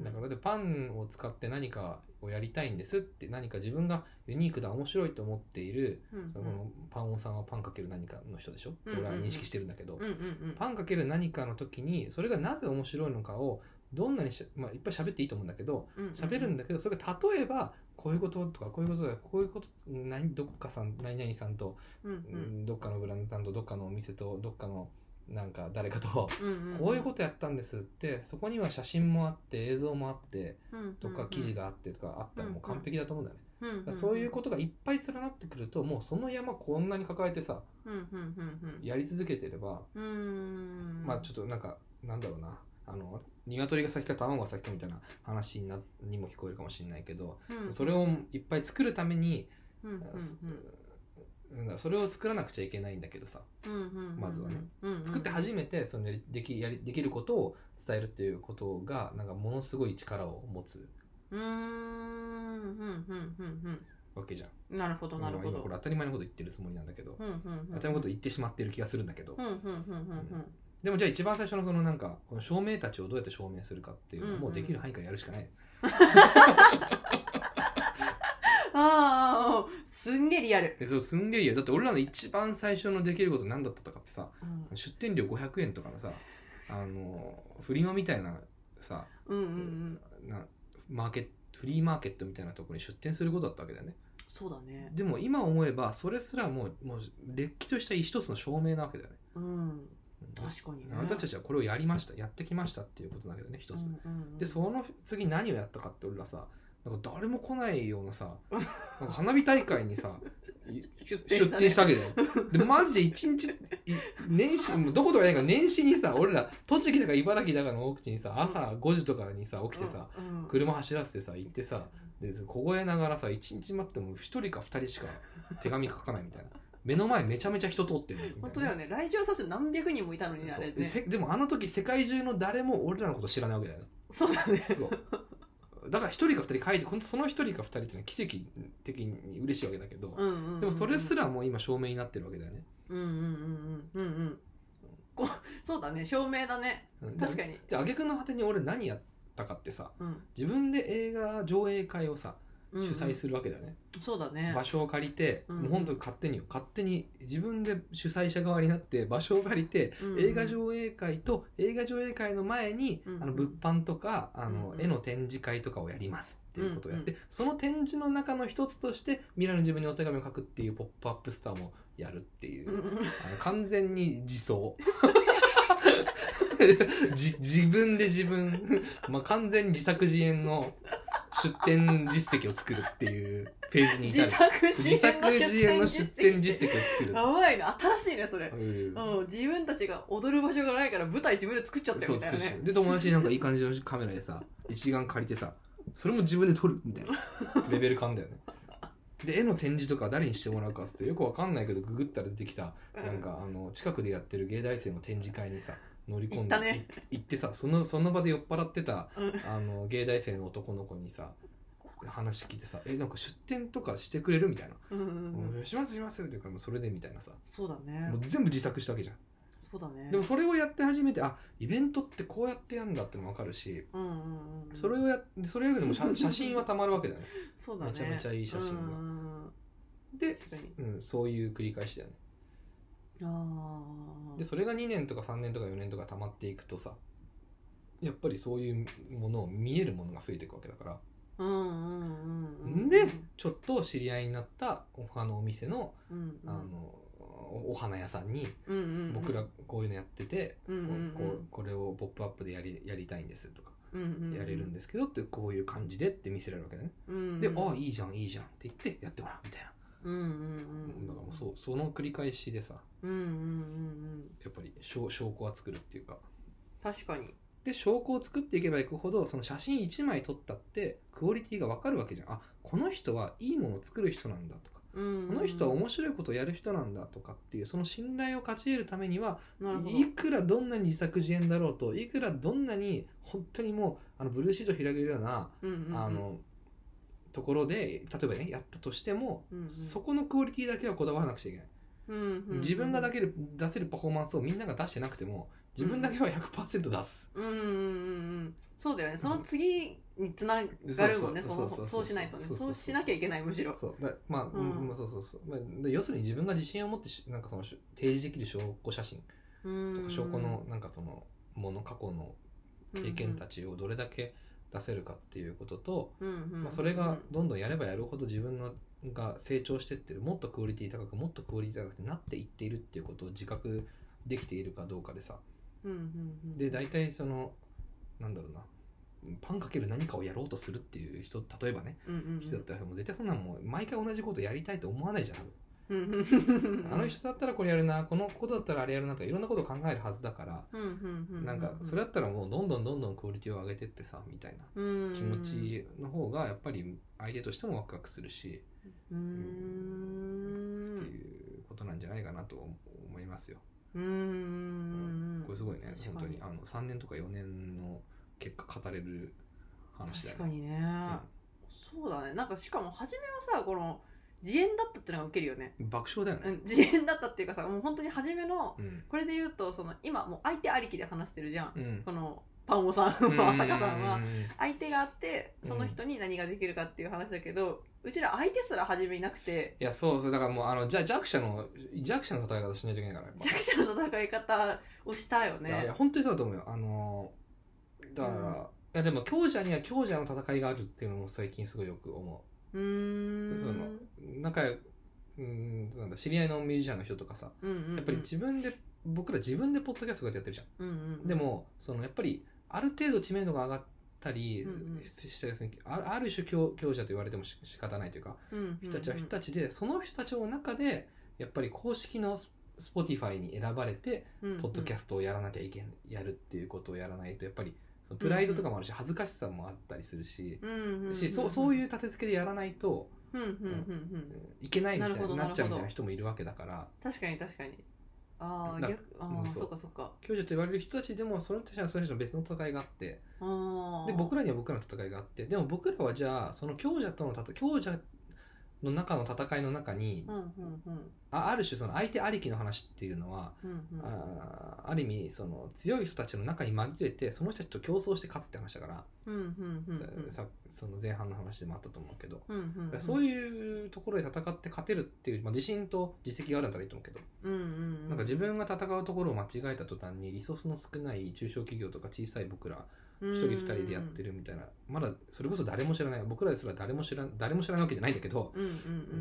Speaker 1: うん
Speaker 2: なんかだってパンを使って何かをやりたいんですって何か自分がユニークだ面白いと思っている、
Speaker 1: うんうん
Speaker 2: そのパンオさんはパンかける何かの人でしょ、
Speaker 1: うんうんうん
Speaker 2: 俺は認識してるんだけど、
Speaker 1: うんうんうん
Speaker 2: パンかける何かの時にそれがなぜ面白いのかをどんなにしゃ、まあ、いっぱい喋っていいと思うんだけど
Speaker 1: うんうん
Speaker 2: 喋るんだけどそれが例えばこういうこととかこういうことだこういうこと何どっかさん何々さんと、
Speaker 1: うんうん
Speaker 2: うんどっかのブランドさんとどっかのお店とどっかのなんか誰かと
Speaker 1: うんうんうん
Speaker 2: こういうことやったんですってそこには写真もあって映像もあってとか記事があってとかあったらもう完璧だと思うんだよね、
Speaker 1: うんうん
Speaker 2: だからそういうことがいっぱい連なってくるともうその山こんなに抱えてさ
Speaker 1: うんうんうん
Speaker 2: やり続けてれば、
Speaker 1: うんうん
Speaker 2: まあちょっとなんかなんだろうなあの鶏が先か卵が先かみたいな話になにも聞こえるかもしれないけど、
Speaker 1: うん
Speaker 2: それをいっぱい作るために、
Speaker 1: うんうん
Speaker 2: すなんだろうそれを作らなくちゃいけないんだけどさ
Speaker 1: うんうんうん
Speaker 2: まずはね
Speaker 1: うんうんうん
Speaker 2: 作って初めてそのやりできやりできることを伝えるっていうことがなんかものすごい力を持つ
Speaker 1: うーんうんうんうん
Speaker 2: わけじゃん
Speaker 1: うんなるほどなるほ
Speaker 2: 今
Speaker 1: ど
Speaker 2: これ当たり前のこと言ってるつもりなんだけど、
Speaker 1: うんうんうん
Speaker 2: 当たり前のこと言ってしまってる気がするんだけど、
Speaker 1: うんうんうんうん
Speaker 2: でもじゃあ一番最初のそのなんかこの証明たちをどうやって証明するかっていうの
Speaker 1: うん
Speaker 2: は
Speaker 1: うん
Speaker 2: もうできる範囲からやるしかない、
Speaker 1: うんああすんげえリアル、
Speaker 2: でそうすんげえいいよだって俺らの一番最初のできること何だったかってさ
Speaker 1: うん、
Speaker 2: 出店料500円とかのさあのフリマみたいなさ
Speaker 1: うんうんうん
Speaker 2: なマーケットフリーマーケットみたいなところに出店することだったわけだよね
Speaker 1: そうだね
Speaker 2: でも今思えばそれすらもうもうれっきとした一つの証明なわけだよね
Speaker 1: うん確かにね
Speaker 2: 私たちはこれをやりましたやってきましたっていうことだけどね一つ、
Speaker 1: うんうんうん
Speaker 2: でその次何をやったかって俺らさなんか誰も来ないようなさなんか花火大会 にさい
Speaker 1: 出
Speaker 2: 出
Speaker 1: ね
Speaker 2: 店したわけだよでマジで一日い年始もうどことかじゃないから年始にさ俺ら栃木だか茨城だかの奥地にさ朝5時とかにさ起きてさ、
Speaker 1: うんうん
Speaker 2: 車走らせてさ行ってさで凍えながらさ一日待っても一人か二人しか手紙書かないみたいな目の前めちゃめちゃ人通ってるみたいな
Speaker 1: 本当だよね来場者数何百人もいたのにねあ
Speaker 2: そう
Speaker 1: れ
Speaker 2: でせ
Speaker 1: ね
Speaker 2: でもあの時世界中の誰も俺らのこと知らないわけだよね
Speaker 1: そうだね
Speaker 2: そうだから一人か二人書いてほんとその一人か二人っていうのは奇跡的に嬉しいわけだけど、
Speaker 1: うんうんうん
Speaker 2: でもそれすらもう今証明になってるわけだよね、
Speaker 1: うんうんうんうんうんうんこそうだね証明だね
Speaker 2: うん
Speaker 1: 確かに
Speaker 2: で挙句の果てに俺何やったかってさ
Speaker 1: うん
Speaker 2: 自分で映画上映会をさ
Speaker 1: う
Speaker 2: 主
Speaker 1: んうん
Speaker 2: 催するわけだよね、
Speaker 1: そうだね
Speaker 2: 場所を借りて、
Speaker 1: うん
Speaker 2: もう本当に勝手によ勝手に自分で主催者側になって場所を借りて、
Speaker 1: うん
Speaker 2: 映画上映会と映画上映会の前に、
Speaker 1: うん
Speaker 2: あの物販とかあの、
Speaker 1: うん
Speaker 2: 絵の展示会とかをやりますっていうことをやって、
Speaker 1: う
Speaker 2: その展示の中の一つとして未来の自分にお手紙を書くっていう「ポップアップスターもやるっていう、
Speaker 1: うんうん
Speaker 2: あの完全に自走 じ自分で自分、まあ、完全に自作自演の出展実績を作るっていうページに至
Speaker 1: 自
Speaker 2: る
Speaker 1: 作自
Speaker 2: 自
Speaker 1: 演
Speaker 2: 作
Speaker 1: の
Speaker 2: 自演の出展
Speaker 1: 績
Speaker 2: 実績を作る
Speaker 1: やばいな新しいねそれ
Speaker 2: うん
Speaker 1: うん自分たちが踊る場所がないから舞台自分で作っちゃったよ
Speaker 2: そ
Speaker 1: み
Speaker 2: う
Speaker 1: たい
Speaker 2: 作
Speaker 1: な
Speaker 2: るし
Speaker 1: ね
Speaker 2: で友達になんかいい感じのカメラでさ一眼借りてさそれも自分で撮るみたいな レベル感だよねで絵の展示とか誰にしてもらうかっつってよくわかんないけどググったら出てきた
Speaker 1: うん
Speaker 2: なんかあの近くでやってる芸大生の展示会にさ乗り込んで
Speaker 1: 行ったね
Speaker 2: い行ってさそのその場で酔っ払ってた
Speaker 1: うん
Speaker 2: あの芸大生の男の子にさ話聞いてさ「えなんか出店とかしてくれる?」みたいな
Speaker 1: うんうん
Speaker 2: 「
Speaker 1: うん
Speaker 2: うんしますします」って言うからもうそれでみたいなさ
Speaker 1: そうだね
Speaker 2: もう全部自作したわけじゃん
Speaker 1: そうだね
Speaker 2: でもそれをやって初めてあイベントってこうやってやんだってのも分かるし
Speaker 1: うんうんうんうん
Speaker 2: それをやそれよりでも写写真はたまるわけだよね
Speaker 1: そうだね
Speaker 2: めちゃめちゃいい写真が
Speaker 1: うんうんうん
Speaker 2: で
Speaker 1: 確かに、
Speaker 2: うん、そういう繰り返しだよね
Speaker 1: ああ
Speaker 2: でそれが2年とか3年とか4年とか溜まっていくとさやっぱりそういうものを見えるものが増えていくわけだから
Speaker 1: うんうんうんうん
Speaker 2: んでちょっと知り合いになった他のお店の
Speaker 1: うんうん
Speaker 2: あのおお花屋さんに
Speaker 1: うんうんうん
Speaker 2: 僕らこういうのやってて
Speaker 1: うんう
Speaker 2: こ
Speaker 1: んうん
Speaker 2: うこうこれを「ポップアップでやりやりたいんですとか
Speaker 1: うんうんうん
Speaker 2: やれるんですけどってこういう感じでって見せられるわけだよね
Speaker 1: うんうん
Speaker 2: で、ああ、いいじゃん、いいじゃんって言って、やってもらうみたいな。
Speaker 1: うんうんうん
Speaker 2: だからもうそう、その繰り返しでさ、
Speaker 1: うんうんうんうん
Speaker 2: やっぱり証証拠は作るっていうか。
Speaker 1: 確かに
Speaker 2: で、証拠を作っていけばいくほど、その写真1枚撮ったって、クオリティがわかるわけじゃん。あ、この人はいいものを作る人なんだとか、
Speaker 1: この
Speaker 2: この人は面白いことをやる人なんだとかっていう、その信頼を勝ち得るためには、
Speaker 1: なるほど
Speaker 2: いくらどんなに自作自演だろうと、いくらどんなに本当にもう、あの、ブルーシートを開けるような、
Speaker 1: うんうんうん
Speaker 2: あの、ところで、例えばね、やったとしても、
Speaker 1: うんうん
Speaker 2: そこのクオリティだけはこだわらなくちゃいけない、
Speaker 1: うんうんうん
Speaker 2: 自分がだけで出せるパフォーマンスをみんなが出してなくても自分だけは100%出す、
Speaker 1: うんうんうんうんそうだよねその次につながるもんねそのそうしないとねそうしなきゃいけないむしろ
Speaker 2: そうだまあ、
Speaker 1: うん
Speaker 2: うんまあそうそうそう、まあ、で要するに自分が自信を持ってしなんかそのし提示できる証拠写真とか証拠のなんかそのもの過去の経験た
Speaker 1: ち
Speaker 2: ちをどれだけ出せるかっていうことと、まあ、それがどんどんやればやるほど自分のが成長してってるもっとクオリティ高くもっとクオリティ高くなっていっているっていうことを自覚できているかどうかでさで大体そのなんだろうなパンかける何かをやろうとするっていう人例えばね人だったらもう絶対そんなんもう毎回同じことやりたいと思わないじゃん多分あの人だったらこれやるなこのことだったらあれやるなとかいろんなことを考えるはずだからなんかそれだったらもうどんどんどんどんクオリティを上げてってさみたいな気持ちの方がやっぱり相手としてもワクワクするしっていうことなんじゃないかなと思いますよ
Speaker 1: うーん
Speaker 2: これすごいね
Speaker 1: 確か
Speaker 2: 本当にあの3年とか4年の結果語れる話だ
Speaker 1: 確
Speaker 2: よ
Speaker 1: か
Speaker 2: ね
Speaker 1: にね、そうだねなんかしかも初めはさこの自演だったってのがウケるよね、
Speaker 2: 爆笑だ
Speaker 1: う
Speaker 2: よね、
Speaker 1: ん、自演だったっていうかさもう本当に初めの
Speaker 2: うん
Speaker 1: これで言うとその今もう相手ありきで話してるじゃん
Speaker 2: うん、
Speaker 1: このパンオさんも朝香さんは
Speaker 2: うん
Speaker 1: 相手があってその人に何ができるかっていう話だけど、うちら相手すら初めいなくて
Speaker 2: いやそうそうだからもうあのじゃ弱者の弱者の戦い方しないといけないからやっぱ
Speaker 1: 弱者の戦い方をしたよ
Speaker 2: いやい
Speaker 1: ね
Speaker 2: や本当にそうだと思うよあのだから、
Speaker 1: うん
Speaker 2: いやでも強者には強者の戦いがあるっていうのも最近すごいよく思
Speaker 1: うーん
Speaker 2: そうなのう仲良うんなんだ知り合いのミュージシャンの人とかさ
Speaker 1: うんうんうん
Speaker 2: やっぱり自分で、僕ら自分でポッドキャストとかやってるじゃ
Speaker 1: う
Speaker 2: ん
Speaker 1: んうんうん
Speaker 2: でもそのやっぱりある程度知名度が上がったり
Speaker 1: うんうん
Speaker 2: したりするあある種強強者と言われてもし仕方ないというか
Speaker 1: うんうんうん
Speaker 2: 人たちは人たちでその人たちの中でやっぱり公式のス Spotify に選ばれて
Speaker 1: うんうん
Speaker 2: ポッドキャストをやらなきゃいけんやるっていうことをやらないとやっぱりそのプライドとかもあるし恥ずかしさもあったりするし
Speaker 1: うんうんうんうん
Speaker 2: しそうそういう立て付けでやらないと
Speaker 1: うんうんうんうん
Speaker 2: うんいけないみたい
Speaker 1: なるほど
Speaker 2: になっち
Speaker 1: な
Speaker 2: ゃうみ
Speaker 1: るほど
Speaker 2: たいな人もいるわけだから
Speaker 1: 確かに確かにああ
Speaker 2: だ
Speaker 1: 逆あ
Speaker 2: う
Speaker 1: あ
Speaker 2: んそう
Speaker 1: そうかそうか
Speaker 2: 強者と言われる人たちでもその人たちはその人たちの別の戦いがあって
Speaker 1: ああ
Speaker 2: で僕らには僕らの戦いがあってでも僕らはじゃあその強者との戦い強者の中の戦いの中に、
Speaker 1: うんうんうん
Speaker 2: あある種その相手ありきの話っていうのは、
Speaker 1: うんうん
Speaker 2: あーある意味その強い人たちの中に紛れてその人たちと競争して勝つって話だから、
Speaker 1: うんうんうんうん
Speaker 2: ささその前半の話でもあったと思うけど、
Speaker 1: うんうんうん
Speaker 2: そういうところで戦って勝てるっていう、まあ、自信と実績があるんだったらいいと思うけど、
Speaker 1: うんうんう
Speaker 2: なんか自分が戦うところを間違えた途端にリソースの少ない中小企業とか小さい僕ら一人二人でやってるみたいなまだそれこそ誰も知らない僕らですら誰も知らん誰も知らないわけじゃないんだけど、
Speaker 1: うんうんうん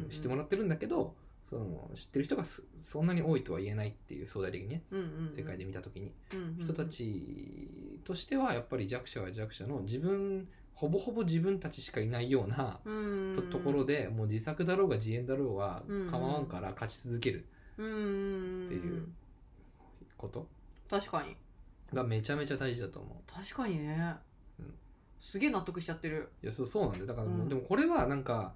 Speaker 1: うん
Speaker 2: 知ってもらってるんだけどその知ってる人がすそんなに多いとは言えないっていう相対的にね
Speaker 1: うんうんうん
Speaker 2: 世界で見た時に、
Speaker 1: うんうんうん
Speaker 2: 人たちとしてはやっぱり弱者は弱者の自分ほぼほぼ自分たちしかいないような
Speaker 1: うんうんうん
Speaker 2: とところでもう自作だろうが自演だろうが
Speaker 1: うん
Speaker 2: 構わんから勝ち続ける
Speaker 1: うんうんん
Speaker 2: っていうこと
Speaker 1: 確かに
Speaker 2: がめちゃめちゃ大事だと思う。
Speaker 1: 確かにね
Speaker 2: うん
Speaker 1: すげえ納得しちゃってる
Speaker 2: いやそうそうなんだよだからもう、
Speaker 1: うん
Speaker 2: でもこれはなんか、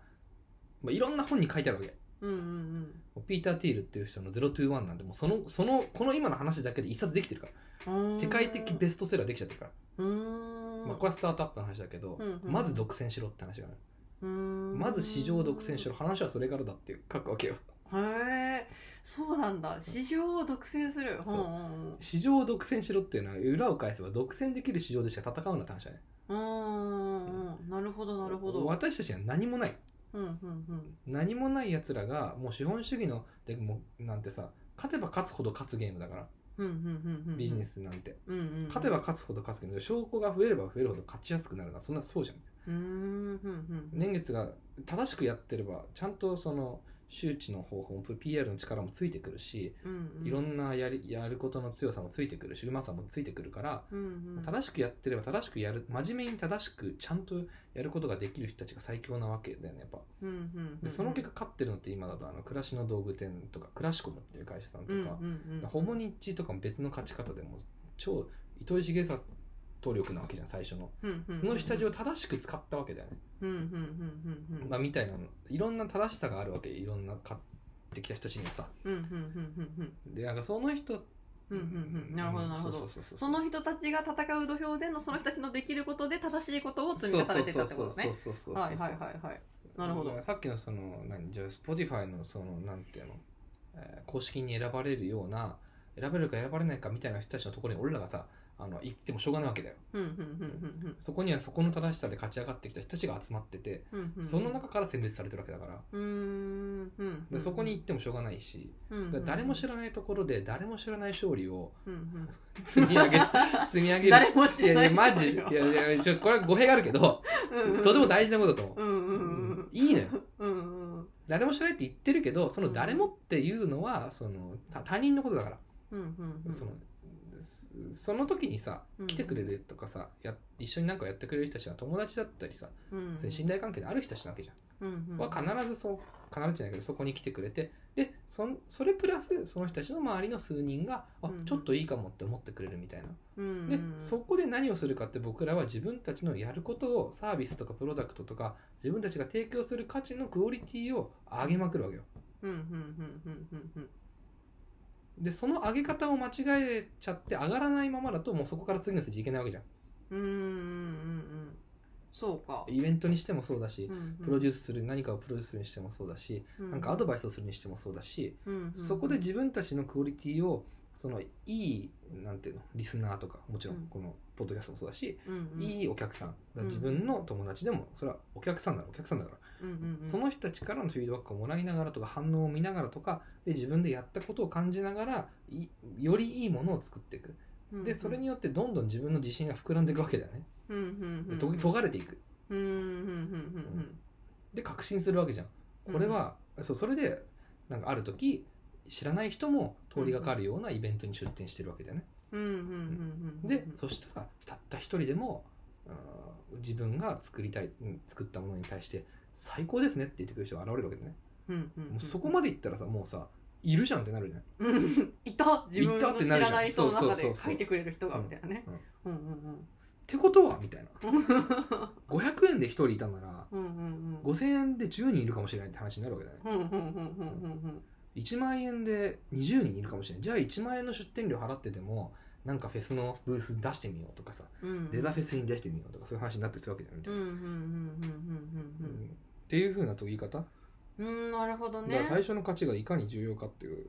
Speaker 2: まあ、いろんな本に書いてあるわけ。
Speaker 1: うんうん
Speaker 2: ピーター・ティールっていう人の「021」なんてもうそのそのこの今の話だけで一冊できてるから
Speaker 1: うん
Speaker 2: 世界的ベストセラーできちゃってるから、
Speaker 1: うーん
Speaker 2: まあ、これはスタートアップの話だけど、
Speaker 1: うんうん
Speaker 2: まず独占しろって話がある、
Speaker 1: うーん
Speaker 2: まず市場を独占しろ話はそれからだって書くわけよ
Speaker 1: へえそうなんだ市場を独占する
Speaker 2: そう
Speaker 1: うん
Speaker 2: 市場を独占しろっていうのは裏を返せば独占できる市場でしか戦うなって話だね
Speaker 1: うんうんうんなるほどなるほど
Speaker 2: 私たちには何もない
Speaker 1: うんうん
Speaker 2: 何もない奴らがもう資本主義のでもうなんてさ勝てば勝つほど勝つゲームだから
Speaker 1: うんうんうんうんうん
Speaker 2: ビジネスなんて、
Speaker 1: うんうんうん
Speaker 2: 勝てば勝つほど勝つけど証拠が増えれば増えるほど勝ちやすくなるなそんなそうじゃん
Speaker 1: うーんうんうん
Speaker 2: 年月が正しくやってればちゃんとその周知の方法も PR の力もついてくるし、
Speaker 1: うんうん
Speaker 2: いろんなやりやることの強さもついてくるしうまさもついてくるから、
Speaker 1: うんうん
Speaker 2: 正しくやってれば正しくやる真面目に正しくちゃんとやることができる人たちが最強なわけだよねやっぱ
Speaker 1: うんうんうんう
Speaker 2: で
Speaker 1: ん
Speaker 2: その結果勝ってるのって今だとあの暮らしの道具店とかクラシコムっていう会社さんと
Speaker 1: うんうん
Speaker 2: か、
Speaker 1: うん
Speaker 2: ホモニッチとかも別の勝ち方でも超糸井重里力なわけじゃん最初の
Speaker 1: うんうん
Speaker 2: その人たちを正しく使ったわけだよね
Speaker 1: うんうんうんうんうん
Speaker 2: まあ、みたいないろんな正しさがあるわけいろんな買ってきた人たちにはさ
Speaker 1: うんうんうん
Speaker 2: でなんかその人
Speaker 1: うんうんうんうんなるほどなるほ
Speaker 2: そ
Speaker 1: ど
Speaker 2: うそうそうそう
Speaker 1: その人たちが戦う土俵でのその人たちのできることで正しいことを積み重ねていったってことね
Speaker 2: そうそうそうそうそうそう
Speaker 1: はいはいはいはいなるほど
Speaker 2: うんさっきのその何じゃあ Spotify のそのなんていうの、えー公式に選ばれるような選べるか選ばれないかみたいな人たちのところに俺らがさあの行ってもしょうがないわけだよ
Speaker 1: うんうんうん
Speaker 2: そこにはそこの正しさで勝ち上がってきた人たちが集まってて、
Speaker 1: うんうんうん
Speaker 2: その中から選別されてるわけだから
Speaker 1: うーんうんうんう
Speaker 2: で
Speaker 1: ん
Speaker 2: そこに行ってもしょうがないし、
Speaker 1: うんうん
Speaker 2: だから誰も知らないところで誰も知らない勝利を
Speaker 1: うんうん
Speaker 2: 積み上げ積み上げる
Speaker 1: 誰も知
Speaker 2: い
Speaker 1: らな
Speaker 2: や
Speaker 1: い
Speaker 2: いやマジいやいやちょこれは語弊があるけどとても大事なことだと思
Speaker 1: うんうん
Speaker 2: う、
Speaker 1: うん
Speaker 2: いいのよ
Speaker 1: うんうん
Speaker 2: 誰も知らないって言ってるけどその誰もっていうのはそのた他人のことだから、
Speaker 1: うんうんうん
Speaker 2: そのすその時にさ来てくれるとかさや一緒に何かやってくれる人たちは友達だったりさ、
Speaker 1: うん
Speaker 2: そういう信頼関係のある人たちなわけじゃん、
Speaker 1: うんうん
Speaker 2: は必ずそう必ずじゃないけどそこに来てくれてでそんそれプラスその人たちの周りの数人があ
Speaker 1: うん
Speaker 2: ちょっといいかもって思ってくれるみたいな
Speaker 1: うん
Speaker 2: でそこで何をするかって僕らは自分たちのやることをサービスとかプロダクトとか自分たちが提供する価値のクオリティを上げまくるわけよ
Speaker 1: うんうんうんうんうんうん
Speaker 2: でその上げ方を間違えちゃって上がらないままだともうそこから次のステージいけないわけじゃん
Speaker 1: うんうんうんうんそうか、
Speaker 2: イベントにしてもそうだし
Speaker 1: うんうん
Speaker 2: プロデュースする何かをプロデュースするにしてもそうだし、なんかアドバイスをするにしてもそうだし、
Speaker 1: うんうんうん
Speaker 2: そこで自分たちのクオリティをそのいいなんていうのリスナーとかもちろ
Speaker 1: うん
Speaker 2: んこのポッドキャストもそうだし、
Speaker 1: うんうん
Speaker 2: いいお客さんだから
Speaker 1: うん
Speaker 2: 自分の友達でもそれはお客さんだろお客さんだから、
Speaker 1: うんうんうん
Speaker 2: その人たちからのフィードバックをもらいながらとか反応を見ながらとかで自分でやったことを感じながらいよりいいものを作っていくでそれによってどんどん自分の自信が膨らんでいくわけだよね
Speaker 1: うんうんう
Speaker 2: で
Speaker 1: ん
Speaker 2: と尖れていく
Speaker 1: うんうんうん
Speaker 2: で確信するわけじゃん
Speaker 1: うん
Speaker 2: これは、そうそれでなんかある時知らない人も通りがかるようなイベントに出店してるわけだよね
Speaker 1: うんうんうんうんうん
Speaker 2: でそしたらたった一人でもうん自分が作りたいうん作ったものに対して最高ですねって言ってくる人が現れるわけだね
Speaker 1: うんうんうん
Speaker 2: もうそこまでいったらさもうさいるじゃんってなるじゃない
Speaker 1: うん いた自分の知らない人の中
Speaker 2: いたってなるじゃんそうそうそ
Speaker 1: で
Speaker 2: うそう
Speaker 1: 書いてくれる人がみたいなねうんうんうん
Speaker 2: ってことはみたいな
Speaker 1: うんうん
Speaker 2: 500円で一人いたんなら
Speaker 1: うんうん
Speaker 2: 5000円で10人いるかもしれないって話になるわけだね
Speaker 1: うんうんうんうん
Speaker 2: 1万円で20人いるかもしれないじゃあ1万円の出店料払っててもなんかフェスのブース出してみようとかさ
Speaker 1: うんうん
Speaker 2: デザフェスに出してみようとかそういう話になってするわけじゃんみた
Speaker 1: う
Speaker 2: い
Speaker 1: ん
Speaker 2: な、
Speaker 1: うんうんうんうん
Speaker 2: うんっていうふうな言い方、
Speaker 1: うんうんうんなるほど
Speaker 2: だから
Speaker 1: ね
Speaker 2: 最初の価値がいかに重要かっていう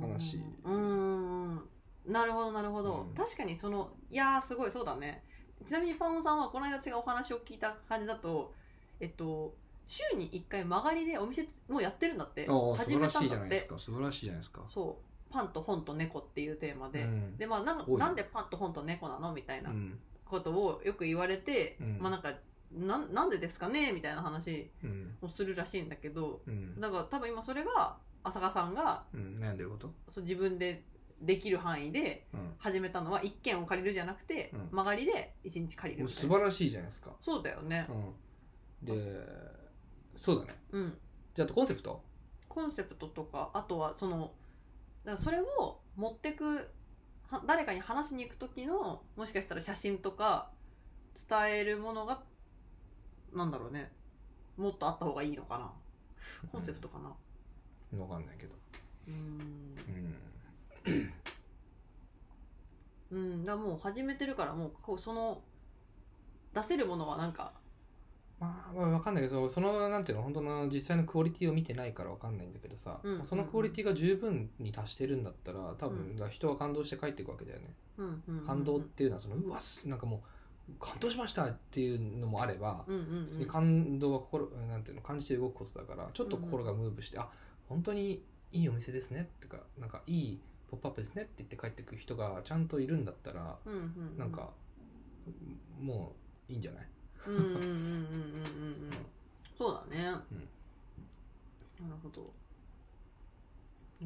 Speaker 2: 話
Speaker 1: 話うんうんうんなるほどなるほど、
Speaker 2: うん
Speaker 1: 確かにそのいやーすごいそうだねちなみにパンオさんはこの間違うお話を聞いた感じだとえっと週に1回曲がりでお店もうやってるんだって
Speaker 2: ああ素
Speaker 1: 始
Speaker 2: 晴
Speaker 1: め
Speaker 2: ら
Speaker 1: た
Speaker 2: し
Speaker 1: ん
Speaker 2: いじ
Speaker 1: だっ
Speaker 2: ゃないです
Speaker 1: て
Speaker 2: か素晴らしいじゃないですか
Speaker 1: そうパンと本と猫っていうテーマで、
Speaker 2: うん
Speaker 1: でまあなん
Speaker 2: 多い
Speaker 1: なんでパンと本と猫なのみたいうなんことをよく言われて、
Speaker 2: うん
Speaker 1: まあなんかなんなんでですかねみたいな話
Speaker 2: うん
Speaker 1: をするらしいんだけど
Speaker 2: うん
Speaker 1: だから多分今それが浅香さんが
Speaker 2: うん悩んでること
Speaker 1: そう自分でできる範囲で
Speaker 2: うん
Speaker 1: 始めたのは1軒を借りるじゃなくて、
Speaker 2: うん
Speaker 1: 曲がりで1日借りる
Speaker 2: もう
Speaker 1: みたい
Speaker 2: 素
Speaker 1: な
Speaker 2: 晴らしいじゃないですか
Speaker 1: そうだよね
Speaker 2: うんでそうだね
Speaker 1: うん
Speaker 2: じゃああとコンセプト
Speaker 1: コンセプトとかあとはそのだからそれを持ってくは誰かに話しに行く時のもしかしたら写真とか伝えるものがなんだろうねもっとあった方がいいのかなコンセプトかな
Speaker 2: わかんないけど
Speaker 1: うん
Speaker 2: うん
Speaker 1: うんだからもう始めてるからもうこうその出せるものはなんか
Speaker 2: まあ、まあ、わかんないけどそのなんていうの本当の実際のクオリティを見てないからわかんないんだけどさ、
Speaker 1: うん
Speaker 2: そのクオリティが十分に達してるんだったら多
Speaker 1: うん
Speaker 2: 分だから人は感動して帰っていくわけだよね、
Speaker 1: うんうんうんうん
Speaker 2: 感動っていうのはそのうわすなんかもう感動しましたっていうのもあれば、
Speaker 1: うんうんうん
Speaker 2: 別に感動は心なんていうの感じて動くことだからちょっと心がムーブして、あ本当にいいお店ですねってかなんかいいポップアップですねって言って帰ってくる人がちゃんといるんだったら
Speaker 1: うんうんう
Speaker 2: なんか、もういいんじゃない
Speaker 1: うんうんうんうんうんうんうんそうだね、なるほど、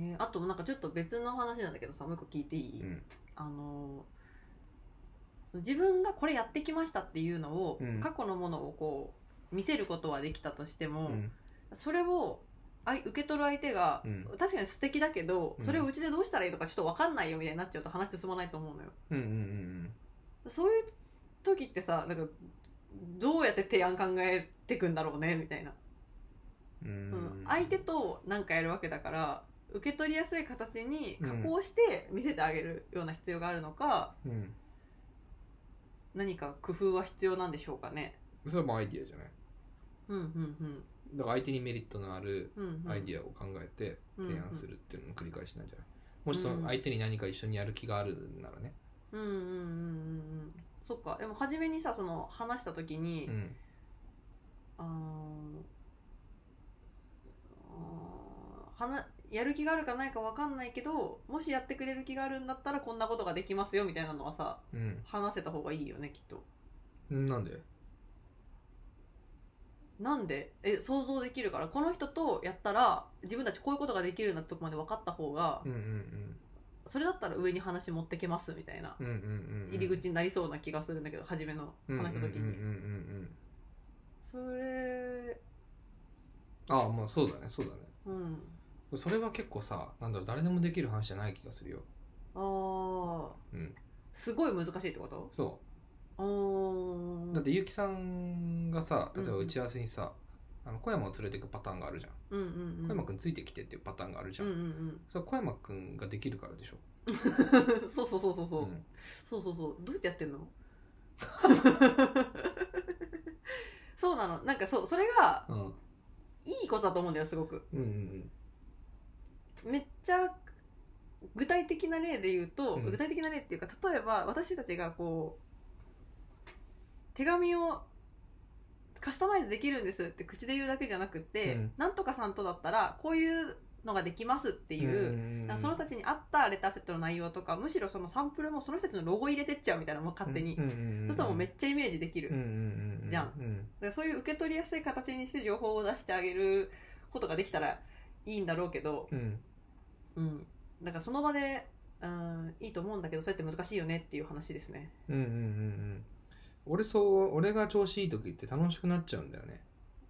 Speaker 1: ね、あとなんかちょっと別の話なんだけどさもう一個聞いていい、
Speaker 2: うん
Speaker 1: あの自分がこれやってきましたっていうのを、
Speaker 2: うん
Speaker 1: 過去のものをこう見せることはできたとして
Speaker 2: う
Speaker 1: も、
Speaker 2: ん
Speaker 1: それをあい受け取る相手が、
Speaker 2: うん
Speaker 1: 確かに素敵だけど
Speaker 2: うん
Speaker 1: それをうちでどうしたらいいのかちょっと分かんないよみたいになっちゃうと話進まないと思うのよ
Speaker 2: うんうんうん
Speaker 1: そういう時ってさなんかどうやって提案考えてくんだろうねみたいな、
Speaker 2: うんう
Speaker 1: うんん相手となんかやるわけだから受け取りやすい形に加工して見せてあげるような必要があるのか、
Speaker 2: うん
Speaker 1: 何か工夫は必要なんでしょうかね
Speaker 2: それはもうアイディアじゃない
Speaker 1: うんうんうん
Speaker 2: だから相手にメリットのある
Speaker 1: うんうん
Speaker 2: アイディアを考えて提案するっていうのを繰り返しなんじゃない、もしそ
Speaker 1: うん
Speaker 2: の相手に何か一緒にやる気があるならね、
Speaker 1: うんうんうんうんうんそっかでも初めにさその話した時に、
Speaker 2: うん、
Speaker 1: あーあーはなやる気があるかないか分かんないけどもしやってくれる気があるんだったらこんなことができますよみたいなのはさ話せた方がいいよねきっと
Speaker 2: うん、なんで
Speaker 1: なんでえ想像できるからこの人とやったら自分たちこういうことができるようなとこまで分かった方が
Speaker 2: うんうん
Speaker 1: それだったら上に話持ってけますみたいな
Speaker 2: うんうんうんうん
Speaker 1: 入り口になりそうな気がするんだけど初めの話した時
Speaker 2: うんうんうん
Speaker 1: に
Speaker 2: うんう
Speaker 1: そ
Speaker 2: ん
Speaker 1: れ
Speaker 2: ああまあそうだねそうだね
Speaker 1: うん
Speaker 2: それは結構さなんだろう誰でもできる話じゃない気がするよ
Speaker 1: あー
Speaker 2: うん
Speaker 1: すごい難しいってこと
Speaker 2: そ
Speaker 1: あー
Speaker 2: うだってゆうきさんがさ例えば打ち合わせにさ、あの小山を連れていくパターンがあるじゃん、
Speaker 1: うんうんうん
Speaker 2: 小山くんついてきてっていうパターンがあるじゃん、
Speaker 1: うんうん
Speaker 2: それは小山くんができるからでしょ
Speaker 1: うんそうそうそうそうそう、
Speaker 2: ん
Speaker 1: そうそうそうどうやってやってんの そうなのなんかそうそれが
Speaker 2: うん
Speaker 1: いいことだと思うんだよすごく
Speaker 2: うんうん
Speaker 1: めっちゃ具体的な例で言うと、
Speaker 2: うん
Speaker 1: 具体的な例っていうか例えば私たちがこう手紙をカスタマイズできるんですって口で言うだけじゃなくて、
Speaker 2: うん
Speaker 1: なんとかさんとだったらこういうのができますって
Speaker 2: て
Speaker 1: いう、
Speaker 2: う
Speaker 1: なんかその人たちに合ったレターセットの内容とかむしろそのサンプルもその人たちのロゴ入れてっちゃうみたいなのも勝手に、
Speaker 2: うんうんうん、
Speaker 1: そしたらもうめっ
Speaker 2: ち
Speaker 1: ちゃイメージできる、
Speaker 2: うん
Speaker 1: だ
Speaker 2: うんうんうん、
Speaker 1: じゃん
Speaker 2: うん
Speaker 1: からそういう受け取りやすい形にして情報を出してあげることができたらいいんだろうけど、
Speaker 2: うん
Speaker 1: うん、だからその場で、うん、いいと思うんだけどそうやって難しいよねっていう話ですね
Speaker 2: うんうんうんうん俺そう俺が調子いい時って楽しくなっちゃうんだよね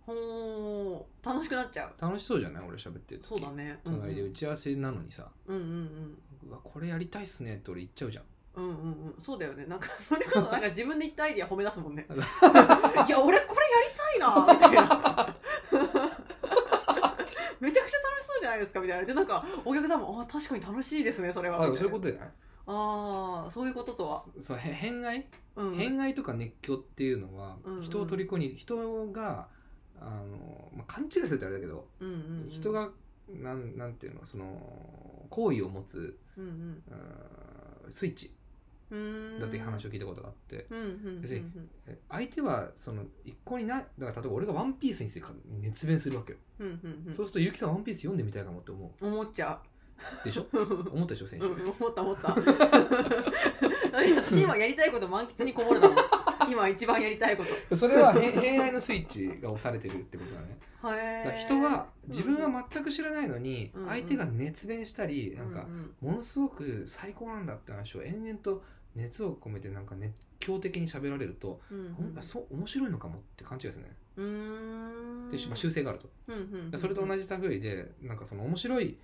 Speaker 1: ほー楽しくなっちゃう
Speaker 2: 楽しそうじゃない俺喋ってる時
Speaker 1: そうだねうんうん
Speaker 2: 隣で打ち合わせなのにさ
Speaker 1: うんうん
Speaker 2: 「うわこれやりたいっすね」って俺言っちゃうじゃん
Speaker 1: うんうんうんうん、そうだよねなんか それこそなんか自分で言ったアイディア褒め出すもん ねいや俺これやりたいなみたいなめちゃくちゃ楽しそうじゃないですかみたいなでなんかお客さんも「あー確かに楽しいですねそれは」
Speaker 2: あ
Speaker 1: み
Speaker 2: そ
Speaker 1: たいな
Speaker 2: ういうことじゃない
Speaker 1: ああそういうこととは、
Speaker 2: そそうへ偏愛、
Speaker 1: うん、
Speaker 2: 偏愛とか熱狂っていうのは、
Speaker 1: うんうん
Speaker 2: 人を虜に人があの、まあ、勘違いするってあれだけど、
Speaker 1: うんうんうん
Speaker 2: 人、がなんなんていうのその好意を持つ
Speaker 1: うん
Speaker 2: うーんスイッチ
Speaker 1: うん、うーん
Speaker 2: だっていう話を聞いたことがあって、
Speaker 1: うんうんうんうん
Speaker 2: 別にえ相手はその一向にないだから例えば俺が「ワンピースについて熱弁するわけよ、
Speaker 1: うんうんうん
Speaker 2: そうすると結城さん「ワンピース読んでみたいかもって思
Speaker 1: 思っちゃ
Speaker 2: うで しょ
Speaker 1: ううん
Speaker 2: 思ったでしょ選手、
Speaker 1: 思った思った 私今やりたいこと満喫にこぼれたもん今一番やりたいこと
Speaker 2: それはへ偏愛のスイッチが押されてるってことだねだから
Speaker 1: へー
Speaker 2: 人は自分は全く知らないのに、
Speaker 1: うんうん
Speaker 2: 相手が熱弁したり、なんか
Speaker 1: うう
Speaker 2: ものすごく最高なんだって話を延々と熱を込めてなんか熱狂的に喋られると、
Speaker 1: うんうん
Speaker 2: ほんあそう面白いのかもって勘違いでするね、
Speaker 1: うーん
Speaker 2: でしまあ、修正があると
Speaker 1: うんうんうんう
Speaker 2: で
Speaker 1: ん
Speaker 2: それと同じ類でなんかその面白い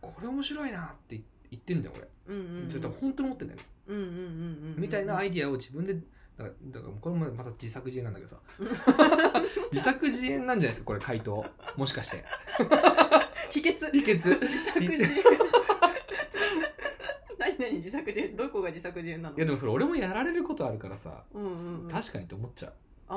Speaker 2: これ面白いなって言ってるんだよ俺、
Speaker 1: うんうんうん
Speaker 2: それ多分本当に思ってんだよね、
Speaker 1: うんうんうんうんうん
Speaker 2: みたいなアイディアを自分でだからだからこれもまた自作自演なんだ けどさ自作自演なんじゃないですかこれ回答もしかして
Speaker 1: 秘訣
Speaker 2: 秘訣
Speaker 1: 自作自演 何何自作自演どこが自作自演なの
Speaker 2: いやでもそれ俺もやられることあるからさ、
Speaker 1: うんうんうん、
Speaker 2: 確かにと思っちゃう
Speaker 1: ああ、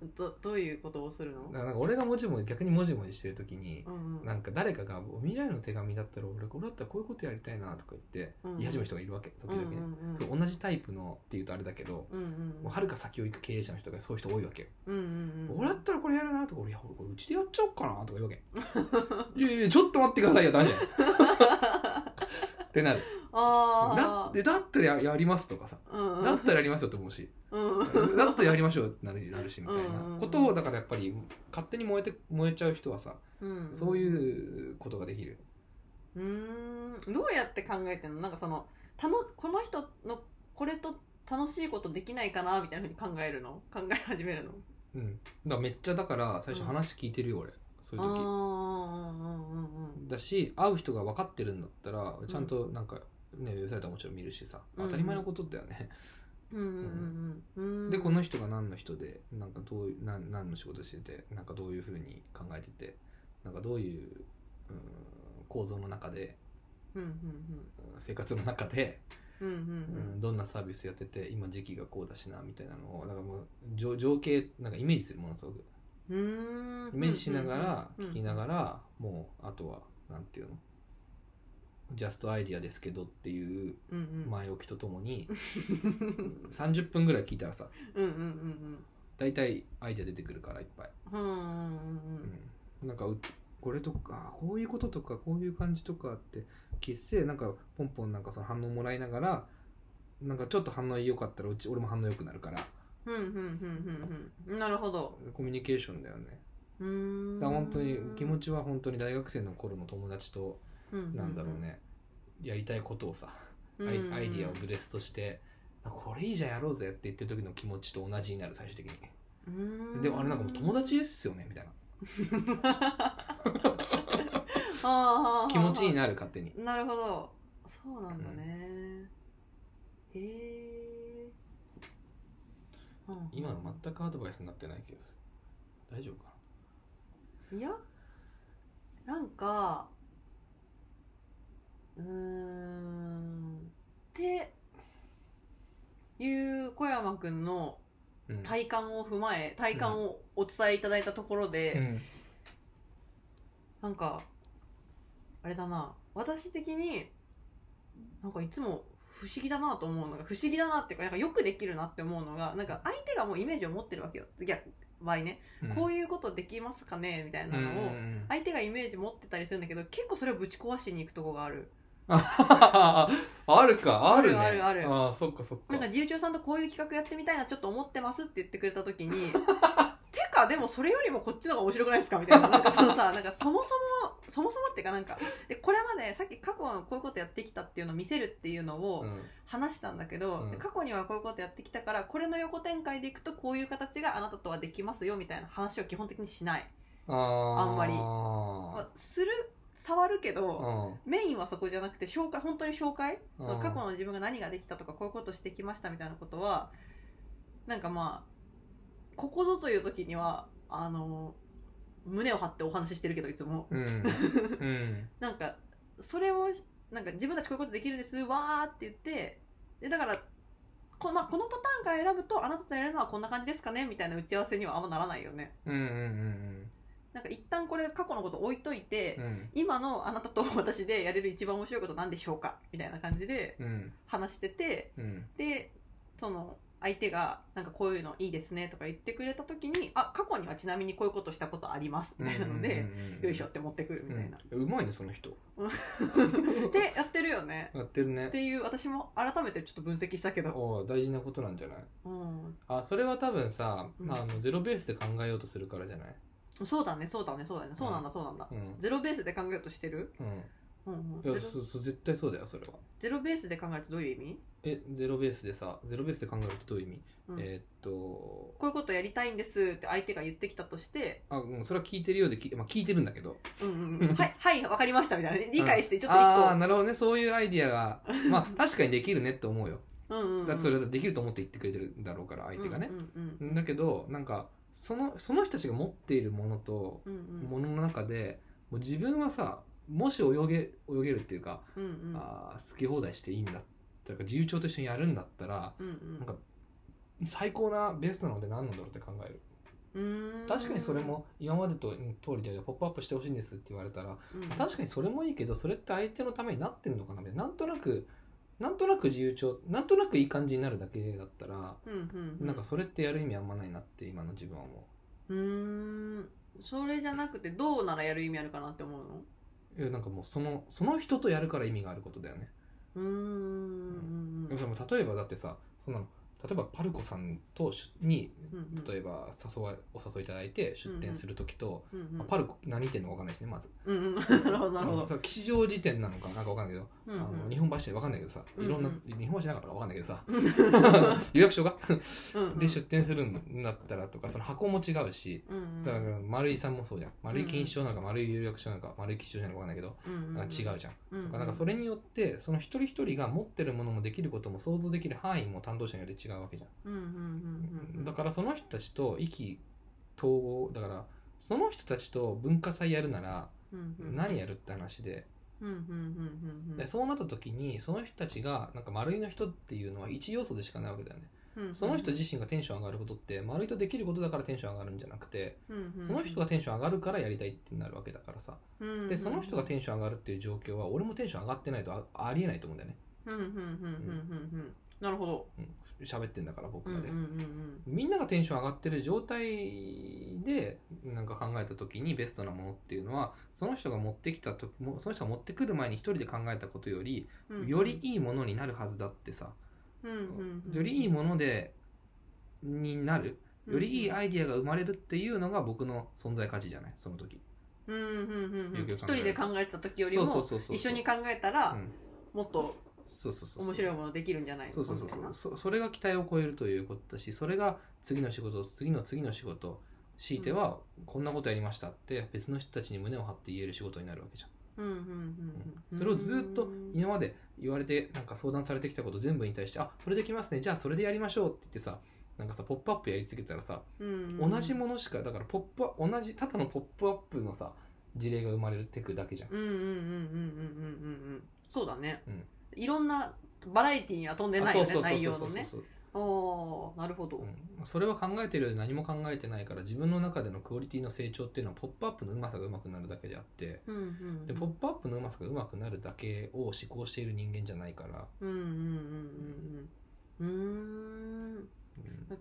Speaker 2: う
Speaker 1: どどういうことをするの
Speaker 2: だ、からなんか俺がもじもじ逆にもじもじしてる時に
Speaker 1: う、んうん、
Speaker 2: なんか誰かが「未来の手紙だったら俺これだったらこういうことやりたいな」とか言って
Speaker 1: うん
Speaker 2: 言い始める人がいるわけ時
Speaker 1: うんう
Speaker 2: 々
Speaker 1: ん
Speaker 2: ね、
Speaker 1: うん
Speaker 2: そう同じタイプのっていうとあれだけど、
Speaker 1: うんうん
Speaker 2: もうはるか先を行く経営者の人がそういう人多いわけよ、
Speaker 1: うんうんうん
Speaker 2: 俺だったらこれやるなとか俺いや俺これうちでやっちゃおうかなとか言うわけ いやいやちょっと待ってくださいよダメじゃんってなるだ
Speaker 1: ああ
Speaker 2: でだったらややりますとかさ
Speaker 1: うんうん
Speaker 2: だったらやりますよと思うし
Speaker 1: うんうん
Speaker 2: だったらやりましょうってなるなるしみたい
Speaker 1: うんうんう
Speaker 2: なんことをだからやっぱり勝手に燃えて燃えちゃう人はさ
Speaker 1: うん
Speaker 2: そういうことができる
Speaker 1: うーんどうやって考えてんのなんかそのたのこの人のこれと楽しいことできないかなみたいなふうに考えるの考え始めるの
Speaker 2: うんだからめっちゃだから最初話聞いてるよ俺そう
Speaker 1: あ
Speaker 2: い
Speaker 1: あ
Speaker 2: う
Speaker 1: ー
Speaker 2: 時
Speaker 1: うんうんうんうん
Speaker 2: だし会う人が分かってるんだったらちゃんとなんか、ね、ウェブサイトはもちろん見るしさ
Speaker 1: うん
Speaker 2: 当たり前のことだよ
Speaker 1: う
Speaker 2: ね、
Speaker 1: んうんうんうんうん
Speaker 2: でこの人が何の人でなんかどういうなん何の仕事しててなんかどういうふうに考えててなんかどういう、うん構造の中で
Speaker 1: うんうん
Speaker 2: うん生活の中で、
Speaker 1: うんうんうん
Speaker 2: うんどんなサービスやってて今時期がこうだしなみたいなのをだからもう情情景なんかイメージするものすごく
Speaker 1: うんうんうーん
Speaker 2: イメージしながら
Speaker 1: うんうん
Speaker 2: 聞きながらもうあとはなんていうのジャストアイディアですけどっていう
Speaker 1: うんうん
Speaker 2: 前置きとともに
Speaker 1: うん
Speaker 2: 30分ぐらい聞いたらさ
Speaker 1: うんうんうん
Speaker 2: 大体アイデア出てくるからいっぱい、
Speaker 1: うんうんうんうん
Speaker 2: うん、なんかうこれとかあこういうこととかこういう感じとかって結成なんかポンポンなんかその反応もらいながらなんかちょっと反応良かったらうち俺も反応良くなるから
Speaker 1: うんうんうんうんうんなるほど
Speaker 2: コミュニケーションだよね
Speaker 1: うーん
Speaker 2: だから本当に気持ちは本当に大学生の頃の友達と
Speaker 1: な
Speaker 2: なんだろうねやりたいことをさアイアイディアをブレストしてあこれいいじゃんやろうぜって言ってる時の気持ちと同じになる最終的に。でもあれなんかもう友達ですよねみたいな気持ちに
Speaker 1: な
Speaker 2: なる勝手に
Speaker 1: なるほどそうなんだね、へえ
Speaker 2: 今の全くアドバイスになってない気がする大丈夫か
Speaker 1: いやなんかうーんっていう小山くんの
Speaker 2: うん
Speaker 1: 体感を踏まえ体感をお伝えいただいたところで、
Speaker 2: うん
Speaker 1: なんかあれだな私的になんかいつも不思議だなと思うのが不思議だなっていうかなんかよくできるなって思うのがなんか相手がもうイメージを持ってるわけよいや場合ね、こういうことできますかねみたいなのを、
Speaker 2: うんうんうん
Speaker 1: 相手がイメージ持ってたりするんだけど結構それをぶち壊しに行くとこがある
Speaker 2: ああるか、あるね。
Speaker 1: あるあるある
Speaker 2: あーそっかそっか。
Speaker 1: なんか自由帳さんとこういう企画やってみたいなちょっと思ってますって言ってくれた時 にてかでもそれよりもこっちの方が面白くないですかみたいななんかそのさなんかそもそもそもそもっていうかなんかでこれまでさっき過去はこういうことやってきたっていうのを見せるっていうのを
Speaker 2: うん
Speaker 1: 話したんだけど、
Speaker 2: うん
Speaker 1: で過去にはこういうことやってきたからこれの横展開でいくとこういう形があなたとはできますよみたいな話を基本的にしない、
Speaker 2: あー
Speaker 1: あんまりまあ
Speaker 2: う
Speaker 1: する触るけど、
Speaker 2: ん
Speaker 1: メインはそこじゃなくて紹介本当に紹介、
Speaker 2: うん
Speaker 1: その過去の自分が何ができたとかこういうことしてきましたみたいなことはなんかまあここぞという時にはあの胸を張ってお話ししてるけどいつも
Speaker 2: うん。うん。
Speaker 1: なんかそれをなんか自分たちこういうことできるんですわーって言ってでだからこ,、まあ、このパターンから選ぶとあなたとやるのはこんな感じですかねみたいな打ち合わせにはあんまならないよね
Speaker 2: うん。うん。うん
Speaker 1: なんか一旦これ過去のこと置いといて、
Speaker 2: うん。
Speaker 1: 今のあなたと私でやれる一番面白いことなんでしょうかみたいな感じで
Speaker 2: うん。
Speaker 1: 話してて
Speaker 2: うん。
Speaker 1: でその相手がなんかこういうのいいですねとか言ってくれた時にあ過去にはちなみにこういうことしたことありますみたいなので、
Speaker 2: うん
Speaker 1: よいしょっ。て持ってくるみたいな、
Speaker 2: うんうまいね、そ の人。
Speaker 1: でやってるよね
Speaker 2: やってるね
Speaker 1: っ。ていう私も改めてちょっと分析したけど、
Speaker 2: おー大事なことなんじゃない
Speaker 1: うん、
Speaker 2: あ、それは多分さ、
Speaker 1: うん
Speaker 2: あの、ゼロベースで考えようとするからじゃない
Speaker 1: そうだねそうだねそうだねそうなんだそうなんだ、
Speaker 2: うん。
Speaker 1: ゼロベースで考えるとしてる、う
Speaker 2: う
Speaker 1: んうん、
Speaker 2: ん。い
Speaker 1: ゼ
Speaker 2: や、
Speaker 1: ロ
Speaker 2: そそ絶対そうだよ、それは。
Speaker 1: ゼロベースで考えるとどういう意味、
Speaker 2: え、ゼロベースでさ、ゼロベースで考えるとどういう意味
Speaker 1: うん
Speaker 2: えーっと、
Speaker 1: こういうことやりたいんですって相手が言ってきたとして
Speaker 2: あ、うんそれは聞いてるようで聞い、まあ、聞いてるんだけど。
Speaker 1: うんうんうんはい、はい、わかりましたみたいなね。理解して、ちょっと
Speaker 2: ああー、
Speaker 1: 一
Speaker 2: なるほどね。そういうアイディアが、まあ、確かにできるねって思うよ。
Speaker 1: 個。うんうんうん。
Speaker 2: だってそれはできると思って言ってくれてるんだろうから、相手がね
Speaker 1: う。んうんうん。
Speaker 2: だけど、なんか、その、その人たちが持っているものと、
Speaker 1: うんうん。
Speaker 2: ものの中で、もう自分はさ、もし泳げ、泳げるっていうか、
Speaker 1: うんうん。
Speaker 2: あー好き放題していいんだ。というか、自由帳と一緒にやるんだったら、
Speaker 1: うん
Speaker 2: なんか、最高なベストなので何なんだろうって考える。
Speaker 1: うん。うーん
Speaker 2: 確かにそれ、も、今までとうん通りで、ポップアップしてほしいんですって言われたら、
Speaker 1: か
Speaker 2: 確かにそれもいいけどそれって相手のためになってんのかなみたいななんとなくなんとなく自由帳なんとなくいい感じになるだけだったら、
Speaker 1: に。うんうん。
Speaker 2: なんか、それってやる意味あんまないなって今の自分は思
Speaker 1: うーん。それじゃなくて、どうならやる意味あるかなって思うの
Speaker 2: ういやなんかもうそのその人とやるから意味があることだよね、
Speaker 1: うーん。
Speaker 2: でもさもう例えばだってさそんなの例えばパルコさんとしに
Speaker 1: うん
Speaker 2: 例えば誘わお誘いいただいて出店する時と、
Speaker 1: うんうん
Speaker 2: まあパルコ何店のか分かんないしねまず
Speaker 1: うん うん。なるほど、なるほ
Speaker 2: うん
Speaker 1: ど
Speaker 2: そ。れは吉祥寺店なのかなんか分かんないけど、
Speaker 1: う
Speaker 2: あ
Speaker 1: んう
Speaker 2: の
Speaker 1: ん
Speaker 2: 日本橋店分かんないけどさいろんな、
Speaker 1: うん
Speaker 2: 日本橋なかったら分かんないけ どさ
Speaker 1: うん
Speaker 2: 予約書が
Speaker 1: うん
Speaker 2: で出店するんだったらとかその箱も違うし
Speaker 1: うんうん。
Speaker 2: だから丸井さんもそうじゃん丸井錦糸町なんか丸井有楽町なんか丸井吉祥寺なんかわかんないけど
Speaker 1: うんうんうん、
Speaker 2: なんか違うじゃん
Speaker 1: うんうん。
Speaker 2: とかなんかそれによってその一人一人が持ってるものもできることも想像できる範囲も担当者によって違うわけじゃ
Speaker 1: うんうんうんうんうんん。
Speaker 2: だからその人たちと意気統合だからその人たちと文化祭やるなら
Speaker 1: ら、
Speaker 2: 何やるって話で
Speaker 1: うんうんうんうんうん
Speaker 2: でそうなった時にその人たちがなんか丸井の人っていうのは一要素でしかないわけだよね
Speaker 1: うん。
Speaker 2: その人自身がテンション上がることって丸井とできることだからテンション上がるんじゃなくて
Speaker 1: うんうん、
Speaker 2: その人がテンション上がるからやりたいってなるわけだからさ
Speaker 1: うんうんうん、
Speaker 2: でその人がテンション上がるっていう状況は俺もテンション上がってないとあありえないと思うんだよね
Speaker 1: うんうんうんうんうんうんなるほど。
Speaker 2: 喋ってんだから僕
Speaker 1: うんう
Speaker 2: ま
Speaker 1: んう
Speaker 2: で、
Speaker 1: ん
Speaker 2: みんながテンション上がってる状態でなんか考えた時にベストなものっていうのはその人が持ってきたともその人が持ってくる前に一人で考えたことより
Speaker 1: うんうん
Speaker 2: より、いいものになるはずだってさ
Speaker 1: うんうんうん、
Speaker 2: よりいいものでになるよりいいアイディアが生まれるっていうのが僕の存在価値じゃないその時
Speaker 1: うんうんうんうん、
Speaker 2: よくよ
Speaker 1: 一
Speaker 2: く考えると
Speaker 1: 人で考えてた時より
Speaker 2: そうそう
Speaker 1: も
Speaker 2: そうそう
Speaker 1: 一緒に考えたら
Speaker 2: うん
Speaker 1: もっと
Speaker 2: そうそうそうそう
Speaker 1: 面白いものできるんじゃないの
Speaker 2: そうそうそう
Speaker 1: みた
Speaker 2: そ
Speaker 1: いうな
Speaker 2: そそれが期待を超えるということだしそれが次の仕事次の次の仕事強いてはこんなことやりましたって別の人たちに胸を張って言える仕事になるわけじゃ
Speaker 1: う
Speaker 2: ん、
Speaker 1: んうんうんうん、
Speaker 2: それをずっと
Speaker 1: うん
Speaker 2: 今まで言われてなんか相談されてきたこと全部に対してあそれできますねじゃあそれでやりましょうって言ってさなんかさ「ポップアップやり続けてたらさ、
Speaker 1: うん
Speaker 2: 同じものしかだからポップア同じただの「ポップアップのさ事例が生まれてくだけじゃん、
Speaker 1: うんうんうんうんうんうんうんうんそうだね、
Speaker 2: うん
Speaker 1: いろんなバラエティーには飛んでないよ
Speaker 2: あ
Speaker 1: ね内容の
Speaker 2: そうそう
Speaker 1: ね
Speaker 2: そう
Speaker 1: おーなるほど、
Speaker 2: うんそれは考えてるより何も考えてないから自分の中でのクオリティの成長っていうのは「ポップアップのうまさがうまくなるだけであって
Speaker 1: うんうん、
Speaker 2: で「ポップアップのうまさがうまくなるだけを思考している人間じゃないから、
Speaker 1: うんうんうんうんうんう
Speaker 2: うん
Speaker 1: ーん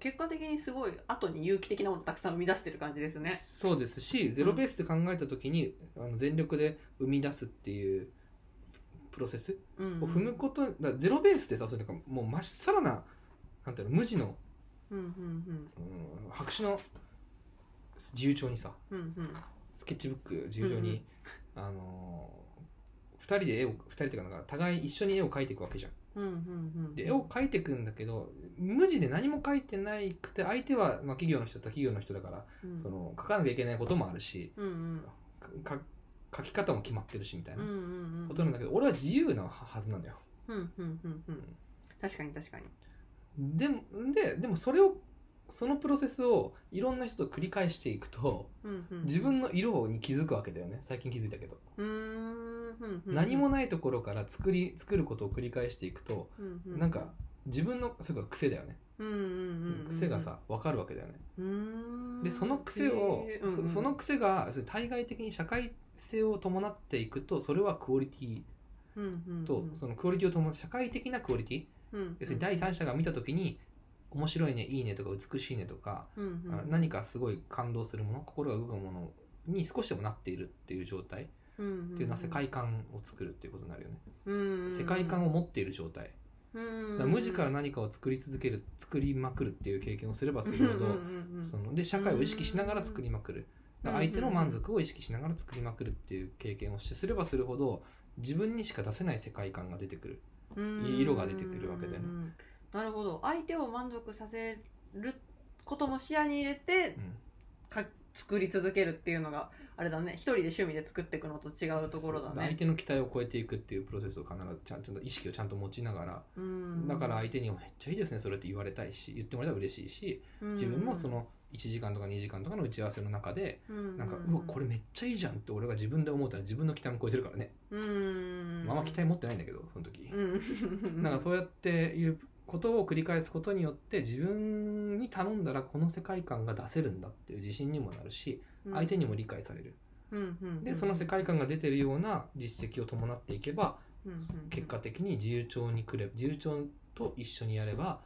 Speaker 1: 結果的にすごい後に有機的なものたくさん生み出してる感じですね
Speaker 2: そうですしゼロベースで考えた時に、あの全力で生み出すっていうプロセス
Speaker 1: うんうん
Speaker 2: を踏むことだからゼロベースってさそれなんかもうまっさらななんていうの無地の、
Speaker 1: うんうん
Speaker 2: うん、白紙の自由帳にさ
Speaker 1: うんうんうん
Speaker 2: スケッチブック自由帳に、あの2人で絵を二人っていうかなんか互い一緒に絵を描いていくわけじゃん。
Speaker 1: うんうんうん
Speaker 2: で絵を描いていくんだけど無地で何も描いてないくて相手は、まあ、企業の人だったら企業の人だから、
Speaker 1: うん
Speaker 2: その描かなきゃいけないこともあるし
Speaker 1: うんうん
Speaker 2: か書き方も決まってるしみたい
Speaker 1: うんう
Speaker 2: なん
Speaker 1: うん
Speaker 2: ことなんだけど俺は自由なはずなんだよ
Speaker 1: うんうんうんうん確かに確かに
Speaker 2: でもででもそれをそのプロセスをいろんな人と繰り返していくと
Speaker 1: うんうん
Speaker 2: 自分の色に気づくわけだよね最近気づいたけど、
Speaker 1: うーんうんうん
Speaker 2: 何もないところから作り作ることを繰り返していくと
Speaker 1: うんう
Speaker 2: なんか自分のそれこそ癖だよね、
Speaker 1: うんうんうんうん
Speaker 2: 癖がさ分かるわけだよね
Speaker 1: うーん
Speaker 2: でその癖を、
Speaker 1: へーうんうん
Speaker 2: そその癖がそれ対外的に社会性を伴っていくとそれはクオリティ
Speaker 1: うんうんうん
Speaker 2: と、そのクオリティを伴う社会的なクオリティ
Speaker 1: うんうん
Speaker 2: 要するに第三者が見た時に面白いねいいねとか美しいねとか、
Speaker 1: うんうん
Speaker 2: あ何かすごい感動するもの心が動くものに少しでもなっているっていう状態っ
Speaker 1: うんうんうん
Speaker 2: ていうのは世界観を作るっていうことになるよね、
Speaker 1: うんうんうん
Speaker 2: 世界観を持っている状態だから無地から何かを作り続ける作りまくるっていう経験をすればするほど、
Speaker 1: うんうんうん
Speaker 2: そので社会を意識しながら作りまくるだから相手の満足を意識しながら作りまくるっていう経験をしてすればするほど自分にしか出せない世界観が出てくる
Speaker 1: うん
Speaker 2: いい色が出てくるわけだよね
Speaker 1: うんなるほど相手を満足させることも視野に入れて
Speaker 2: うん
Speaker 1: か作り続けるっていうのがあれだね一人で趣味で作っていくのと違うところだ
Speaker 2: そう相
Speaker 1: ね
Speaker 2: 手の期待を超えていくっていうプロセスを必ずちゃんちゃんと意識をちゃんと持ちながら、だから相手に「めっちゃいいですねそれ」って言われたいし言ってもらえたら嬉しいし自分もその1時間とか2時間とかの打ち合わせの中でなんか「うわこ
Speaker 1: れ
Speaker 2: れめっちゃいいじゃん」って俺が自分で思ったら自分の期待も超えてるからねまああんま期待持ってないんだけどその時なんかそうやっていうことを繰り返すことによって自分に頼んだらこの世界観が出せるんだっていう自信にもなるし相手にも理解されるでその世界観が出てるような実績を伴っていけば結果的に自由帳に来れば自由帳と一緒にやれば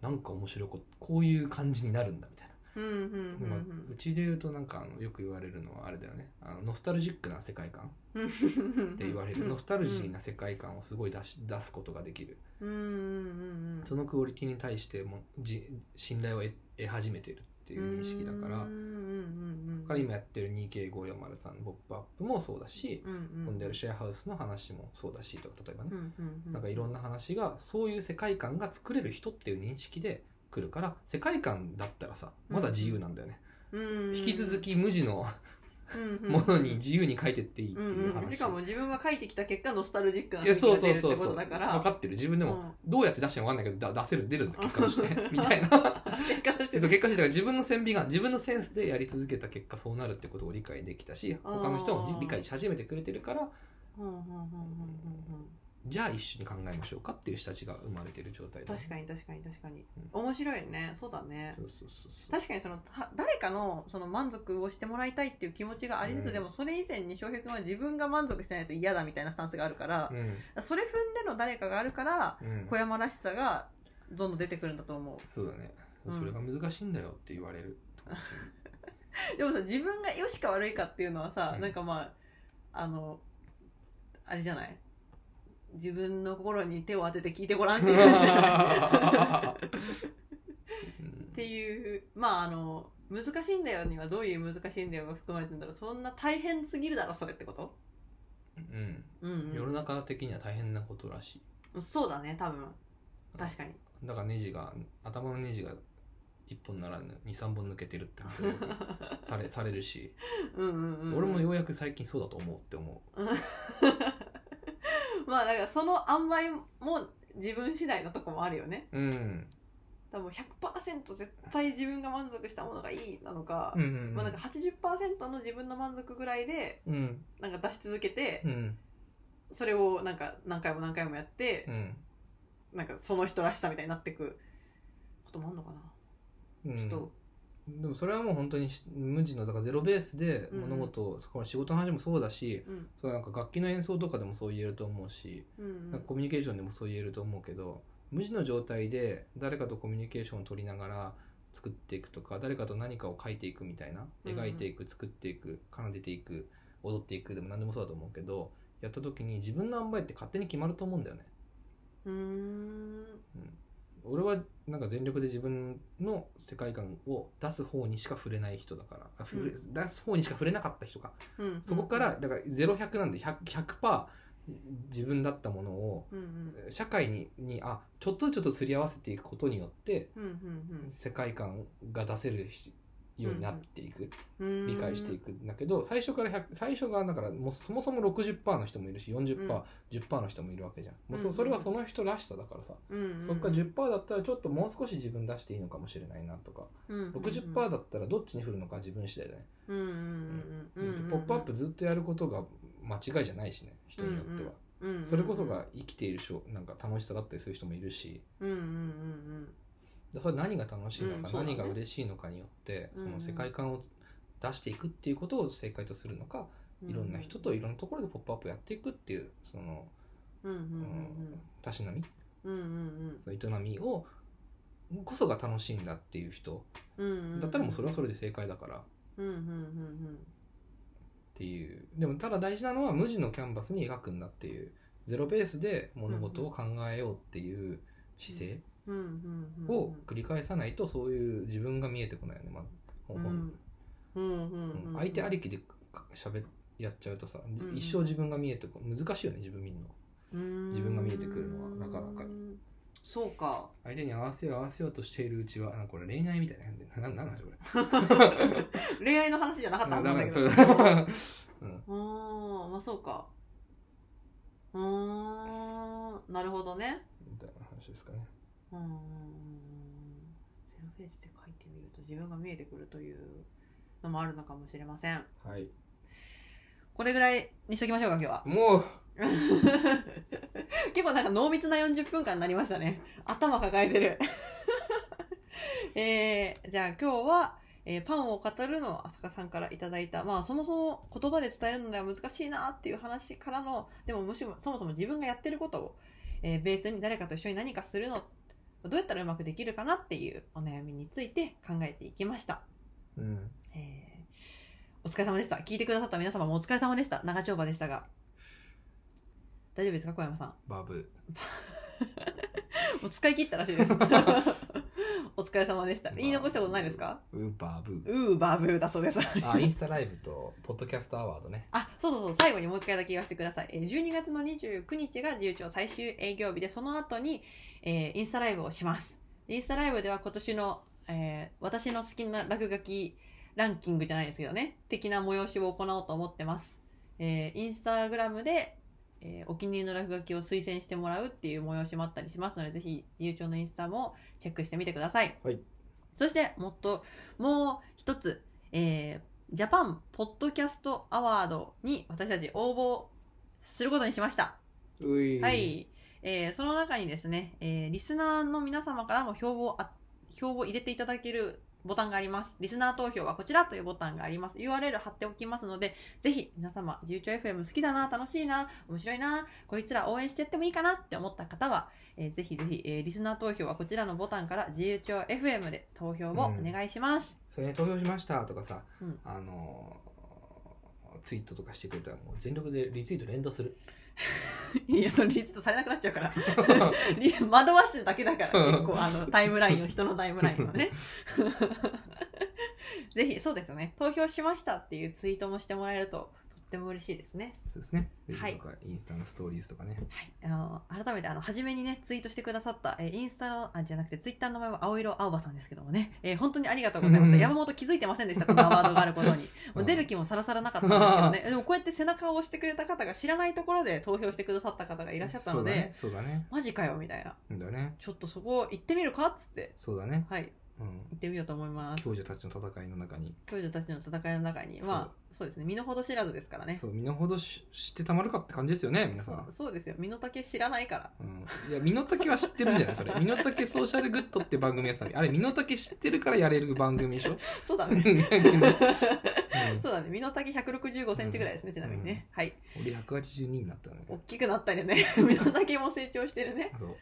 Speaker 2: なんか面白いここういう感じになるんだみたいな、
Speaker 1: うんうんうん
Speaker 2: まあうちで言うとなんかあのよく言われるのはあれだよねあのノスタルジックな世界観
Speaker 1: うんうん
Speaker 2: って言われるノスタルジーな世界観をすごい出し出すことができる
Speaker 1: うんうんうん
Speaker 2: そのクオリティに対してもじ信頼を得得始めてるっていう認識だから、
Speaker 1: うんうんうんうん
Speaker 2: だから今やってる 2K543 ポップアップもそうだし、
Speaker 1: うん
Speaker 2: 今度やるシェアハウスの話もそうだしとか例えばね、
Speaker 1: うんうんうん
Speaker 2: なんかいろんな話がそういう世界観が作れる人っていう認識で来るから世界観だったらさまだ自由なんだよね、引き続き無地のものに自由に書いてっていいって
Speaker 1: うん
Speaker 2: いう
Speaker 1: うんうん、
Speaker 2: 話、
Speaker 1: しかも自分が書いてきた結果ノスタルジックない
Speaker 2: や
Speaker 1: 雰
Speaker 2: そ
Speaker 1: 囲
Speaker 2: う
Speaker 1: 気が出
Speaker 2: そう
Speaker 1: るって
Speaker 2: そう
Speaker 1: こ
Speaker 2: そう
Speaker 1: とだ
Speaker 2: 分
Speaker 1: から
Speaker 2: かってる自分でも、どうやって出しても分かんないけどだ出せる出るんだ結果とし てみたいな
Speaker 1: うん結果として
Speaker 2: そう結果としてだから自分の線美眼自分のセンスでやり続けた結果そうなるってことを理解できたし
Speaker 1: あー
Speaker 2: 他の人もじ理解し始めてくれてるから
Speaker 1: うんうんうんうんうんうん
Speaker 2: じゃあ一緒に考えましょうかっていう人たちが生まれてる状態だね
Speaker 1: 確かに確かに確かに
Speaker 2: うん
Speaker 1: 面白いねそうだね
Speaker 2: そうそうそうそう
Speaker 1: 確かにそのた誰かのその満足をしてもらいたいっていう気持ちがありつつ、
Speaker 2: うん
Speaker 1: でもそれ以前に翔平君は自分が満足してないと嫌だみたいなスタンスがあるから、
Speaker 2: うん
Speaker 1: それ踏んでの誰かがあるから
Speaker 2: うん
Speaker 1: 小山らしさがどんどん出てくるんだと思
Speaker 2: そうだね、
Speaker 1: うん
Speaker 2: それが難しいんだよって言われる友達に
Speaker 1: うでもさ自分が良しか悪いかっていうのはさ、
Speaker 2: うん
Speaker 1: なんかまああのあれじゃない自分の心に手を当てて聞いてごらんっていうやつじゃないっていうまああの難しいんだよにはどういう難しいんだよが含まれてるんだろうそんな大変すぎるだろそれってこと
Speaker 2: うん、
Speaker 1: うん、
Speaker 2: うん、世の中的には大変なことらしい
Speaker 1: そうだね多分確かに
Speaker 2: だからネジが頭のネジが1本ならぬ23本抜けてるって話をされされるし、
Speaker 1: うんうんうん
Speaker 2: 俺もようやく最近そうだと思うって思う
Speaker 1: まあだからその塩梅も自分次第のとこもあるよね
Speaker 2: うん
Speaker 1: だ多分100%絶対自分が満足したものがいいなのか、
Speaker 2: うんうん
Speaker 1: まあ、なんか80%の自分の満足ぐらいで
Speaker 2: うん
Speaker 1: なんか出し続けて
Speaker 2: う、ん
Speaker 1: それをなんか何回も何回もやって
Speaker 2: う、ん
Speaker 1: なんかその人らしさみたいになってくこともあんのかな、
Speaker 2: うん
Speaker 1: ちょっと
Speaker 2: でもそれはもう本当にし無地のだからゼロベースで
Speaker 1: うんうん
Speaker 2: 物事を、そこの仕事の話もそうだし
Speaker 1: うん
Speaker 2: そうなんか楽器の演奏とかでもそう言えると思うし、
Speaker 1: うんうん
Speaker 2: なんかコミュニケーションでもそう言えると思うけど無地の状態で誰かとコミュニケーションを取りながら作っていくとか誰かと何かを書いていくみたいな
Speaker 1: うんうん
Speaker 2: 描いていく作っていく奏でていく踊っていくでも何でもそうだと思うけどやった時に自分の塩梅って勝手に決まると思うんだよね。
Speaker 1: うーん
Speaker 2: 俺はなんか全力で自分の世界観を出す方にしか触れない人だからあ触れ
Speaker 1: う
Speaker 2: 出す方にしか触れなかった人か
Speaker 1: うん
Speaker 2: そこからだから0100なんで 100%, 100自分だったものを
Speaker 1: うんうん
Speaker 2: 社会ににあちょっとずつちょっとすり合わせていくことによって
Speaker 1: うんうん
Speaker 2: 世界観が出せるしようになっていく
Speaker 1: うん
Speaker 2: 理解していくんだけど最初から100最初がだからもうそもそも60%の人もいるし 40%10% の人もいるわけじゃんもう
Speaker 1: う
Speaker 2: そ
Speaker 1: ん
Speaker 2: それはその人らしさだからさ
Speaker 1: うんうんうん
Speaker 2: そっから10%だったらちょっともう少し自分出していいのかもしれないなとか
Speaker 1: うんうんうん
Speaker 2: 60%だったらどっちに振るのか自分次第だね、
Speaker 1: うんうんうんうん
Speaker 2: ポップアップずっとやることが間違いじゃないしね人によっては、
Speaker 1: うんうんうん
Speaker 2: それこそが生きているしょなんか楽しさだったりする人もいるし
Speaker 1: うんうんうん
Speaker 2: でそれは何が楽しいのか、
Speaker 1: うんそうだね
Speaker 2: 何が嬉しいのかによって
Speaker 1: う
Speaker 2: そ
Speaker 1: んうん
Speaker 2: の世界観を出していくっていうことを正解とするのか、
Speaker 1: うん
Speaker 2: いろんな人といろんなところでポップアップやっていくっていうその、
Speaker 1: うんうん
Speaker 2: う
Speaker 1: うん
Speaker 2: んたしなみ
Speaker 1: うんうんうん
Speaker 2: その営みをこそが楽しいんだっていう人
Speaker 1: うんうん
Speaker 2: だったらもうそれはそれで正解だからっ
Speaker 1: うんうんうん
Speaker 2: ていうでもただ大事なのは無地のキャンバスに描くんだっていうゼロベースで物事を考えようっていう姿勢
Speaker 1: うんうんうんうん
Speaker 2: を繰り返さないとそういう自分が見えてこないよねまず、
Speaker 1: うんうんうんうん
Speaker 2: う
Speaker 1: うんん
Speaker 2: 相手ありきで喋やっちゃうとさ、
Speaker 1: んうん
Speaker 2: 一生自分が見えてこ難しいよね自分見るの自分が見えてくるのはなかなか
Speaker 1: うーんそうか
Speaker 2: 相手に合わせよう合わせようとしているうちはなんかこれ恋愛みたいな感じなななんなんでこれ
Speaker 1: 恋愛の話じゃなかった
Speaker 2: な
Speaker 1: はず
Speaker 2: な
Speaker 1: なんん
Speaker 2: か
Speaker 1: だけど
Speaker 2: それうん
Speaker 1: うーんまあそうかうーんなるほどね
Speaker 2: みたいな話ですかね
Speaker 1: うんうんうんうんセルフェイスで書いてみると自分が見えてくるというのもあるのかもしれません
Speaker 2: はい
Speaker 1: これぐらいにしときましょうか今日は
Speaker 2: もう
Speaker 1: 結構なんか濃密な40分間になりましたね頭抱えてる えーじゃあ今日は、えーパンを語るの浅香さんからいただいたまあそもそも言葉で伝えるのでは難しいなっていう話からのでもむしろそもそも自分がやってることを、えーベースに誰かと一緒に何かするのどうやったらうまくできるかなっていうお悩みについて考えていきました
Speaker 2: うん
Speaker 1: えーお疲れ様でした。聞いてくださった皆様もお疲れ様でした。長丁場でしたが。大丈夫ですか小山さん。
Speaker 2: バブ
Speaker 1: もう使い切ったらし いです。お疲れ様でした。言い残したことないですか
Speaker 2: ウバブ
Speaker 1: うーバーブーだそうです。
Speaker 2: あ、インスタライブと、ポッドキャストアワードね。
Speaker 1: あ、そうそうそう、最後にもう一回だけ言わせてください。えー12月の29日が自由帳最終営業日で、その後に、えーインスタライブをします。インスタライブでは今年の、えー私の好きな落書きランキングじゃないですけどね、的な催しを行おうと思ってます。えーインスタグラムで、えーお気に入りの落書きを推薦してもらうっていう催しもあったりしますので、ぜひ自由帳のインスタもチェックしてみてください。
Speaker 2: はい
Speaker 1: そして、もっと、もう一つ、えージャパンポッドキャストアワードに私たち応募することにしました。
Speaker 2: うい
Speaker 1: はい。えーその中にですね、えーリスナーの皆様からの票をあ、票を入れていただけるボタンがあります。リスナー投票はこちらというボタンがあります。URL 貼っておきますので、ぜひ皆様、自由帳 FM 好きだな、楽しいな、面白いな、こいつら応援してってもいいかなって思った方は、えーぜひぜひ、えーリスナー投票はこちらのボタンから自由帳 FM で投票をお願いします。
Speaker 2: それに投票しましたとかさ、
Speaker 1: うん
Speaker 2: あのーツイートとかしてくれたらもう全力でリツイート連打 する。
Speaker 1: いや、それリツイートされなくなっちゃうから。リ 惑わしてるだけだから結構あのタイムラインを人のタイムラインを ねぜひそうですね投票しましたっていうツイートもしてもらえるととっっても嬉しいですね。
Speaker 2: そうですね。
Speaker 1: はい
Speaker 2: とか、インスタのストーリーズとかね。
Speaker 1: はい、あの改めてあの初めにねツイートしてくださった、えーインスタのあじゃなくてツイッターの名前は青色青葉さんですけどもね、えー本当にありがとうございま
Speaker 2: う
Speaker 1: す
Speaker 2: ん
Speaker 1: 山本気づいてませんでしたこのアワードがあることにもう出る気もさらさらなかったんですけどねでもこうやって背中を押してくれた方が知らないところで投票してくださった方がいらっしゃったので、
Speaker 2: そうだね。
Speaker 1: マジかよみたいな
Speaker 2: そうだね。だね。
Speaker 1: ちょっとそこ行ってみるかっつって
Speaker 2: そうだね。
Speaker 1: はい
Speaker 2: うん。
Speaker 1: 行ってみようと思います
Speaker 2: 教授たちの戦いの中に、
Speaker 1: 教授たちの戦いの中にまあそうですね身の程知らずですからね
Speaker 2: そう身の程し知ってたまるかって感じですよね皆さ
Speaker 1: そ
Speaker 2: ん
Speaker 1: う、そうですよ身の丈知らないから
Speaker 2: うん、いや身の丈は知ってるんじゃないそれ身の丈ソーシャルグッドって番組やさあれ身の丈知ってるからやれる番組でしょ、
Speaker 1: そうだ
Speaker 2: う
Speaker 1: ね
Speaker 2: ん逆にうん、
Speaker 1: そうだね、身の丈165センチぐらいですね、ちなみにね。はい。
Speaker 2: 俺182になったね
Speaker 1: 大きくなったりね、 身の丈も成長してるね。
Speaker 2: そう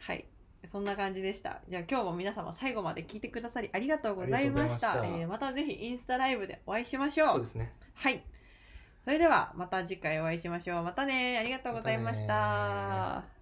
Speaker 1: はい。そんな感じでした。じゃあ今日も皆様最後まで聞いてくださりありがとうございました。
Speaker 2: ありがとうございました
Speaker 1: えーまたぜひインスタライブでお会いしましょう。
Speaker 2: そうですね
Speaker 1: はい。それではまた次回お会いしましょう。またね。ありがとうございまし
Speaker 2: ま
Speaker 1: た。